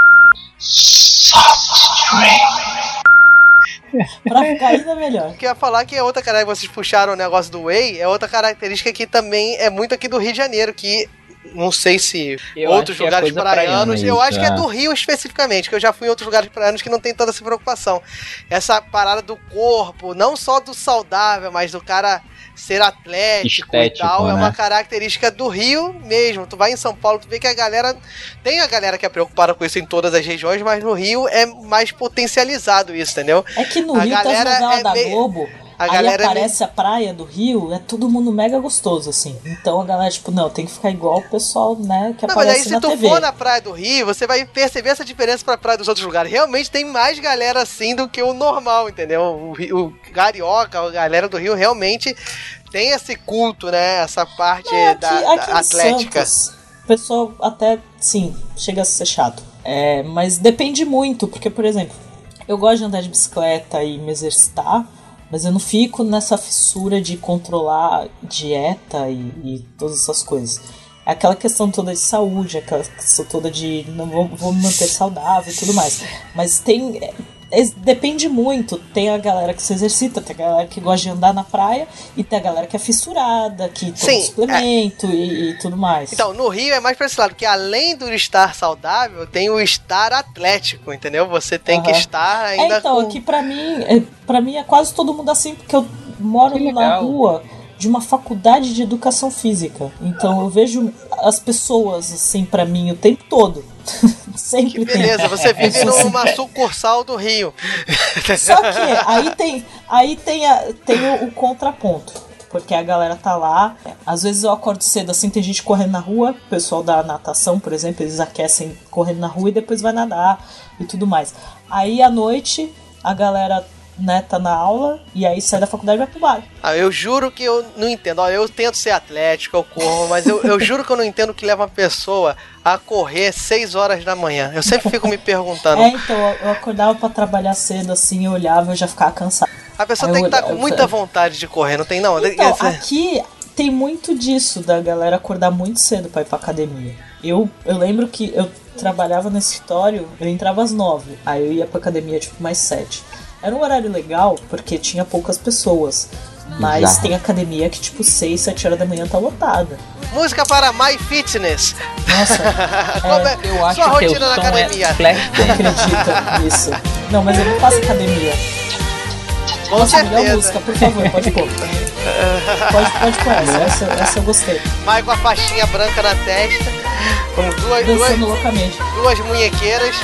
Speaker 2: Soft drink.
Speaker 3: Pra ficar ainda melhor.
Speaker 1: Que ia falar que é outra característica, vocês puxaram o negócio do Whey, é outra característica que também é muito aqui do Rio de Janeiro, que não sei se
Speaker 2: Eu acho
Speaker 1: outros
Speaker 2: que é
Speaker 1: lugares
Speaker 2: coisa praiana
Speaker 1: praianos, eu
Speaker 2: isso,
Speaker 1: acho que é
Speaker 2: é.
Speaker 1: do Rio especificamente, que eu já fui em outros lugares praianos que não tem toda essa preocupação. Essa parada do corpo, não só do saudável, mas do cara ser atlético e
Speaker 2: Estético,
Speaker 1: tal, é
Speaker 2: né?
Speaker 1: uma característica do Rio mesmo. Tu vai em São Paulo, tu vê que a galera tem a galera que é preocupada com isso em todas as regiões, mas no Rio é mais potencializado isso, entendeu?
Speaker 3: É que no
Speaker 1: A
Speaker 3: Rio tem as
Speaker 1: galera
Speaker 3: novelas
Speaker 1: é
Speaker 3: da
Speaker 1: meio-
Speaker 3: Globo.
Speaker 1: A
Speaker 3: aí
Speaker 1: galera é meio-
Speaker 3: aparece a praia do Rio, é todo mundo mega gostoso, assim. Então a galera, tipo, não, tem que ficar igual o pessoal, né, que
Speaker 1: Não, mas aí
Speaker 3: aparece
Speaker 1: se
Speaker 3: na
Speaker 1: tu
Speaker 3: TV.
Speaker 1: for na Praia do Rio, você vai perceber essa diferença pra praia dos outros lugares. Realmente tem mais galera assim do que o normal, entendeu? O, ri- o carioca, a galera do Rio realmente tem esse culto, né? Essa parte
Speaker 3: É, aqui,
Speaker 1: da,
Speaker 3: aqui
Speaker 1: da
Speaker 3: em
Speaker 1: atlética.
Speaker 3: Santos, o pessoal até, sim, chega a ser chato. É, mas depende muito, porque, por exemplo, eu gosto de andar de bicicleta e me exercitar, mas eu não fico nessa fissura de controlar dieta e, e todas essas coisas. É Aquela questão toda de saúde, é aquela questão toda de não vou, vou me manter saudável e tudo mais. Mas tem. é, é, depende muito. Tem a galera que se exercita, tem a galera que gosta de andar na praia, e tem a galera que é fissurada, que
Speaker 1: Sim,
Speaker 3: toma suplemento e, e tudo mais.
Speaker 1: Então, no Rio é mais pra esse lado, que além do estar saudável, tem o estar atlético, entendeu? Você tem que
Speaker 3: Aham.
Speaker 1: estar ainda
Speaker 3: É, então,
Speaker 1: com...
Speaker 3: aqui pra mim, é, pra mim é quase todo mundo assim, porque eu moro
Speaker 2: Que
Speaker 3: na
Speaker 2: legal.
Speaker 3: rua de uma faculdade de educação física. Então eu vejo as pessoas assim pra mim o tempo todo. Sempre tem.
Speaker 1: Beleza, você vive
Speaker 3: É, você-
Speaker 1: numa sucursal do Rio.
Speaker 3: Só que aí tem, aí tem, a- tem o, o contraponto. Porque a galera tá lá. Às vezes eu acordo cedo assim, tem gente correndo na rua. O pessoal da natação, por exemplo, eles aquecem correndo na rua e depois vai nadar e tudo mais. Aí à noite, a galera né, tá na aula e aí sai da faculdade e vai pro bar.
Speaker 1: Ah, eu juro que eu não entendo. Olha, eu tento ser atlético, eu corro, mas eu, eu juro que eu não entendo o que leva uma pessoa a correr 6 horas da manhã. Eu sempre fico me perguntando.
Speaker 3: É, então, eu acordava pra trabalhar cedo assim, eu olhava eu já ficava cansado.
Speaker 1: A pessoa
Speaker 3: eu
Speaker 1: tem que estar
Speaker 3: olhava-
Speaker 1: com muita vontade de correr, não tem não?
Speaker 3: Então,
Speaker 1: Essa- é-
Speaker 3: aqui tem muito disso da galera acordar muito cedo pra ir pra academia. Eu, eu lembro que eu trabalhava no escritório, eu entrava às nove, aí eu ia pra academia tipo mais sete. Era um horário legal porque tinha poucas pessoas. Mas
Speaker 2: Exato.
Speaker 3: tem academia que, tipo, seis sete horas da manhã tá lotada.
Speaker 1: Música para My Fitness.
Speaker 3: Nossa,
Speaker 1: Como é
Speaker 2: Eu acho
Speaker 1: sua
Speaker 2: que o
Speaker 1: rotina na
Speaker 2: som
Speaker 1: academia?
Speaker 2: é flash
Speaker 3: não
Speaker 2: dance.
Speaker 3: acredita nisso. Não, mas eu não faço academia.
Speaker 1: Com
Speaker 3: Nossa, melhor música,
Speaker 1: certeza.
Speaker 3: por favor, pode pôr. Pode, pode pôr essa, essa, essa eu gostei.
Speaker 1: Vai com a faixinha branca na testa. Com duas,
Speaker 3: Dançando
Speaker 1: duas,
Speaker 3: loucamente.
Speaker 1: duas munhequeiras.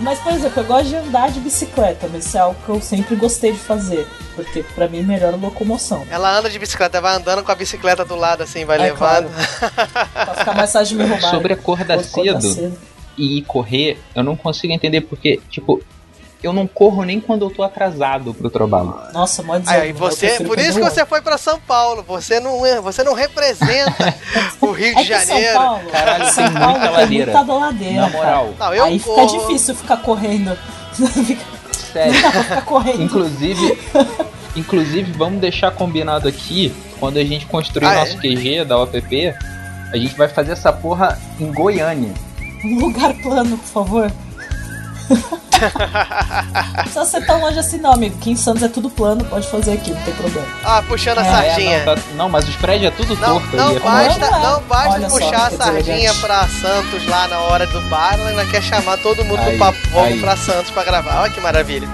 Speaker 3: Mas, por exemplo, eu gosto de andar de bicicleta, mas isso é algo que eu sempre gostei de fazer. Porque pra mim melhora a locomoção.
Speaker 1: Ela anda de bicicleta, vai andando com a bicicleta do lado assim, vai
Speaker 3: É,
Speaker 1: levando.
Speaker 3: Pra ficar mais fácil de me roubar.
Speaker 2: Sobre acordar
Speaker 3: Acordar
Speaker 2: cedo e correr, eu não consigo entender porque, tipo, eu não corro nem quando eu tô atrasado pro trabalho.
Speaker 3: Nossa, mó
Speaker 1: Aí,
Speaker 3: desânimo.
Speaker 1: aí
Speaker 3: eu
Speaker 1: você,
Speaker 3: prefiro
Speaker 1: por
Speaker 3: pegar
Speaker 1: isso
Speaker 3: o
Speaker 1: que
Speaker 3: ônibus.
Speaker 1: você foi pra São Paulo. Você não, é- você não representa o Rio
Speaker 3: É
Speaker 1: de
Speaker 3: que
Speaker 1: Janeiro.
Speaker 3: São Paulo,
Speaker 2: Caralho,
Speaker 3: São
Speaker 2: tem
Speaker 3: Paulo
Speaker 2: muita
Speaker 3: tem
Speaker 2: ladeira.
Speaker 3: muita ladeira,
Speaker 2: Na moral,
Speaker 1: Não,
Speaker 3: cara.
Speaker 1: eu
Speaker 3: Aí fica
Speaker 1: corro.
Speaker 3: difícil ficar correndo. Fica-
Speaker 2: sério.
Speaker 3: Dá pra ficar correndo.
Speaker 2: Inclusive, inclusive, vamos deixar combinado aqui, quando a gente construir
Speaker 1: Ah, é?
Speaker 2: nosso QG da OPP, a gente vai fazer essa porra em Goiânia.
Speaker 3: Um lugar plano, por favor. Não precisa ser tão longe assim, não, amigo. Que em Santos é tudo plano, pode fazer aqui, não tem problema.
Speaker 1: Ah, puxando a
Speaker 3: É,
Speaker 2: É,
Speaker 1: sardinha.
Speaker 2: não, tá- não, mas os prédios é tudo
Speaker 1: Não,
Speaker 2: torto
Speaker 1: não
Speaker 2: aí. é
Speaker 1: basta,
Speaker 3: Não é.
Speaker 1: não basta
Speaker 3: Olha só,
Speaker 1: puxar a
Speaker 3: que
Speaker 1: sardinha
Speaker 3: deselegante.
Speaker 1: pra Santos lá na hora do bar, ela ainda quer chamar todo mundo
Speaker 2: Aí,
Speaker 1: do papo Vogo
Speaker 2: aí.
Speaker 1: pra Santos pra gravar. Olha que maravilha.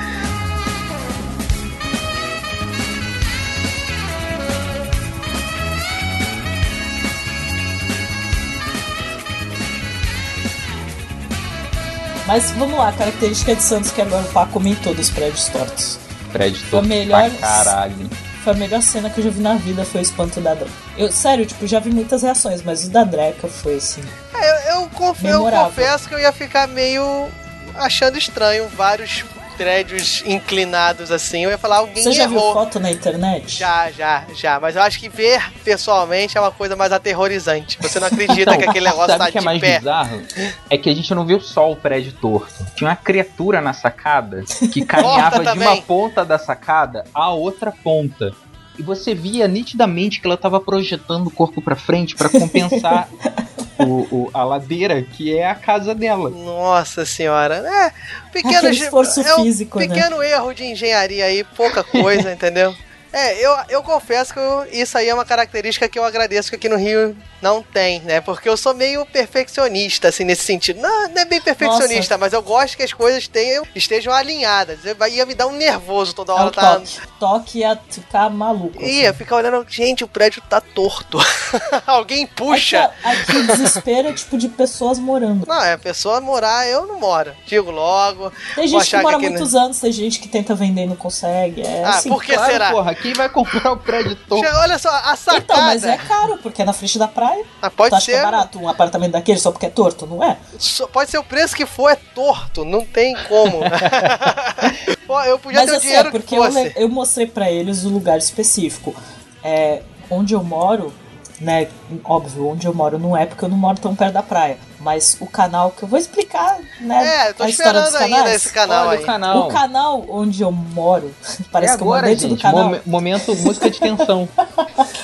Speaker 3: Mas vamos lá, característica de Santos que agora o Paco comentou dos prédios tortos.
Speaker 2: um Prédio torto
Speaker 3: melhor-
Speaker 2: pra caralho.
Speaker 3: Foi a melhor cena que eu já vi na vida, foi o espanto da Dreca. Eu, sério, tipo, já vi muitas reações, mas o da Dreca foi assim.
Speaker 1: É, eu, eu conf- eu
Speaker 3: Memorável.
Speaker 1: confesso que eu ia ficar meio achando estranho vários prédios inclinados assim. Eu ia falar, alguém
Speaker 3: Você já viu
Speaker 1: errou.
Speaker 3: foto na internet?
Speaker 1: Já, já, já. Mas eu acho que ver pessoalmente é uma coisa mais aterrorizante. Você não acredita
Speaker 2: Então,
Speaker 1: que aquele negócio
Speaker 2: sabe
Speaker 1: tá
Speaker 2: o que é
Speaker 1: de
Speaker 2: mais
Speaker 1: pé.
Speaker 2: bizarro? É que a gente não viu só o prédio torto. Tinha uma criatura na sacada que caminhava de
Speaker 1: também.
Speaker 2: uma ponta da sacada à outra ponta. E você via nitidamente que ela tava projetando o corpo pra frente pra compensar o- o- a ladeira que é a casa dela.
Speaker 1: Nossa senhora. É, pequeno,
Speaker 3: Aquele esforço
Speaker 1: é um
Speaker 3: físico, né?
Speaker 1: pequeno erro de engenharia aí, pouca coisa, entendeu? É, eu, eu confesso que eu- isso aí é uma característica que eu agradeço que aqui no Rio não tem, né? Porque eu sou meio perfeccionista, assim, nesse sentido. Não, não é bem perfeccionista, mas eu gosto que as coisas tenham, estejam alinhadas. Eu- ia me dar um nervoso toda
Speaker 3: É
Speaker 1: hora.
Speaker 3: o
Speaker 1: tá,
Speaker 3: toque. Toque ia ficar maluco. assim.
Speaker 1: ia ficar olhando, gente, o prédio tá torto. Alguém puxa.
Speaker 3: Aqui, aqui o desespero é tipo de pessoas morando.
Speaker 1: Não, é a pessoa morar, eu não moro. Digo logo.
Speaker 3: Tem
Speaker 1: Vou
Speaker 3: gente
Speaker 1: achar
Speaker 3: que mora
Speaker 1: que aqui, né?
Speaker 3: muitos anos, tem gente que tenta vender e não consegue. É
Speaker 1: Ah,
Speaker 3: assim.
Speaker 1: por que
Speaker 2: Claro,
Speaker 1: será?
Speaker 2: porra, quem vai comprar o prédio torto?
Speaker 1: Chega- olha só, a sacada.
Speaker 3: Então, mas é caro, porque é na frente da praia.
Speaker 1: Ah,
Speaker 3: tu
Speaker 1: pode
Speaker 3: acha que é
Speaker 1: ser.
Speaker 3: barato um apartamento daquele só porque é torto, não é?
Speaker 1: Só- Pode ser o preço que for, é torto, não tem como. Pô, eu podia
Speaker 3: mas
Speaker 1: ter o
Speaker 3: assim,
Speaker 1: dinheiro
Speaker 3: é porque
Speaker 1: que
Speaker 3: eu,
Speaker 1: fosse.
Speaker 3: le- eu mostrei pra eles o lugar específico. É, onde eu moro, né? Óbvio, onde eu moro não é porque eu não moro tão perto da praia. Mas o canal que eu vou explicar, né?
Speaker 1: É, eu tô
Speaker 3: a história dos
Speaker 1: esperando ainda
Speaker 3: canais.
Speaker 1: esse canal
Speaker 2: Olha
Speaker 1: aí.
Speaker 2: o canal.
Speaker 3: O canal onde eu moro,
Speaker 2: É
Speaker 3: parece que eu moro
Speaker 2: agora,
Speaker 3: dentro
Speaker 2: gente.
Speaker 3: do canal.
Speaker 2: mome- momento música de tensão.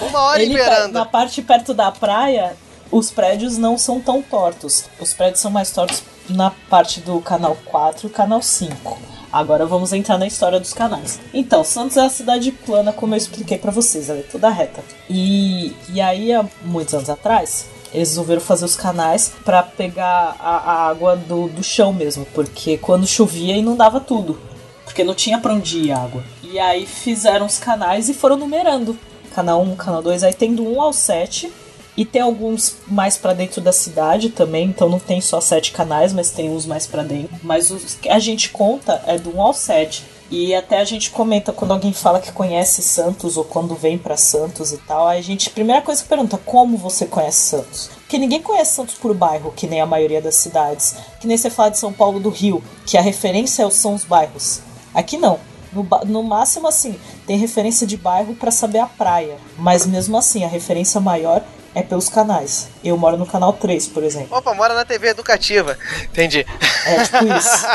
Speaker 1: Uma hora em
Speaker 3: Ele tá-
Speaker 1: veranda.
Speaker 3: na parte perto da praia, os prédios não são tão tortos. Os prédios são mais tortos na parte do canal 4 e canal 5. Agora vamos entrar na história dos canais. Então, Santos é a cidade plana, como eu expliquei pra vocês, ela é toda reta. E, e aí, há muitos anos atrás, eles resolveram fazer os canais pra pegar a, a água do, do chão mesmo, porque quando chovia inundava tudo, porque não tinha pra onde ir a água. E aí fizeram os canais e foram numerando canal 1, canal 2, aí tem do 1 ao 7. E tem alguns mais pra dentro da cidade também, então não tem só sete canais, mas tem uns mais pra dentro. Mas os que a gente conta é do 1 ao 7. E até a gente comenta quando alguém fala que conhece Santos ou quando vem pra Santos e tal, aí a gente primeira coisa que pergunta como você conhece Santos. Porque ninguém conhece Santos por bairro, que nem a maioria das cidades. Que nem você fala de São Paulo do Rio, que a referência é são os bairros. Aqui não. No, ba- no máximo, assim, tem referência de bairro pra saber a praia. Mas mesmo assim, a referência maior é pelos canais. Eu moro no canal 3, por exemplo.
Speaker 1: Opa, mora na TV educativa. Entendi.
Speaker 3: É tipo isso.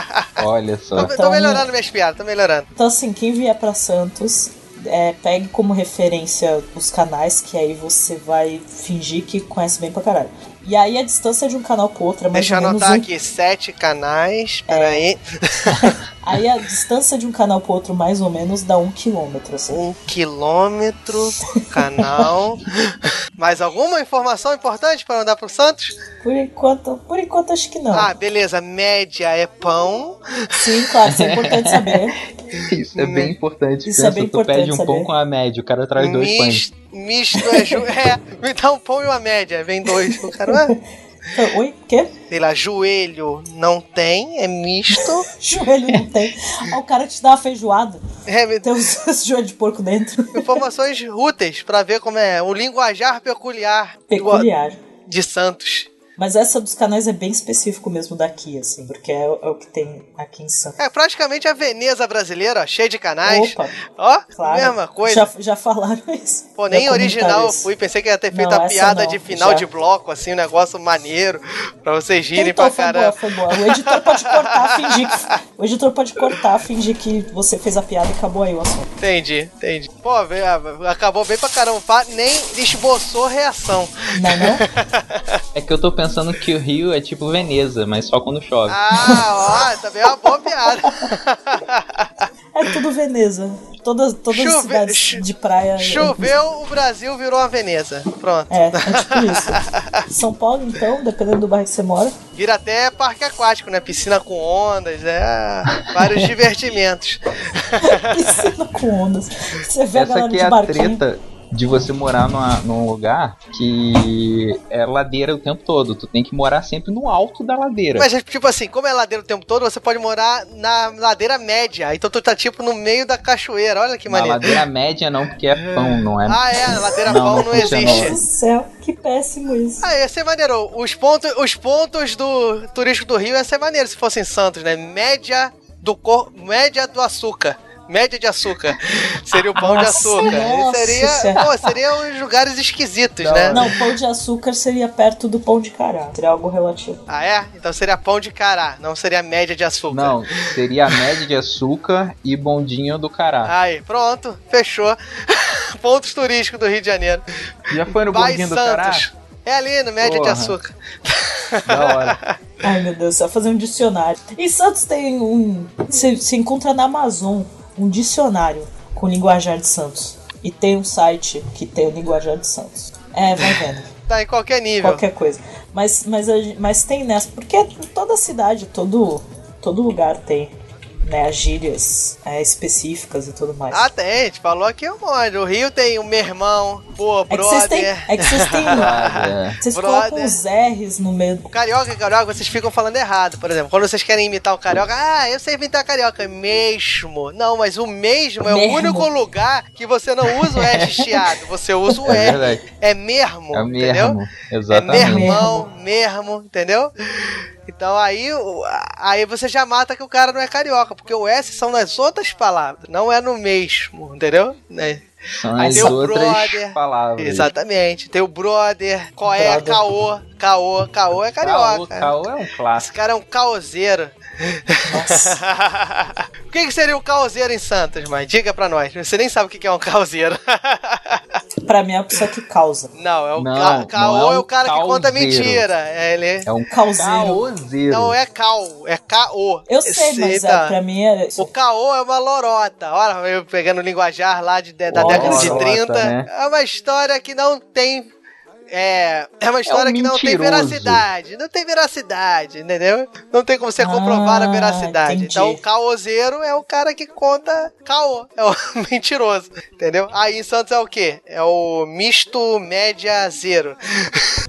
Speaker 2: Olha
Speaker 1: Tô,
Speaker 2: só.
Speaker 1: tô
Speaker 3: Então-
Speaker 1: melhorando minhas piadas, tô melhorando.
Speaker 3: Então, assim, quem vier pra Santos, é, pegue como referência os canais, que aí você vai fingir que conhece bem pra caralho. E aí a distância de um canal pro outro é mais
Speaker 1: Deixa eu
Speaker 3: ou menos
Speaker 1: anotar
Speaker 3: um
Speaker 1: aqui, sete canais. Peraí,
Speaker 3: Aí a distância de um canal pro outro, mais ou menos, dá um quilômetro, assim.
Speaker 1: um quilômetro, canal. Mais alguma informação importante pra mandar pro Santos?
Speaker 3: Por enquanto, por enquanto acho que não.
Speaker 1: Ah, beleza, média é pão.
Speaker 3: Sim, claro, isso é importante saber.
Speaker 2: Isso é bem importante.
Speaker 3: Isso é
Speaker 2: Pensa,
Speaker 3: bem
Speaker 2: tu
Speaker 3: importante
Speaker 2: pede um
Speaker 3: saber.
Speaker 2: pão com a média, o cara traz dois pães.
Speaker 1: Mis- Misto é ju... É, me dá um pão e uma média. Vem dois. O cara, ah,
Speaker 3: Então, Oi, o quê?
Speaker 1: sei lá, joelho não tem, é misto.
Speaker 3: Joelho não tem. Aí o cara te dá uma feijoada,
Speaker 1: É, me-
Speaker 3: tem os, os joelhos de porco dentro.
Speaker 1: informações úteis pra ver como é o linguajar peculiar, do-
Speaker 3: Peculiar.
Speaker 1: de Santos.
Speaker 3: Mas essa dos canais é bem específico mesmo daqui, assim, porque é, o- é o que tem aqui em Santos.
Speaker 1: É praticamente a Veneza brasileira, ó, cheia de canais.
Speaker 3: Opa,
Speaker 1: Ó,
Speaker 3: claro.
Speaker 1: mesma coisa.
Speaker 3: Já, já falaram isso.
Speaker 1: Pô, nem
Speaker 3: Já comentaram
Speaker 1: original eu
Speaker 3: isso.
Speaker 1: fui. Pensei que ia ter feito
Speaker 3: É Não,
Speaker 1: a
Speaker 3: essa
Speaker 1: piada
Speaker 3: não,
Speaker 1: de final
Speaker 3: já.
Speaker 1: de bloco, assim, um negócio maneiro, pra vocês rirem
Speaker 3: Tentou,
Speaker 1: pra
Speaker 3: Então tá, foi
Speaker 1: caramba.
Speaker 3: boa, foi boa. O editor pode cortar, fingir que. O editor pode cortar, fingir que você fez a piada e acabou aí o assunto.
Speaker 1: Entendi, entendi. Pô, vê, ah, acabou bem pra caramba. pá, Nem esboçou reação.
Speaker 3: Não, é não?
Speaker 2: É que eu tô pensando que o Rio é tipo Veneza, mas só quando chove.
Speaker 1: Ah, ó, também é uma boa piada.
Speaker 3: É tudo Veneza. Todas, todas
Speaker 1: Chove-
Speaker 3: as cidades
Speaker 1: chu-
Speaker 3: de praia.
Speaker 1: Choveu, o Brasil virou a Veneza. Pronto.
Speaker 3: É, é tipo isso. São Paulo, então, dependendo do bairro que você mora.
Speaker 1: Vira até parque aquático, né? Piscina com ondas, é. Vários divertimentos.
Speaker 3: Piscina com ondas. Você vê a
Speaker 2: Essa
Speaker 3: galera
Speaker 2: aqui
Speaker 3: de
Speaker 2: é a
Speaker 3: barquinho.
Speaker 2: treta de você morar numa- num lugar que é ladeira o tempo todo. Tu tem que morar sempre no alto da ladeira.
Speaker 1: Mas, tipo assim, como é ladeira o tempo todo, você pode morar na ladeira média. Então tu tá, tipo, no meio da cachoeira. Olha que
Speaker 2: Na
Speaker 1: maneiro.
Speaker 2: ladeira média não, porque é pão, não é?
Speaker 1: Ah, é, a ladeira
Speaker 2: Não,
Speaker 1: pau
Speaker 2: não
Speaker 1: não,
Speaker 2: funciona.
Speaker 3: Meu
Speaker 1: existe.
Speaker 3: Deus do céu, que péssimo isso.
Speaker 1: Ah, ia ser maneiro. Os pontos, os pontos do turístico do Rio ia ser maneiro se fosse em Santos, né? Média do cor, média do açúcar. Média de açúcar. Seria o pão de
Speaker 3: Nossa,
Speaker 1: açúcar. E
Speaker 3: nossa
Speaker 1: seria,
Speaker 3: senhora.
Speaker 1: pô, seria uns lugares esquisitos,
Speaker 2: Não,
Speaker 1: né?
Speaker 3: Não, pão de açúcar seria perto do pão de cará. Seria algo relativo.
Speaker 1: Ah, é? Então seria pão de cará, não seria média de açúcar.
Speaker 2: Não, seria a média de açúcar e bondinho do cará.
Speaker 1: Aí, pronto, fechou. Pontos turísticos do Rio de Janeiro.
Speaker 2: Já foi no
Speaker 1: Ah, Vai
Speaker 2: bondinho do cará?
Speaker 1: Santos. É ali, no média de
Speaker 2: Porra.
Speaker 1: açúcar.
Speaker 2: Da hora.
Speaker 3: Ai, meu Deus, só fazer um dicionário. Em Santos tem um. Você você encontra na Amazon um dicionário com o linguajar de Santos. E tem um site que tem o linguajar de Santos. É, vai vendo.
Speaker 1: Tá em qualquer nível.
Speaker 3: qualquer coisa. Mas, mas, a gen- mas tem nessa, porque é toda cidade, todo, todo lugar tem né, as gírias é, específicas e tudo mais.
Speaker 1: Ah, tem, a gente falou aqui um monte. O Rio tem o meu irmão, pô,
Speaker 3: é que vocês têm.
Speaker 1: brother.
Speaker 3: É que vocês têm.
Speaker 2: É.
Speaker 3: Vocês
Speaker 1: Brother.
Speaker 3: colocam os R's no meio.
Speaker 1: O carioca e carioca, vocês ficam falando errado, por exemplo. Quando vocês querem imitar o carioca, ah, eu sei imitar o carioca. Mesmo. Não, mas o mesmo é o
Speaker 3: Mesmo.
Speaker 1: único lugar que você não usa o S chiado. Você usa o
Speaker 2: É
Speaker 1: R.
Speaker 2: verdade.
Speaker 1: É mesmo,
Speaker 2: É
Speaker 1: entendeu?
Speaker 2: mesmo.
Speaker 1: É
Speaker 2: Exatamente.
Speaker 1: mesmão, mesmo, entendeu? Então aí, o- aí você já mata que o cara não é carioca, porque o S são nas outras palavras, não é no mesmo, entendeu? Né?
Speaker 2: São
Speaker 1: Aí
Speaker 2: as
Speaker 1: tem o
Speaker 2: outras
Speaker 1: brother.
Speaker 2: palavras.
Speaker 1: Exatamente. Tem o brother, qual é,
Speaker 3: Brother.
Speaker 1: caô, caô, caô é
Speaker 2: Caô,
Speaker 1: carioca.
Speaker 2: caô é um
Speaker 1: Esse
Speaker 2: clássico.
Speaker 1: cara é um caoseiro. o que, que seria um caoseiro em Santos, mãe? Diga pra nós. Você nem sabe o que que é um caoseiro.
Speaker 3: Pra mim é a pessoa que causa.
Speaker 1: não, é o
Speaker 2: Não,
Speaker 1: ca- caô
Speaker 2: não é
Speaker 1: é,
Speaker 2: um
Speaker 1: o cara que conta
Speaker 2: caoseiro.
Speaker 1: mentira. É, ele...
Speaker 2: É um
Speaker 3: Caoseiro.
Speaker 2: caoseiro.
Speaker 1: Não é cal, é caô.
Speaker 3: Eu sei, mas
Speaker 1: Esse-
Speaker 3: é, pra mim é.
Speaker 1: O caô é uma lorota. Olha, eu pegando o linguajar lá de- da
Speaker 2: Lorota,
Speaker 1: década de 30.
Speaker 2: né?
Speaker 1: É uma história que não tem. É, é uma história que não tem
Speaker 2: um mentiroso.
Speaker 1: veracidade. Não tem veracidade, entendeu? Não tem como você comprovar
Speaker 3: Ah,
Speaker 1: a veracidade.
Speaker 3: entendi.
Speaker 1: Então, o caoseiro é o cara que conta caô. É o mentiroso, entendeu? Aí em Santos é o quê? É o misto média zero.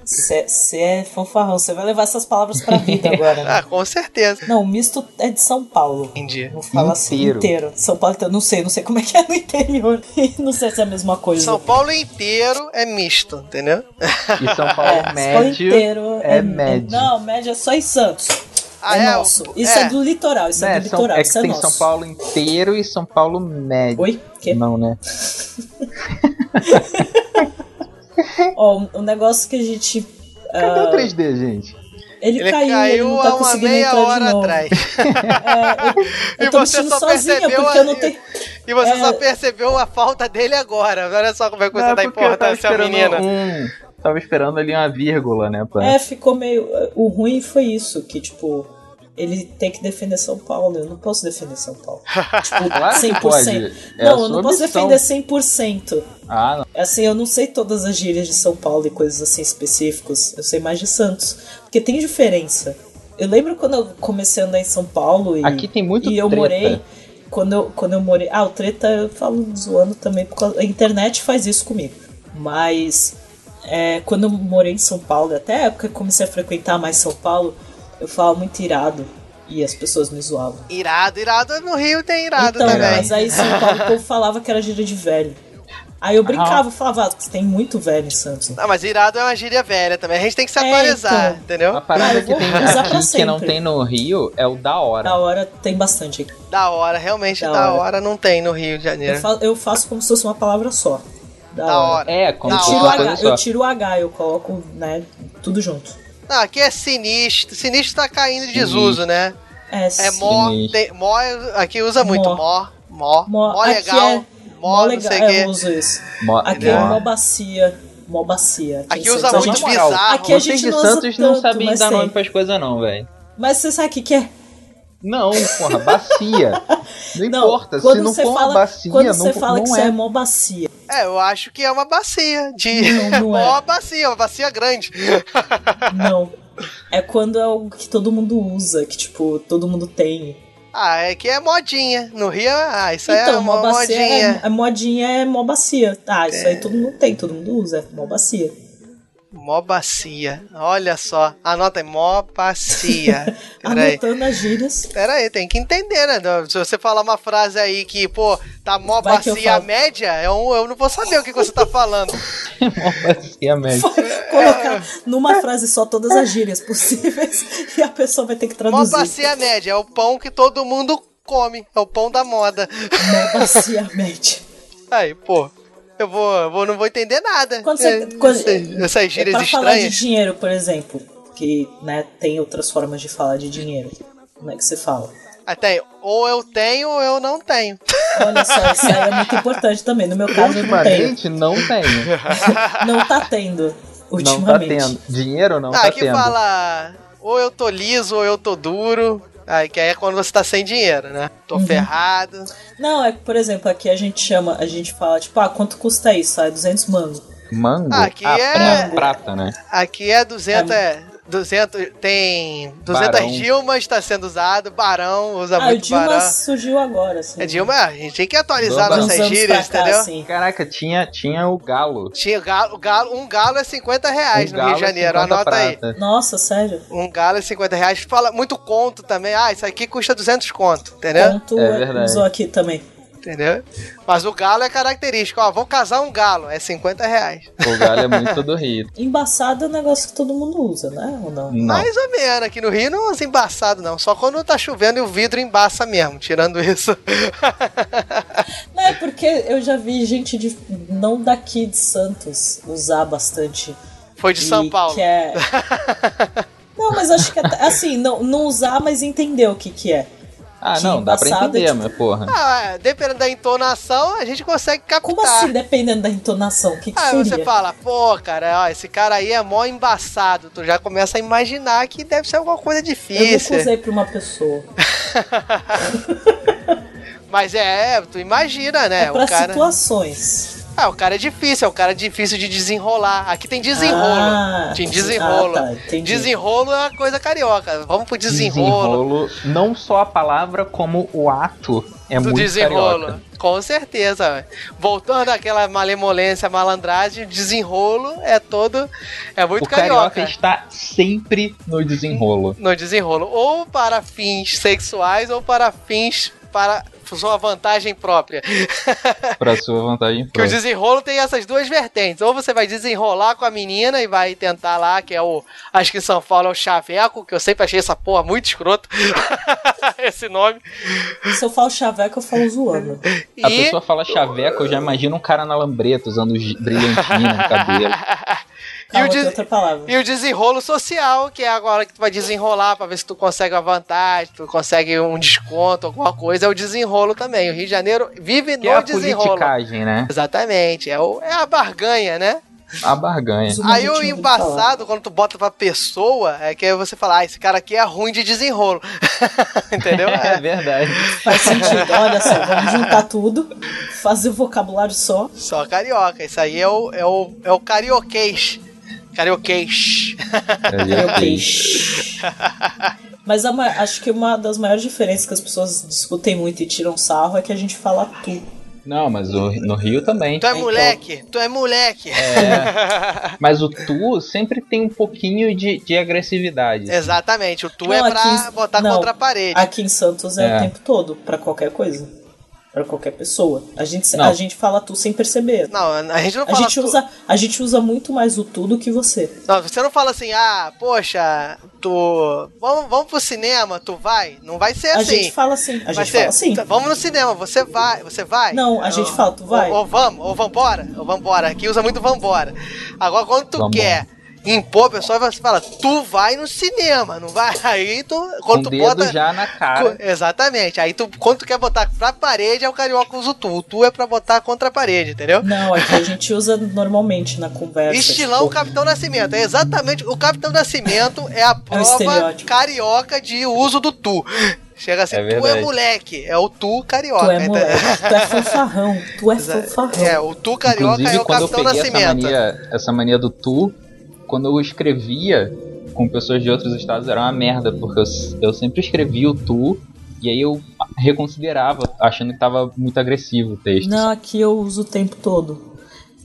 Speaker 3: Você é fanfarrão, você vai levar essas palavras pra vida agora.
Speaker 1: Ah,
Speaker 3: Né?
Speaker 1: com certeza.
Speaker 3: Não, o misto é de São Paulo.
Speaker 1: Entendi.
Speaker 3: Vou falar assim
Speaker 2: Inteiro.
Speaker 3: inteiro. São Paulo, então, não sei, não sei como é que é no interior. não sei se é a mesma coisa.
Speaker 1: São Paulo inteiro é misto, entendeu?
Speaker 2: E São Paulo
Speaker 3: É,
Speaker 2: médio.
Speaker 3: inteiro
Speaker 2: é médio.
Speaker 3: Não, médio é só em Santos.
Speaker 1: Ah,
Speaker 3: é,
Speaker 1: é,
Speaker 3: nosso.
Speaker 1: o-
Speaker 3: Isso é.
Speaker 1: é.
Speaker 3: do litoral, isso é,
Speaker 2: né,
Speaker 3: do
Speaker 2: São,
Speaker 3: litoral,
Speaker 2: é que
Speaker 3: isso é
Speaker 2: tem
Speaker 3: nosso.
Speaker 2: São Paulo inteiro e São Paulo médio.
Speaker 3: Oi? Que?
Speaker 2: Não, né? Hum?
Speaker 3: Ó, um- um negócio que a gente.
Speaker 2: Cadê o 3D, gente?
Speaker 3: Ele,
Speaker 1: Ele
Speaker 3: caiu,
Speaker 1: caiu,
Speaker 3: ele não tá
Speaker 1: há uma
Speaker 3: conseguindo
Speaker 1: meia
Speaker 3: entrar de
Speaker 1: hora
Speaker 3: novo.
Speaker 1: atrás.
Speaker 3: É, eu, eu
Speaker 1: E
Speaker 3: tô
Speaker 1: você
Speaker 3: mexendo
Speaker 1: só
Speaker 3: sozinha,
Speaker 1: percebeu
Speaker 3: porque eu
Speaker 1: a-
Speaker 3: não tenho.
Speaker 1: E você
Speaker 3: É.
Speaker 1: só percebeu a falta dele agora. Olha só como é que você
Speaker 2: Não,
Speaker 1: dá
Speaker 2: porque eu tava
Speaker 1: importância à
Speaker 2: esperando
Speaker 1: menina.
Speaker 2: um- Tava esperando ali uma vírgula, né, pá?
Speaker 3: É, ficou meio. O ruim foi isso, que tipo. Ele tem que defender São Paulo. Eu não posso defender São Paulo. Tipo,
Speaker 2: Claro que
Speaker 3: 100%.
Speaker 2: pode. É a
Speaker 3: não, eu
Speaker 2: sua
Speaker 3: não posso
Speaker 2: opção.
Speaker 3: defender 100%.
Speaker 2: Ah, não.
Speaker 3: Assim, eu não sei todas as gírias de São Paulo e coisas assim específicas. Eu sei mais de Santos. Porque tem diferença. Eu lembro quando eu comecei a andar em São Paulo e,
Speaker 2: Aqui tem muito
Speaker 3: assim. e eu
Speaker 2: treta.
Speaker 3: morei. Quando eu, quando eu morei. Ah, o treta eu falo zoando também, porque a internet faz isso comigo. Mas é, quando eu morei em São Paulo, até a época que eu comecei a frequentar mais São Paulo, eu falava muito irado. E as pessoas me zoavam.
Speaker 2: um-
Speaker 1: Irado, irado no Rio tem irado
Speaker 3: Então,
Speaker 1: também.
Speaker 3: mas aí São Paulo o povo falava que era gíria de velho. Aí eu brincava, eu falava, ah, tem muito velho em Santos.
Speaker 1: Não, mas irado é uma gíria velha também. A gente tem que se
Speaker 3: É,
Speaker 1: atualizar,
Speaker 3: então.
Speaker 2: A
Speaker 1: entendeu?
Speaker 2: parada
Speaker 3: Ah, eu
Speaker 2: que
Speaker 3: vou
Speaker 2: tem
Speaker 3: usar pra
Speaker 2: aqui que não
Speaker 3: sempre.
Speaker 2: tem no Rio é o da hora.
Speaker 3: Da hora tem bastante aqui.
Speaker 1: Da hora, realmente da,
Speaker 3: Da
Speaker 1: hora.
Speaker 3: hora.
Speaker 1: não tem no Rio de
Speaker 3: Eu,
Speaker 1: Janeiro.
Speaker 3: fa- eu faço como se fosse uma palavra só. Da,
Speaker 1: É. Da
Speaker 3: hora.
Speaker 1: hora.
Speaker 2: É, como
Speaker 1: Da
Speaker 3: Eu
Speaker 2: se
Speaker 3: tiro,
Speaker 2: fosse uma
Speaker 3: o
Speaker 1: hora.
Speaker 3: H,
Speaker 2: coisa só.
Speaker 3: eu tiro o H, eu coloco, né, tudo junto.
Speaker 1: Não, aqui é sinistro. Sinistro tá caindo em desuso, né?
Speaker 3: É,
Speaker 1: É
Speaker 3: sim.
Speaker 1: mó.
Speaker 2: Sinistro.
Speaker 1: tem- mó aqui usa muito mó. Mó. Mó,
Speaker 3: Mó. Aqui
Speaker 1: legal.
Speaker 3: é
Speaker 1: mó, não
Speaker 3: legal,
Speaker 1: sei o
Speaker 3: é, eu
Speaker 1: quê.
Speaker 3: uso isso.
Speaker 2: Mó-
Speaker 3: Aqui é
Speaker 2: mó-
Speaker 3: mó bacia, mó bacia. em
Speaker 1: Aqui
Speaker 3: Santos
Speaker 1: usa
Speaker 3: a
Speaker 1: muito
Speaker 3: gente-
Speaker 2: na moral,
Speaker 1: bizarro.
Speaker 3: aqui é a gente
Speaker 2: Vocês de
Speaker 3: não usa
Speaker 2: Santos não
Speaker 3: tanto,
Speaker 2: sabem
Speaker 3: mas
Speaker 2: dar
Speaker 3: sei.
Speaker 2: nome pras coisas não, velho.
Speaker 3: Mas você sabe o que que é?
Speaker 2: Não, porra, bacia. Não, importa, se
Speaker 3: quando
Speaker 2: não
Speaker 3: você
Speaker 2: for
Speaker 3: fala,
Speaker 2: uma bacia,
Speaker 3: quando
Speaker 2: não,
Speaker 3: você fala
Speaker 2: não
Speaker 3: que
Speaker 2: é.
Speaker 3: você é mó bacia.
Speaker 1: É, eu acho que é uma bacia. De.
Speaker 3: Não, não é.
Speaker 1: mó bacia, uma bacia grande.
Speaker 3: Não. É quando é algo que todo mundo usa, que tipo, todo mundo tem.
Speaker 1: Ah, é que é modinha. No Rio, ah, isso aí é
Speaker 3: então,
Speaker 1: uma
Speaker 3: mó bacia
Speaker 1: modinha. É.
Speaker 3: é, é modinha é mó bacia. Ah, isso aí todo mundo tem, todo mundo usa. É mó bacia.
Speaker 1: Mó bacia. Olha só. Anota aí, mó bacia. Peraí.
Speaker 3: Anotando as gírias.
Speaker 1: Pera aí, tem que entender, né? Se você falar uma frase aí que, pô, tá mó
Speaker 3: Vai que eu
Speaker 1: bacia
Speaker 3: falo.
Speaker 1: média, eu, eu não vou saber o que, que você tá falando.
Speaker 2: Basicamente.
Speaker 3: Colocar numa frase só todas as gírias possíveis e a pessoa vai ter que
Speaker 1: Mó
Speaker 3: traduzir.
Speaker 1: bacia média é o pão que todo mundo come. É o pão da moda.
Speaker 3: Mó bacia média.
Speaker 1: Aí, pô. Eu vou, eu vou- não vou entender nada.
Speaker 3: Quando você,
Speaker 1: É,
Speaker 3: quando-
Speaker 1: essas- essas gírias
Speaker 3: pra falar de
Speaker 1: estranhas.
Speaker 3: dinheiro, por exemplo, que né, tem outras formas de falar de dinheiro. Como é que você fala?
Speaker 1: Até aí, Ah, ou eu tenho ou eu não tenho.
Speaker 2: Então
Speaker 3: Olha só, isso aí é muito importante também. No meu caso, eu não tenho.
Speaker 2: Ultimamente não tenho.
Speaker 3: Não tá tendo.
Speaker 2: Não tá
Speaker 3: Ultimamente.
Speaker 2: tendo. Dinheiro não
Speaker 1: ah,
Speaker 2: tá
Speaker 1: que
Speaker 2: tendo.
Speaker 1: fala ou eu tô liso ou eu tô duro. Aí que aí é quando você tá sem dinheiro, né? Tô
Speaker 3: Uhum.
Speaker 1: ferrado.
Speaker 3: Não, é que, por exemplo, aqui a gente chama, a gente fala, tipo, ah, quanto custa isso? Ah, é 200 mango.
Speaker 2: Mango?
Speaker 1: Aqui
Speaker 2: ah,
Speaker 1: é-
Speaker 2: pra- prata, né?
Speaker 1: Aqui é 200, é, 200 tem 200
Speaker 2: Barão.
Speaker 1: Dilmas está sendo usado, Barão usa
Speaker 3: ah, o
Speaker 1: Tá muito
Speaker 3: Dilma
Speaker 1: Barão.
Speaker 3: surgiu agora, assim.
Speaker 1: É Dilma, a gente tem que atualizar
Speaker 2: Dilma.
Speaker 1: nossas gírias, entendeu?
Speaker 3: assim.
Speaker 2: Caraca, tinha, tinha o galo.
Speaker 1: Tinha galo, galo, um galo é 50 reais
Speaker 2: O
Speaker 1: no Rio de
Speaker 2: galo é
Speaker 1: Janeiro,
Speaker 2: 50
Speaker 1: anota aí.
Speaker 2: prata.
Speaker 3: Nossa, sério?
Speaker 1: Um galo é 50 reais, fala muito conto também. Ah, isso aqui custa 200 conto, entendeu?
Speaker 3: Ponto
Speaker 2: É verdade.
Speaker 3: usou aqui também.
Speaker 1: Entendeu? Mas o galo é característico, ó, vou casar um galo, é 50 reais.
Speaker 2: O galo é muito do Rio.
Speaker 3: Embaçado é um negócio que todo mundo usa, né? Ou não?
Speaker 2: Não.
Speaker 1: Mais ou menos, aqui no Rio não usa embaçado não, só quando tá chovendo e o vidro embaça mesmo, tirando isso.
Speaker 3: Não, é porque eu já vi gente de, não daqui de Santos usar bastante.
Speaker 1: Foi de São
Speaker 3: E
Speaker 1: Paulo.
Speaker 3: que é- Não, mas acho que até- assim, não, não usar, mas entender o que que é.
Speaker 2: Ah,
Speaker 3: Tinha
Speaker 2: não, dá pra
Speaker 3: embaçado,
Speaker 2: entender,
Speaker 3: tipo-
Speaker 2: mas porra.
Speaker 1: Ah, é, dependendo da entonação, a gente consegue captar.
Speaker 3: Como assim, dependendo da entonação? O que, que
Speaker 1: Aí
Speaker 3: seria?
Speaker 1: Ah, você fala, pô, cara, ó, esse cara aí é mó embaçado. Tu já começa a imaginar que deve ser alguma coisa
Speaker 3: eu nunca
Speaker 1: difícil.
Speaker 3: usei pra uma pessoa.
Speaker 1: Mas é, é, tu imagina, né?
Speaker 3: É, pra
Speaker 1: o cara.
Speaker 3: situações.
Speaker 1: Ah, o cara é difícil, é o cara difícil de desenrolar. Aqui tem desenrolo.
Speaker 3: Ah,
Speaker 1: tem desenrolo.
Speaker 3: ah, tá, entendi.
Speaker 1: desenrolo é uma coisa carioca. Vamos pro desenrolo.
Speaker 2: Desenrolo, não só a palavra, como o ato é
Speaker 1: do
Speaker 2: muito
Speaker 1: desenrolo.
Speaker 2: carioca.
Speaker 1: Com certeza. ué. Voltando àquela malemolência, malandragem, o desenrolo é todo. É muito
Speaker 2: o carioca.
Speaker 1: carioca.
Speaker 2: está sempre no desenrolo.
Speaker 1: no desenrolo, ou para fins sexuais ou para fins para sua vantagem própria.
Speaker 2: pra sua vantagem
Speaker 1: Que o
Speaker 2: própria.
Speaker 1: desenrolo tem essas duas vertentes. Ou você vai desenrolar com a menina e vai tentar lá, que é o. Acho que em São Paulo é o chaveco, que eu sempre achei essa porra muito escroto. Esse nome.
Speaker 3: Se eu falo chaveco, eu falo zoando.
Speaker 2: A
Speaker 1: e
Speaker 2: pessoa fala chaveco, eu já imagino um cara na lambreta usando gi- brilhantina no cabelo.
Speaker 3: Calma,
Speaker 1: o
Speaker 3: tem
Speaker 1: des-
Speaker 3: outra palavra.
Speaker 1: E o desenrolo social, que é agora que tu vai desenrolar pra ver se tu consegue uma vantagem, tu consegue um desconto, alguma coisa, é o desenrolo também. O Rio de Janeiro vive
Speaker 2: Que
Speaker 1: no
Speaker 2: é a
Speaker 1: desenrolo.
Speaker 2: politicagem, né?
Speaker 1: Exatamente, é, o- é a barganha, né?
Speaker 2: A barganha.
Speaker 3: Mas
Speaker 1: Aí
Speaker 3: eu
Speaker 1: o
Speaker 3: tinha ouvido falar.
Speaker 1: embaçado, quando tu bota pra pessoa, é que aí você fala, ah, esse cara aqui é ruim de desenrolo. Entendeu?
Speaker 2: É
Speaker 1: É.
Speaker 2: verdade.
Speaker 3: Faz sentido. Olha só, vamos juntar tudo, fazer o vocabulário só.
Speaker 1: Só carioca, isso aí é o, é o, é o carioquês. Carioquês. É
Speaker 2: Eu já fiz.
Speaker 3: Mas a ma- acho que uma das maiores diferenças que as pessoas discutem muito e tiram sarro é que a gente fala tu.
Speaker 2: Não, mas o- no Rio também.
Speaker 3: Então,
Speaker 1: Tu é moleque, tu é moleque.
Speaker 3: é.
Speaker 2: Mas o tu sempre tem um pouquinho de, de agressividade.
Speaker 1: Exatamente, o tu
Speaker 3: Não,
Speaker 1: é
Speaker 3: aqui
Speaker 1: pra
Speaker 3: em-
Speaker 1: botar
Speaker 3: não.
Speaker 1: contra a parede.
Speaker 3: Aqui em Santos é,
Speaker 2: É.
Speaker 3: o tempo todo, pra qualquer coisa. Pra qualquer pessoa. A gente, se-
Speaker 2: Não.
Speaker 3: a gente fala tu sem perceber.
Speaker 1: Não, a gente não
Speaker 3: A
Speaker 1: fala
Speaker 3: gente,
Speaker 1: tu.
Speaker 3: usa, a gente usa muito mais o tu do que você.
Speaker 1: Não, você não fala assim, ah, poxa, tu. Vamos, vamos pro cinema, tu vai? Não vai ser
Speaker 3: A
Speaker 1: assim.
Speaker 3: gente fala assim. A
Speaker 1: Vai
Speaker 3: gente
Speaker 1: ser,
Speaker 3: fala assim.
Speaker 1: "Tá, Vamos no cinema, você vai, você vai?
Speaker 3: Não, a gente fala, tu vai?
Speaker 1: Ou, ou vamos, ou vambora, ou vambora. Aqui usa muito vambora. Agora, quando tu
Speaker 2: Vambora.
Speaker 1: quer impor, o pessoal vai- fala, tu vai no cinema, não vai? Aí tu,
Speaker 2: Com o
Speaker 1: quando tu
Speaker 2: dedo
Speaker 1: bota...
Speaker 2: já na
Speaker 1: co-
Speaker 2: cara.
Speaker 1: Exatamente. Aí tu, quando tu quer botar pra parede, é o carioca usa o tu. O tu é pra botar contra a parede, entendeu?
Speaker 3: Não, aqui a gente usa normalmente na conversa.
Speaker 1: Estilão
Speaker 3: tipo,
Speaker 1: Capitão Nascimento. É exatamente. O Capitão Nascimento é a prova
Speaker 3: um estereótipo.
Speaker 1: carioca de uso do tu. Chega assim,
Speaker 2: É
Speaker 1: tu é
Speaker 2: verdade.
Speaker 1: moleque. É o tu carioca.
Speaker 3: Tu é
Speaker 1: entendeu?
Speaker 3: moleque, tu é fanfarrão, tu é fanfarrão.
Speaker 1: né? É, o Tu Carioca
Speaker 2: Inclusive,
Speaker 1: é o
Speaker 2: quando eu
Speaker 1: Capitão
Speaker 2: peguei essa
Speaker 1: Nascimento.
Speaker 2: mania, essa mania do tu, quando eu escrevia com pessoas de outros estados, era uma merda, porque eu, s- eu sempre escrevia o tu E aí eu reconsiderava, achando que tava muito agressivo o texto.
Speaker 3: Não, aqui eu uso o tempo todo.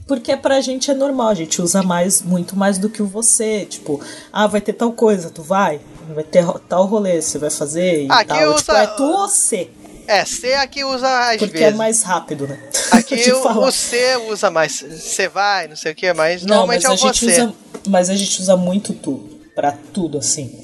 Speaker 3: Porque pra gente é normal, a gente usa mais, muito mais do que o você. Tipo, ah, vai ter tal coisa, tu vai? Vai ter ro- tal rolê, você vai fazer e
Speaker 1: Aqui
Speaker 3: tal. Tipo,
Speaker 1: usa-
Speaker 3: é tu ou você?
Speaker 1: É, C aqui usa às
Speaker 3: Porque é
Speaker 1: vezes.
Speaker 3: mais rápido, né?
Speaker 1: Aqui
Speaker 3: De
Speaker 1: o,
Speaker 3: falar.
Speaker 1: o C usa mais. Você vai, não sei o que, mas
Speaker 3: Não,
Speaker 1: normalmente
Speaker 3: mas
Speaker 1: é
Speaker 3: a
Speaker 1: o
Speaker 3: gente
Speaker 1: você.
Speaker 3: usa, mas a gente usa muito tu pra tudo assim.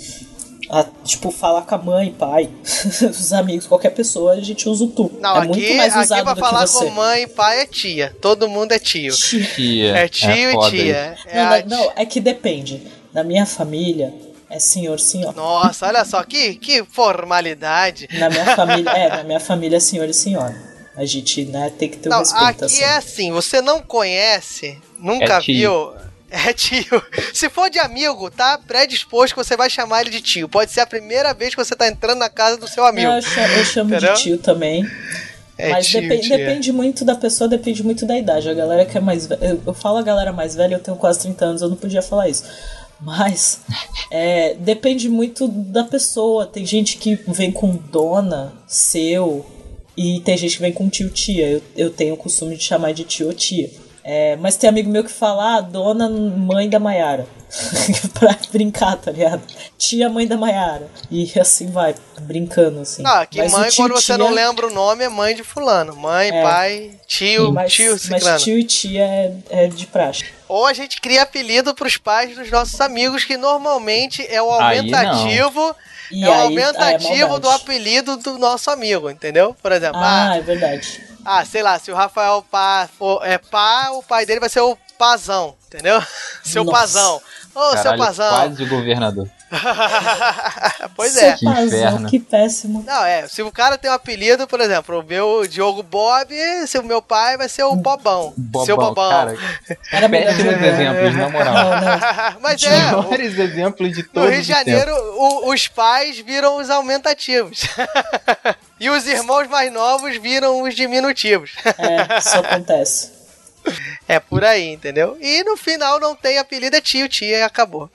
Speaker 3: A, tipo falar com a mãe, pai, os amigos, qualquer pessoa, a gente usa o tu.
Speaker 1: Não,
Speaker 3: é
Speaker 1: aqui,
Speaker 3: muito mais
Speaker 1: aqui
Speaker 3: usado
Speaker 1: pra
Speaker 3: do
Speaker 1: falar
Speaker 3: que você.
Speaker 1: com mãe e pai é tia. Todo mundo é tio.
Speaker 3: Tia.
Speaker 2: Tia,
Speaker 1: É tio e
Speaker 2: foda isso.
Speaker 1: tia. É
Speaker 3: não,
Speaker 1: a
Speaker 3: não, não, é que depende. Na minha família é senhor, senhora.
Speaker 1: Nossa, olha só, que, que formalidade.
Speaker 3: Na minha família, é, na minha família é senhor e senhora. A gente, né, tem que ter o
Speaker 1: Não,
Speaker 3: respeito
Speaker 1: aqui
Speaker 3: assim.
Speaker 1: é assim, você não conhece, nunca
Speaker 2: É tio.
Speaker 1: viu. É tio. Se for de amigo, tá predisposto que você vai chamar ele de tio. Pode ser a primeira vez que você tá entrando na casa do seu amigo.
Speaker 3: Não, eu chamo, eu chamo
Speaker 1: Entendeu?
Speaker 3: de tio também.
Speaker 1: É
Speaker 3: mas
Speaker 1: tio,
Speaker 3: depen-
Speaker 1: tia.
Speaker 3: depende muito da pessoa, depende muito da idade. A galera que é mais velha. Eu, eu falo a galera mais velha, eu tenho quase 30 anos, eu não podia falar isso. Mas é, depende muito da pessoa. Tem gente que vem com dona, seu, e tem gente que vem com tio, tia. Eu, eu tenho o costume de chamar de tio ou tia. É, mas tem amigo meu que fala, ah, dona mãe da Maiara. pra brincar, tá ligado? Tia mãe da Maiara. E assim vai, brincando, assim.
Speaker 1: Ah, que
Speaker 3: Mas o
Speaker 1: mãe,
Speaker 3: tio,
Speaker 1: quando você
Speaker 3: tia-
Speaker 1: não lembra o nome, é mãe de fulano. Mãe,
Speaker 3: É.
Speaker 1: pai, tio,
Speaker 3: mas,
Speaker 1: tio,
Speaker 3: mas
Speaker 1: ciclano.
Speaker 3: tio e tia é, é de praxe.
Speaker 1: Ou a gente cria apelido pros pais dos nossos amigos, que normalmente é o
Speaker 2: Aí
Speaker 1: aumentativo.
Speaker 3: E
Speaker 1: é o
Speaker 3: aí, aí é
Speaker 1: aumentativo
Speaker 3: maldade.
Speaker 1: do apelido do nosso amigo, entendeu? Por exemplo,
Speaker 3: Ah,
Speaker 1: ah,
Speaker 3: é verdade.
Speaker 1: ah, sei lá, se o Rafael pá, for, é pá, o pai dele vai ser o Pazão, entendeu? Seu
Speaker 3: Nossa.
Speaker 1: Pazão. Ô, seu
Speaker 2: Caralho,
Speaker 1: Pazão.
Speaker 2: quase governador.
Speaker 1: pois é.
Speaker 3: Seu pazão,
Speaker 2: inferno.
Speaker 3: que péssimo.
Speaker 1: Não, é, se o cara tem um apelido, por exemplo, o meu Diogo Bob, se o meu pai vai ser o Bobão.
Speaker 2: Bobão,
Speaker 1: seu Bobão.
Speaker 2: cara.
Speaker 3: Era melhor
Speaker 2: Péssimos
Speaker 3: de-
Speaker 2: exemplos, na moral.
Speaker 3: Não, não.
Speaker 1: Mas é, o-
Speaker 2: Piores exemplos de
Speaker 1: no
Speaker 2: todos
Speaker 1: Rio de
Speaker 2: os tempos.
Speaker 1: Janeiro, o- os pais viram os aumentativos. e os irmãos mais novos viram os diminutivos.
Speaker 3: É, isso acontece.
Speaker 1: é por aí, entendeu? E no final não tem apelido, é tio, tia e acabou.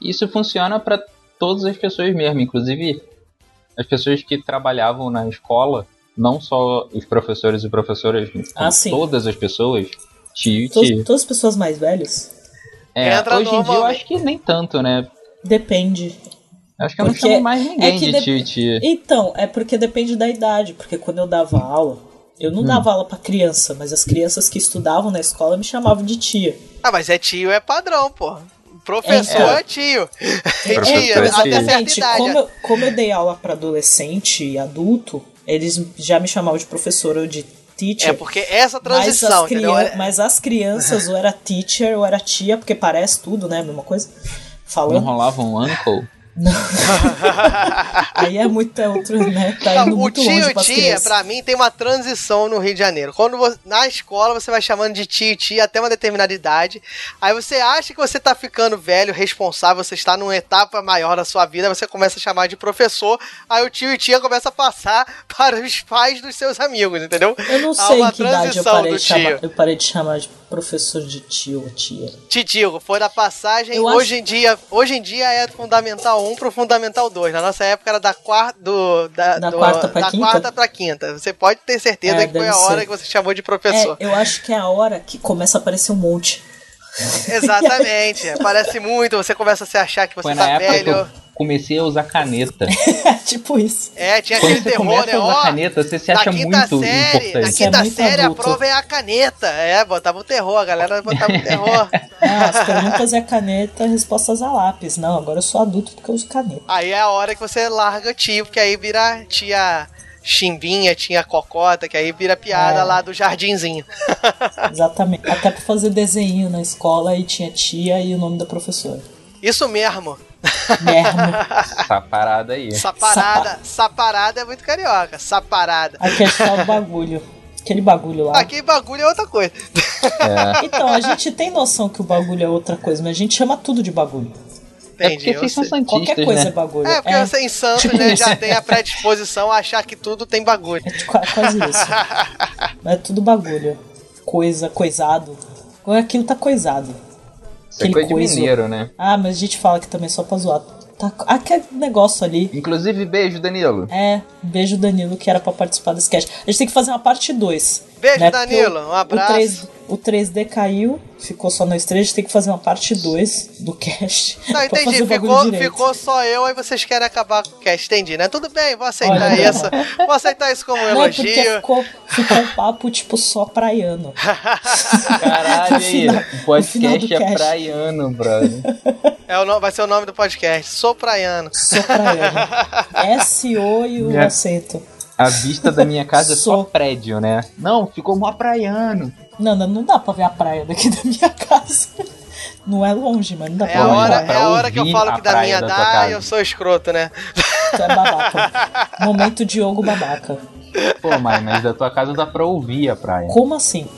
Speaker 2: Isso funciona pra todas as pessoas mesmo, inclusive as pessoas que trabalhavam na escola, não só os professores e professoras, mas
Speaker 3: Ah, sim.
Speaker 2: todas as pessoas, tio e
Speaker 3: Todas,
Speaker 2: tia.
Speaker 3: todas as pessoas mais velhas?
Speaker 2: É,
Speaker 1: Entra
Speaker 2: hoje em dia eu
Speaker 1: normalmente.
Speaker 2: acho que nem tanto, né?
Speaker 3: Depende.
Speaker 2: Eu Acho que eu não
Speaker 3: Porque
Speaker 2: chamo mais ninguém
Speaker 3: é que
Speaker 2: de
Speaker 3: dep-
Speaker 2: tio e tia.
Speaker 3: Então, é porque depende da idade. Porque quando eu dava aula, eu
Speaker 2: Hum.
Speaker 3: não dava aula pra criança, mas as crianças que estudavam na escola me chamavam de tia.
Speaker 1: Ah, mas é tio, é padrão, pô. Professor é, tio. E
Speaker 2: Professor
Speaker 1: tia,
Speaker 2: é
Speaker 1: até
Speaker 2: tio.
Speaker 1: certa
Speaker 3: Exatamente.
Speaker 1: idade.
Speaker 3: Como eu, como eu dei aula pra adolescente e adulto, eles já me chamavam de professor ou de teacher.
Speaker 1: É porque essa
Speaker 3: Mas
Speaker 1: transição,
Speaker 3: as,
Speaker 1: entendeu?
Speaker 3: crian-
Speaker 1: É-
Speaker 3: mas as crianças, ou era teacher, ou era tia, porque parece tudo, né? a Mesma coisa.
Speaker 2: Não
Speaker 3: Falando.
Speaker 2: rolava um uncle.
Speaker 3: Aí é muito é outro, né? Tá indo
Speaker 1: Não, o
Speaker 3: muito
Speaker 1: tio
Speaker 3: longe
Speaker 1: e
Speaker 3: pras
Speaker 1: tia,
Speaker 3: crianças.
Speaker 1: pra mim, tem uma transição no Rio de Janeiro. Quando você- na escola você vai chamando de tio e tia até uma determinada idade. Aí você acha que você tá ficando velho, responsável, você está numa etapa maior da sua vida, você começa a chamar de professor, aí o tio e tia começa a passar para os pais dos seus amigos, entendeu?
Speaker 3: Eu não
Speaker 1: Há
Speaker 3: sei
Speaker 1: uma
Speaker 3: em que idade eu
Speaker 1: transição
Speaker 3: parei,
Speaker 1: do
Speaker 3: de chamar,
Speaker 1: tio.
Speaker 3: eu parei de chamar de professor de tio ou tia.
Speaker 1: Te digo, foi da passagem,
Speaker 3: Eu
Speaker 1: hoje em dia, hoje em dia é do Fundamental 1 pro Fundamental 2. Na nossa época era da quarta do, da,
Speaker 3: Da
Speaker 1: do-
Speaker 3: quarta pra
Speaker 1: da
Speaker 3: quinta?
Speaker 1: quarta pra quinta. Você pode ter certeza
Speaker 3: É,
Speaker 1: que foi
Speaker 3: deve
Speaker 1: a hora
Speaker 3: ser.
Speaker 1: que você chamou de
Speaker 3: É,
Speaker 1: professor.
Speaker 3: eu acho que é a hora que começa a aparecer um monte. é.
Speaker 1: Exatamente. Parece muito, você começa a se achar que você
Speaker 2: Foi na
Speaker 1: tá
Speaker 2: época que
Speaker 1: velho.
Speaker 2: eu comecei a usar caneta.
Speaker 3: É tipo isso.
Speaker 1: É, tinha
Speaker 2: Quando
Speaker 1: aquele
Speaker 2: você
Speaker 1: terror,
Speaker 2: começa
Speaker 1: né?
Speaker 2: a usar
Speaker 1: Ó,
Speaker 2: caneta, você se
Speaker 1: na
Speaker 2: acha
Speaker 1: quinta
Speaker 2: muito
Speaker 1: série, na
Speaker 2: importante.
Speaker 3: Isso é
Speaker 1: quinta
Speaker 3: muito
Speaker 1: série
Speaker 3: adulto.
Speaker 1: a prova é a caneta. É, botava o terror, a galera botava o terror.
Speaker 3: Ah, as perguntas é caneta, respostas a lápis. Não, agora eu sou adulto porque eu uso caneta.
Speaker 1: Aí é a hora que você larga o tio, porque aí vira tia chimbinha, tia cocota, que aí vira piada
Speaker 3: É.
Speaker 1: lá do jardinzinho.
Speaker 3: Exatamente. Até pra fazer desenho na escola e tinha tia e o nome da professora.
Speaker 1: Isso mesmo.
Speaker 3: Merda.
Speaker 2: Essa parada aí.
Speaker 1: Saparada. Saparada é muito carioca. Saparada.
Speaker 3: Aqui é só o bagulho. Aquele bagulho lá.
Speaker 1: Aqui bagulho é outra coisa.
Speaker 2: É.
Speaker 3: Então, a gente tem noção que o bagulho é outra coisa, mas a gente chama tudo de bagulho.
Speaker 2: É
Speaker 1: Entendi.
Speaker 2: porque vocês são
Speaker 1: você-
Speaker 2: santistas,
Speaker 3: Qualquer coisa é
Speaker 2: né?
Speaker 3: bagulho.
Speaker 1: É, porque você em Santos, né, já tem a predisposição a achar que tudo tem bagulho.
Speaker 3: é tipo, é quase isso. Mas é tudo bagulho. Coisa, coisado. Ou Aquilo tá coisado.
Speaker 2: Isso é coisa de
Speaker 3: coiso.
Speaker 2: mineiro, né?
Speaker 3: Ah, mas a gente fala que também é só pra zoar. Tá, aquele negócio ali.
Speaker 2: Inclusive, beijo, Danilo.
Speaker 3: É, beijo Danilo, que era pra participar desse cast. A gente tem que fazer uma parte 2.
Speaker 1: Beijo, Danilo, um abraço.
Speaker 3: O 3D, o 3D caiu, ficou só nós três. A gente tem que fazer uma parte 2 do cast.
Speaker 1: Não,
Speaker 3: pra fazer
Speaker 1: entendi.
Speaker 3: o bagulho
Speaker 1: Ficou,
Speaker 3: direito.
Speaker 1: ficou só eu, aí vocês querem acabar com o cast. Entendi, né? Tudo bem, vou aceitar
Speaker 3: Olha.
Speaker 1: isso. Vou aceitar isso como um
Speaker 3: Não, é porque
Speaker 1: elogio.
Speaker 3: ficou, ficou um papo, tipo, só praiano.
Speaker 2: Caralho,
Speaker 3: No
Speaker 2: aí.
Speaker 3: final-
Speaker 2: O
Speaker 3: no final
Speaker 2: podcast
Speaker 3: do
Speaker 2: é
Speaker 3: cast.
Speaker 2: praiano, brother.
Speaker 1: É o no- vai ser o nome do podcast. Sou praiano.
Speaker 3: Só praiano. S-O e o
Speaker 2: Yeah.
Speaker 3: acento.
Speaker 2: A vista da minha casa é só
Speaker 3: Sou.
Speaker 2: prédio, né? Não, ficou mó praiano.
Speaker 3: Não, não, não dá pra ver a praia daqui da minha casa. Não é longe, mas não dá
Speaker 1: É
Speaker 3: pra
Speaker 1: a
Speaker 3: ver.
Speaker 1: hora,
Speaker 2: pra
Speaker 1: é a hora que eu
Speaker 2: ouvir
Speaker 1: falo
Speaker 2: a
Speaker 1: que da
Speaker 2: praia
Speaker 1: minha
Speaker 2: da tua
Speaker 1: dá
Speaker 2: casa.
Speaker 1: e eu sou escroto, né?
Speaker 3: Tu é babaca. Momento Diogo babaca.
Speaker 2: Pô, mas, mas da tua casa dá pra ouvir a praia.
Speaker 3: Como assim?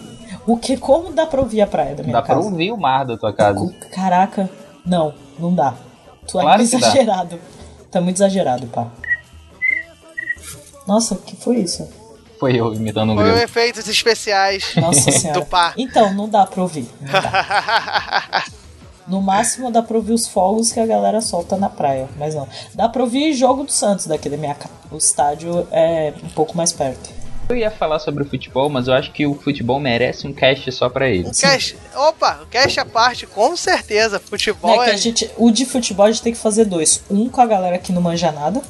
Speaker 3: O que? Como dá pra ouvir a praia da minha
Speaker 2: Dá pra
Speaker 3: casa?
Speaker 2: ouvir o mar da tua casa.
Speaker 3: Co- Caraca, não, não dá. Tu é
Speaker 2: Claro
Speaker 3: muito
Speaker 2: que dá.
Speaker 3: exagerado. Tá muito exagerado, pá. Nossa, o que foi isso?
Speaker 2: Foi eu imitando um
Speaker 1: Foi um
Speaker 2: grilo.
Speaker 1: efeitos especiais
Speaker 3: Nossa senhora.
Speaker 1: do pá.
Speaker 3: Então, não dá pra ouvir. Não dá. No máximo dá pra ouvir os fogos que a galera solta na praia, mas não. Dá pra ouvir jogo do Santos daqui da minha casa. O estádio é um pouco mais perto.
Speaker 2: Eu ia falar sobre o futebol, mas eu acho que o futebol merece um cast só pra ele.
Speaker 1: O cast, opa, o cast à parte, com certeza. Futebol
Speaker 3: Né, que
Speaker 1: é.
Speaker 3: a gente, o de futebol a gente tem que fazer dois. Um com a galera que não manja nada,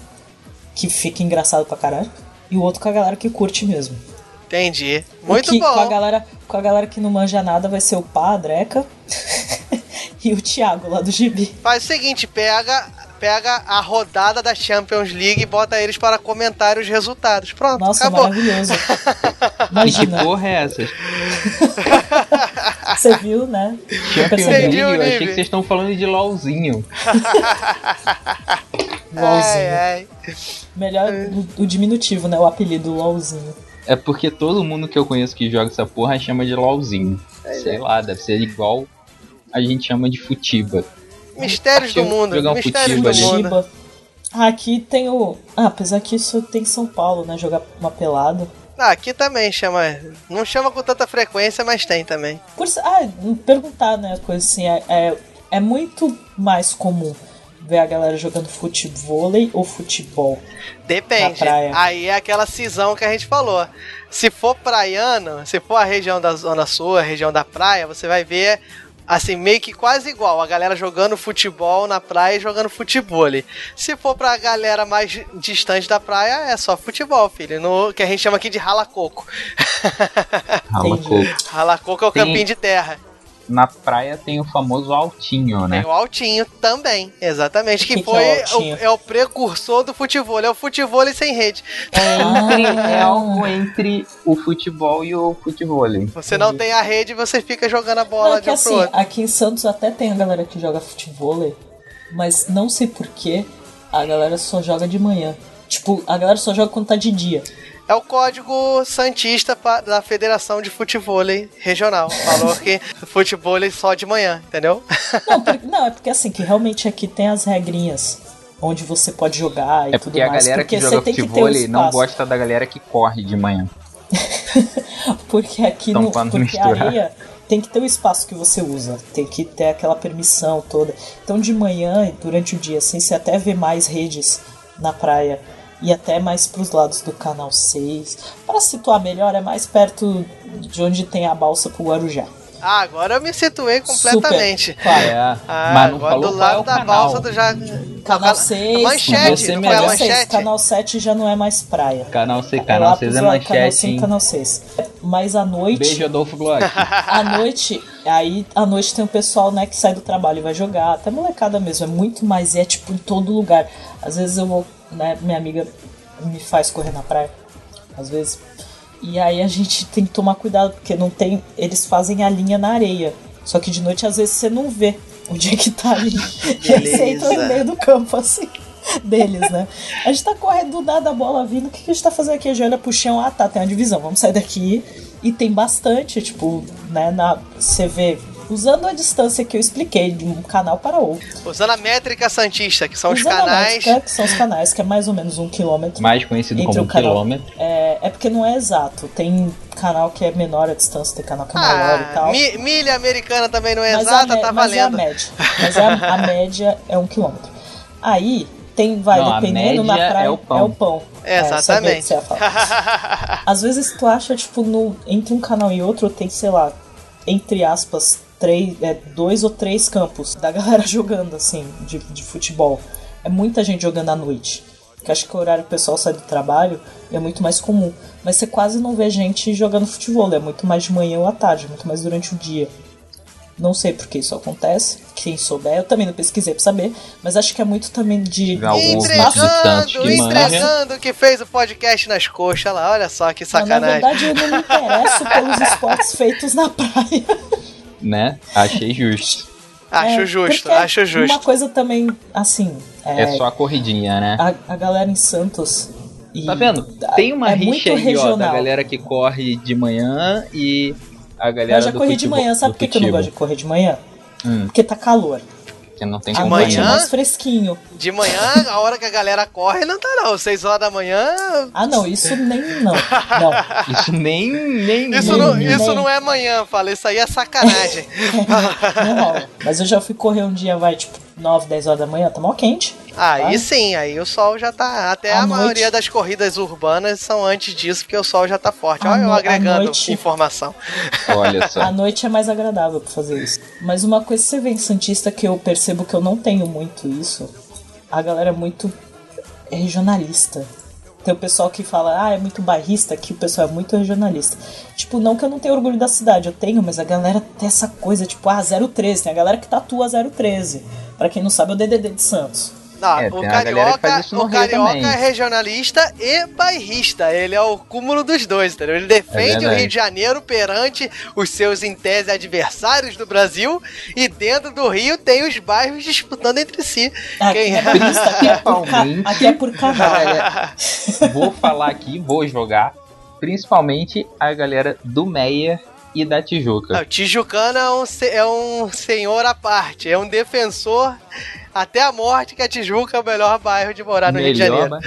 Speaker 3: que fica engraçado pra caralho, e o outro com a galera que curte mesmo.
Speaker 1: Entendi.
Speaker 3: O
Speaker 1: Muito
Speaker 3: que, Com a,
Speaker 1: bom.
Speaker 3: galera, com a galera que não manja nada vai ser o Pá, a Dreca e o Thiago lá do Gibi.
Speaker 1: Faz o seguinte, pega. Pega a rodada da Champions League e bota eles para comentar os resultados. Pronto,
Speaker 3: Nossa,
Speaker 1: acabou.
Speaker 3: maravilhoso.
Speaker 2: E que
Speaker 3: Imagina,
Speaker 2: porra é essa?
Speaker 3: você viu, né? Nunca
Speaker 2: Champions
Speaker 3: sabia.
Speaker 2: League,
Speaker 1: Entendi o
Speaker 2: eu achei
Speaker 1: nível.
Speaker 2: que vocês estão falando de LOLzinho.
Speaker 3: LOLzinho.
Speaker 1: Ai, ai.
Speaker 3: Melhor
Speaker 1: É.
Speaker 3: o, o diminutivo, né? O apelido LOLzinho.
Speaker 2: É porque todo mundo que eu conheço que joga essa porra chama de LOLzinho. Sei lá, deve ser igual a gente chama de futiba.
Speaker 1: Mistérios do
Speaker 2: Deixa eu
Speaker 1: mundo.
Speaker 2: jogar um
Speaker 1: Mistérios
Speaker 2: futebol
Speaker 1: do
Speaker 2: ali.
Speaker 1: mundo.
Speaker 3: Chiba. Ah, aqui tem o. Ah, apesar que isso tem em São Paulo, né? Jogar uma pelada.
Speaker 1: Ah, aqui também chama. Não chama com tanta frequência, mas tem também.
Speaker 3: Por, isso- ah, perguntar, né? Coisa assim, é, é, é muito mais comum ver a galera jogando futevôlei ou futebol.
Speaker 1: Depende.
Speaker 3: Na praia.
Speaker 1: Aí é aquela cisão que a gente falou. Se for praiano, se for a região da Zona Sul, a região da praia, você vai ver. Assim, meio que quase igual, a galera jogando futebol na praia e jogando futebol. Se for pra galera mais distante da praia, é só futebol, filho. No, que a gente chama aqui de rala-coco.
Speaker 2: Rala
Speaker 3: Entendi.
Speaker 2: coco.
Speaker 1: Rala-coco é o
Speaker 2: Tem-
Speaker 1: campinho de terra.
Speaker 2: Na praia tem o famoso altinho, né?
Speaker 1: Tem o Altinho também, exatamente. Que,
Speaker 3: Que que
Speaker 1: foi
Speaker 3: é o
Speaker 1: o-
Speaker 3: Altinho?
Speaker 1: é, o, precursor do futebol. É o futebol sem rede.
Speaker 3: Ah.
Speaker 2: Entre, é algo entre o futebol e o futebol.
Speaker 1: Você não tem a rede, você fica jogando a bola
Speaker 3: Não, é
Speaker 1: de
Speaker 3: que
Speaker 1: um
Speaker 3: assim,
Speaker 1: pro outro.
Speaker 3: aqui em Santos até tem a galera que joga futevôlei, mas não sei porquê a galera só joga de manhã. Tipo, a galera só joga quando tá de dia.
Speaker 1: É o código santista pa- da Federação de Futebol Regional. Falou que futebol é só de manhã, entendeu?
Speaker 3: Não, por- não, é porque assim, que realmente aqui tem as regrinhas onde você pode jogar e
Speaker 2: É
Speaker 3: tudo
Speaker 2: porque a
Speaker 3: mais.
Speaker 2: galera
Speaker 3: porque
Speaker 2: que
Speaker 3: você
Speaker 2: joga
Speaker 3: tem que ter um
Speaker 2: futebol não
Speaker 3: espaço.
Speaker 2: gosta da galera que corre de manhã.
Speaker 3: Porque aqui
Speaker 2: Então,
Speaker 3: no,
Speaker 2: pra não
Speaker 3: porque a
Speaker 2: misturar.
Speaker 3: areia tem que ter o espaço que você usa, tem que ter aquela permissão toda. Então de manhã e durante o dia, assim, você até vê mais redes na praia e até mais pros lados do canal 6. Pra situar melhor, é mais perto de onde tem a balsa pro Guarujá.
Speaker 1: Ah, agora eu me situei completamente.
Speaker 3: Super, claro.
Speaker 2: É,
Speaker 1: Ah,
Speaker 2: mas não
Speaker 1: agora
Speaker 2: falou
Speaker 1: do
Speaker 2: qual é
Speaker 1: lado
Speaker 2: o
Speaker 1: da
Speaker 2: canal.
Speaker 1: balsa do já.
Speaker 3: Canal 6.
Speaker 1: Manchete,
Speaker 2: você
Speaker 1: não foi a
Speaker 2: merece.
Speaker 3: canal,
Speaker 1: manchete?
Speaker 3: canal 7 já não é mais praia.
Speaker 2: Canal C,
Speaker 3: É
Speaker 2: canal
Speaker 3: lá
Speaker 2: 6
Speaker 3: pros
Speaker 2: é
Speaker 3: lados, Canal
Speaker 2: manchete,
Speaker 3: 5,
Speaker 2: hein?
Speaker 3: canal 6. Mas à noite.
Speaker 2: Beijo, Adolfo Bloch.
Speaker 3: À noite, aí à noite tem o pessoal, né, que sai do trabalho e vai jogar, até molecada mesmo, é muito mais, e é tipo em todo lugar. Às vezes eu vou, né, minha amiga me faz correr na praia, às vezes. E aí a gente tem que tomar cuidado, porque não tem, eles fazem a linha na areia. Só que de noite às vezes você não vê onde é que tá ali. E aí você entra
Speaker 1: beleza.
Speaker 3: no meio do campo assim. Deles, né? A gente tá correndo do nada a bola vindo. O que, que a gente tá fazendo aqui? A gente olha pro chão, ah tá, tem uma divisão, vamos sair daqui. E tem bastante, tipo, né? Na, você vê, usando a distância que eu expliquei, de um canal para outro.
Speaker 1: Usando a métrica santista, que são os
Speaker 3: usando
Speaker 1: canais.
Speaker 3: a métrica, que são os canais, que é mais ou menos um quilômetro.
Speaker 2: Mais conhecido
Speaker 3: Entre
Speaker 2: como
Speaker 3: o canal-
Speaker 2: quilômetro.
Speaker 3: É, é porque não é exato. Tem canal que é menor a distância, tem canal que é maior e
Speaker 1: Ah,
Speaker 3: tal.
Speaker 1: mi- milha americana também não é
Speaker 3: Mas a
Speaker 1: exata,
Speaker 3: mé-
Speaker 1: tá
Speaker 3: mas é a
Speaker 1: valendo.
Speaker 3: média. Mas é a, a média é um quilômetro. Aí tem, vai,
Speaker 2: Não, a
Speaker 3: dependendo na
Speaker 2: média
Speaker 3: praia,
Speaker 2: é o pão.
Speaker 3: É o pão. É, eu sabia que
Speaker 1: Exatamente.
Speaker 3: você ia falar. Às vezes tu acha, tipo, no, entre um canal e outro tem, sei lá, entre aspas, três, é, dois ou três campos da galera jogando, assim, de, de futebol. É muita gente jogando à noite. Que acho que o horário que o pessoal sai do trabalho é muito mais comum. Mas você quase não vê gente jogando futebol, é muito mais de manhã ou à tarde, muito mais durante o dia. Não sei por que isso acontece. Quem souber, eu também não pesquisei pra saber, mas acho que é muito também de.
Speaker 2: Não, Algum ouvinte do Santos
Speaker 1: entregando,
Speaker 2: que manja.
Speaker 1: entregando que fez o podcast nas coxas lá. Olha só que
Speaker 3: Não, na
Speaker 1: sacanagem.
Speaker 3: verdade, eu não me interesso pelos esportes feitos na praia.
Speaker 2: né? Achei justo.
Speaker 1: acho
Speaker 3: É,
Speaker 1: justo,
Speaker 3: porque
Speaker 1: acho justo.
Speaker 3: Uma coisa também, assim, é,
Speaker 2: É só a corridinha, né?
Speaker 3: a, a galera em Santos. e-
Speaker 2: Tá vendo? Tem uma
Speaker 3: é
Speaker 2: rixa
Speaker 3: muito
Speaker 2: aí, ó, da
Speaker 3: regional.
Speaker 2: galera que corre de manhã e a galera
Speaker 3: Eu já
Speaker 2: do
Speaker 3: corri de
Speaker 2: futebol-
Speaker 3: manhã, sabe
Speaker 2: do
Speaker 3: por que que eu não
Speaker 2: futebol,
Speaker 3: gosto de correr de manhã?
Speaker 2: Hum.
Speaker 3: Porque tá calor.
Speaker 2: Que não tem
Speaker 3: A
Speaker 2: como
Speaker 3: noite é
Speaker 1: manhã?
Speaker 2: fazer.
Speaker 3: mais fresquinho.
Speaker 1: De manhã, a hora que a galera corre, não tá não. Seis horas da manhã.
Speaker 3: Ah, não, isso nem não. Não.
Speaker 2: Isso nem, nem
Speaker 1: Isso
Speaker 2: nem-
Speaker 1: não,
Speaker 3: Hum,
Speaker 1: isso
Speaker 3: bem.
Speaker 1: não é manhã, fala. Isso aí é sacanagem.
Speaker 3: Não rola. Mas eu já fui correr um dia, vai, tipo, 9, 10 horas da manhã, tá mal quente.
Speaker 1: Aí sim, aí o sol já tá. Até
Speaker 3: À
Speaker 1: a
Speaker 3: noite.
Speaker 1: maioria das corridas urbanas são antes disso, porque o sol já tá forte.
Speaker 3: À
Speaker 1: Olha eu
Speaker 3: no- à
Speaker 1: agregando
Speaker 3: noite.
Speaker 1: informação.
Speaker 2: Olha
Speaker 3: À
Speaker 2: só.
Speaker 3: noite é mais agradável pra fazer isso. Mas uma coisa que você vê em Santista que eu percebo que eu não tenho muito isso, a galera é muito regionalista. Tem o pessoal que fala, ah, é muito barrista, que o pessoal é muito regionalista. Tipo, não que eu não tenha orgulho da cidade, eu tenho, mas a galera tem essa coisa, tipo, ah, 013, tem a galera que tatua 013. Pra quem não sabe, é o DDD de Santos.
Speaker 1: Não,
Speaker 2: É,
Speaker 1: o
Speaker 2: tem uma galera que
Speaker 1: carioca,
Speaker 2: faz isso no
Speaker 1: o
Speaker 2: Rio
Speaker 1: carioca
Speaker 2: também.
Speaker 1: é regionalista e bairrista. Ele é o cúmulo dos dois, entendeu? Ele defende o
Speaker 2: verdade.
Speaker 1: Rio de Janeiro perante os seus, em tese, adversários do Brasil. E dentro do Rio tem os bairros disputando entre si.
Speaker 3: Ah, Aqui
Speaker 1: Quem-
Speaker 3: é barrista, aqui é por, ca...
Speaker 2: Principalmente.
Speaker 3: aqui é por canal.
Speaker 2: Olha, vou falar aqui, vou jogar. Principalmente a galera do Meia e da
Speaker 1: Não,
Speaker 2: Tijuca.
Speaker 1: o Tijucano é um, se- é um senhor à parte, é um defensor até a morte que a Tijuca é o melhor bairro de morar tá no Rio de Janeiro.
Speaker 2: ba-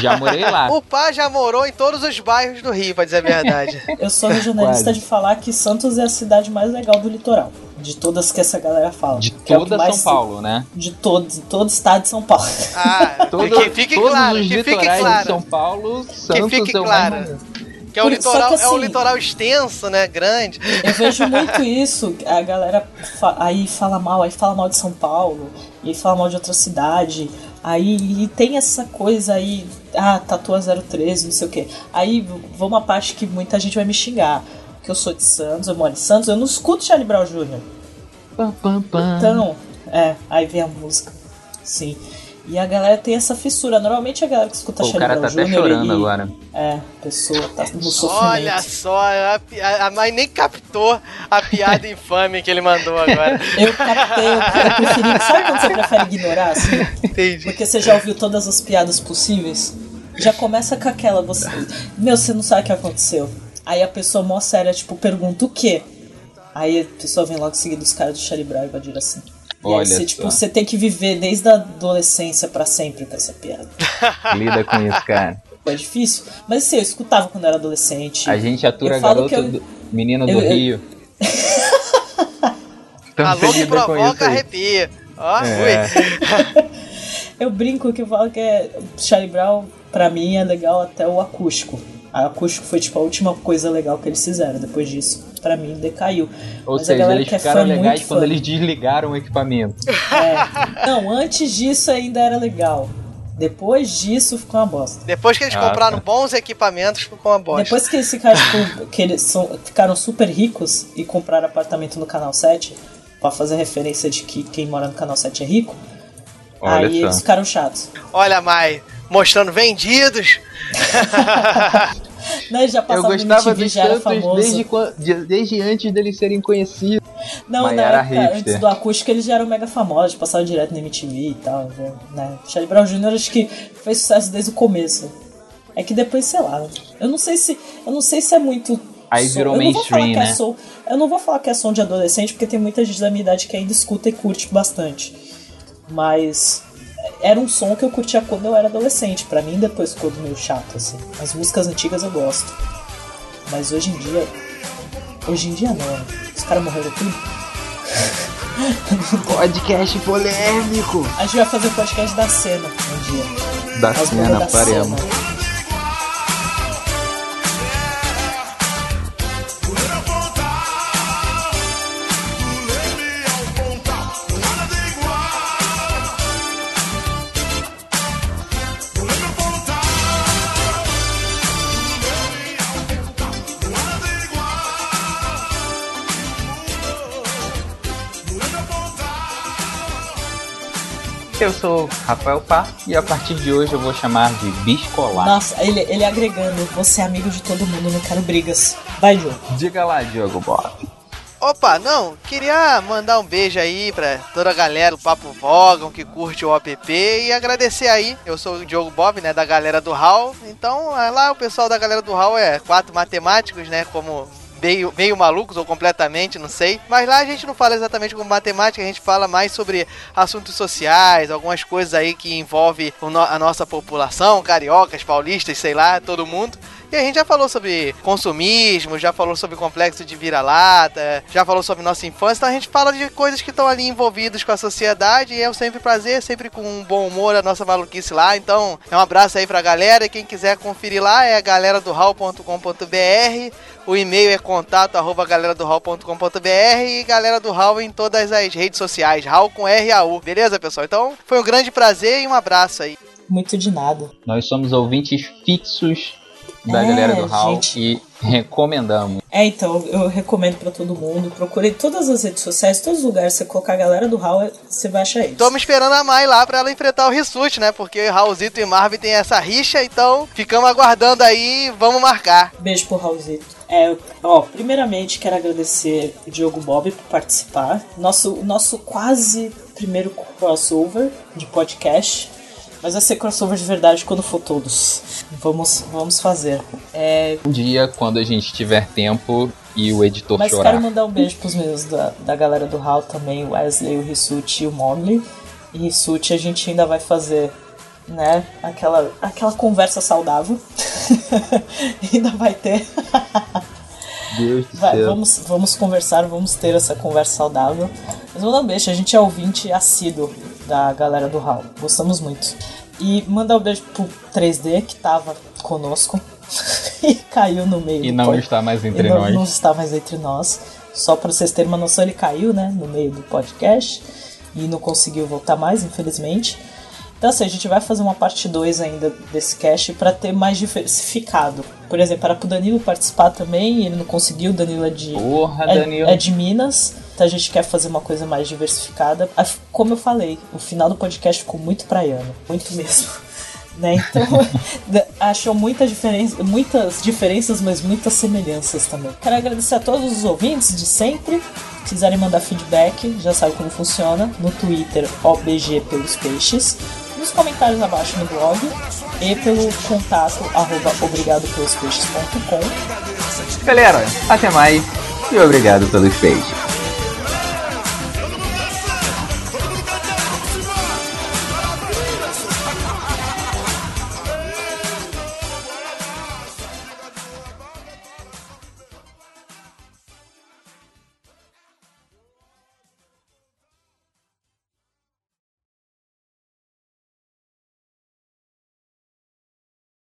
Speaker 2: Já morei lá.
Speaker 1: O pai já morou em todos os bairros do Rio, pra dizer a verdade.
Speaker 3: Eu sou regionalista
Speaker 2: Quase.
Speaker 3: de falar que Santos é a cidade mais legal do litoral. De todas que essa galera fala.
Speaker 2: De
Speaker 3: Que é o que
Speaker 2: toda
Speaker 3: mais
Speaker 2: São Paulo, né?
Speaker 3: De todo, de todo o estado de São Paulo.
Speaker 1: Ah,
Speaker 2: Todo-
Speaker 1: que fique
Speaker 2: todos
Speaker 1: claro,
Speaker 2: os
Speaker 1: que fique
Speaker 2: litorais de
Speaker 1: claro.
Speaker 2: São Paulo, Santos
Speaker 1: fique
Speaker 2: é o
Speaker 1: claro.
Speaker 2: mais maneiro.
Speaker 1: Que é um
Speaker 3: Por- só
Speaker 1: litoral,
Speaker 3: que
Speaker 1: é um
Speaker 3: assim-
Speaker 1: litoral extenso, né? Grande.
Speaker 3: Eu vejo muito isso. A galera fa- aí fala mal, aí fala mal de São Paulo, e aí fala mal de outra cidade. Aí e tem essa coisa aí, ah, tatua 013, não sei o quê. Aí v- vou uma parte que muita gente vai me xingar. Que eu sou de Santos, eu moro em Santos, eu não escuto Charlie Brown Jr.
Speaker 2: Pam, pam, pam.
Speaker 3: Então, é, aí vem a música. Sim. E a galera tem essa fissura. Normalmente a galera que escuta
Speaker 2: Pô, o
Speaker 3: Charlie
Speaker 2: cara tá
Speaker 3: Brown
Speaker 2: até
Speaker 3: Jr.
Speaker 2: chorando
Speaker 3: ele-
Speaker 2: agora.
Speaker 3: É, a pessoa tá no sofrimento.
Speaker 1: Olha só, a, pi- a, a mãe nem captou a piada infame que ele mandou agora.
Speaker 3: Eu captei, eu, eu preferi. Sabe quando você prefere ignorar, assim?
Speaker 1: Entendi.
Speaker 3: Porque você já ouviu todas as piadas possíveis? Já começa com aquela, você. Meu, você não sabe o que aconteceu. Aí a pessoa mó séria, tipo, pergunta o quê? Aí a pessoa vem logo em seguida os caras do Charlie Brown e vai dizer assim. E
Speaker 2: Olha
Speaker 3: aí você,
Speaker 2: só.
Speaker 3: tipo, você tem que viver desde a adolescência pra sempre com essa piada.
Speaker 2: Lida com isso, cara.
Speaker 3: Foi É difícil. Mas assim, eu escutava quando eu era adolescente.
Speaker 2: A gente atura
Speaker 3: Eu falo
Speaker 2: garoto
Speaker 3: que eu-
Speaker 2: do... menino do
Speaker 3: eu- eu-
Speaker 2: Rio. Então
Speaker 1: Alô
Speaker 2: você
Speaker 1: que
Speaker 2: lida com isso
Speaker 1: provoca
Speaker 2: aí.
Speaker 1: arrepia. Ó,
Speaker 2: É.
Speaker 1: ui.
Speaker 3: Eu brinco que eu falo que é Charlie Brown, pra mim, é legal até o acústico. A acústico foi tipo a última coisa legal que eles fizeram. Depois disso, pra mim, decaiu.
Speaker 2: Ou
Speaker 3: Mas a
Speaker 2: seja,
Speaker 3: galera
Speaker 2: eles
Speaker 3: que é
Speaker 2: ficaram
Speaker 3: fã,
Speaker 2: legais
Speaker 3: muito
Speaker 2: quando
Speaker 3: fã.
Speaker 2: eles desligaram o equipamento.
Speaker 3: É. Não, antes disso ainda era legal. Depois disso ficou uma bosta.
Speaker 1: Depois que eles
Speaker 2: Ah,
Speaker 1: compraram bons equipamentos, ficou uma bosta.
Speaker 3: Depois que eles ficaram, tipo, que eles são- ficaram super ricos e compraram apartamento no Canal 7, pra fazer referência de que quem mora no Canal 7 é rico,
Speaker 2: Olha
Speaker 3: aí
Speaker 2: só.
Speaker 3: eles ficaram chatos.
Speaker 1: Olha, Mai, mostrando vendidos.
Speaker 3: Não, eles Né, já
Speaker 2: Eu
Speaker 3: passavam no
Speaker 2: gostava
Speaker 3: MTV,
Speaker 2: dos
Speaker 3: já era
Speaker 2: Santos
Speaker 3: famoso.
Speaker 2: desde, quan- de- desde antes deles serem conhecidos.
Speaker 3: Não, na
Speaker 2: Maiara
Speaker 3: época,
Speaker 2: Hipster.
Speaker 3: antes do acústico, eles já eram mega famosos, passavam direto na MTV e tal, né? Charlie Brown Jr. acho que fez sucesso desde o começo. É que depois, sei lá, eu não sei se. Eu não sei se é muito.
Speaker 2: Aí
Speaker 3: som-
Speaker 2: virou
Speaker 3: eu não vou falar
Speaker 2: mainstream,
Speaker 3: que é
Speaker 2: né?
Speaker 3: som- eu não vou falar que é som de adolescente, porque tem muita gente da minha idade que ainda escuta e curte bastante. Mas era um som que eu curtia quando eu era adolescente. Pra mim depois ficou meio chato, assim. As músicas antigas eu gosto. Mas hoje em dia. Hoje em dia não. né? Os caras morreram tudo.
Speaker 2: Podcast polêmico.
Speaker 3: A gente vai fazer o podcast da cena um dia.
Speaker 2: Da
Speaker 3: As bandas
Speaker 2: cena,
Speaker 3: da
Speaker 2: paremos.
Speaker 3: cena.
Speaker 2: Eu sou Rafael Pá e a partir de hoje eu vou chamar de Biscolar.
Speaker 3: Nossa, ele, ele agregando. Você é amigo de todo mundo, não quero brigas. Vai, João.
Speaker 2: Diga lá, Diogo Bob.
Speaker 1: Opa, não, queria mandar um beijo aí pra toda a galera do Papo Vogon que curte o OPP e agradecer aí. Eu sou o Diogo Bob, né, da galera do HAL. Então, é lá o pessoal da galera do HAL é quatro matemáticos, né, como meio, meio malucos ou completamente, não sei. Mas lá a gente não fala exatamente como matemática, a gente fala mais sobre assuntos sociais, algumas coisas aí que envolve o no- a nossa população, cariocas, paulistas, sei lá, todo mundo. E a gente já falou sobre consumismo, já falou sobre complexo de vira-lata, já falou sobre nossa infância, então a gente fala de coisas que estão ali envolvidas com a sociedade e é sempre um prazer, sempre com um bom humor a nossa maluquice lá. Então é um abraço aí pra galera e quem quiser conferir lá é a galera do o e-mail é contato arroba galera do e galera do Hall em todas as redes sociais, Hall com R-A-U, beleza pessoal? Então foi um grande prazer e um abraço aí.
Speaker 3: Muito de nada.
Speaker 2: Nós somos ouvintes fixos da
Speaker 3: É,
Speaker 2: galera do Hall
Speaker 3: gente.
Speaker 2: e recomendamos.
Speaker 3: É, então, eu recomendo pra todo mundo. Procure todas as redes sociais, todos os lugares. Você colocar a galera do Hall, você vai achar eles.
Speaker 1: Estamos esperando a Mai lá pra ela enfrentar o Rissuti, né? Porque Raulzito e Marvin tem essa rixa, então ficamos aguardando aí, vamos marcar.
Speaker 3: Beijo pro Raulzito. É, ó, primeiramente quero agradecer o Diogo Bob por participar. Nosso, nosso quase primeiro crossover de podcast. Mas vai ser crossover de verdade quando for todos. Vamos, vamos fazer. É,
Speaker 2: Um dia, quando a gente tiver tempo e o editor
Speaker 3: mas
Speaker 2: chorar.
Speaker 3: quero mandar um beijo pros meus da, da galera do Hall também, o Wesley, o Rissuti e o Momley. E Rissuti a gente ainda vai fazer, né, aquela, aquela conversa saudável. ainda vai ter.
Speaker 2: Deus do
Speaker 3: Vai,
Speaker 2: céu.
Speaker 3: vamos, vamos conversar, vamos ter essa conversa saudável. Mas mandar um beijo, a gente é ouvinte assíduo da galera do Hall. Gostamos muito. E mandar um beijo pro 3D que tava conosco e caiu no meio.
Speaker 2: E
Speaker 3: do
Speaker 2: não
Speaker 3: pod-
Speaker 2: está mais
Speaker 3: e
Speaker 2: entre
Speaker 3: não-
Speaker 2: nós.
Speaker 3: não está mais entre nós. Só pra vocês terem uma noção, ele caiu, né, no meio do podcast e não conseguiu voltar mais, infelizmente. Então, assim, a gente vai fazer uma parte 2 ainda desse cast pra ter mais diversificado. Por exemplo, era pro Danilo participar também, ele não conseguiu, o Danilo é de,
Speaker 2: Porra,
Speaker 3: é,
Speaker 2: Danilo.
Speaker 3: é de Minas, então a gente quer fazer uma coisa mais diversificada. Ah, f- Como eu falei, o final do podcast ficou muito praiano, muito mesmo. Né? Então, da- achou muita diferença, muitas diferenças, mas muitas semelhanças também. Quero agradecer a todos os ouvintes de sempre. Se quiserem mandar feedback, já sabe como funciona. No Twitter, OBG pelos peixes. Nos comentários abaixo no blog e pelo contato arroba obrigadopelospeixes.com.
Speaker 2: Galera, até mais e obrigado pelos peixes.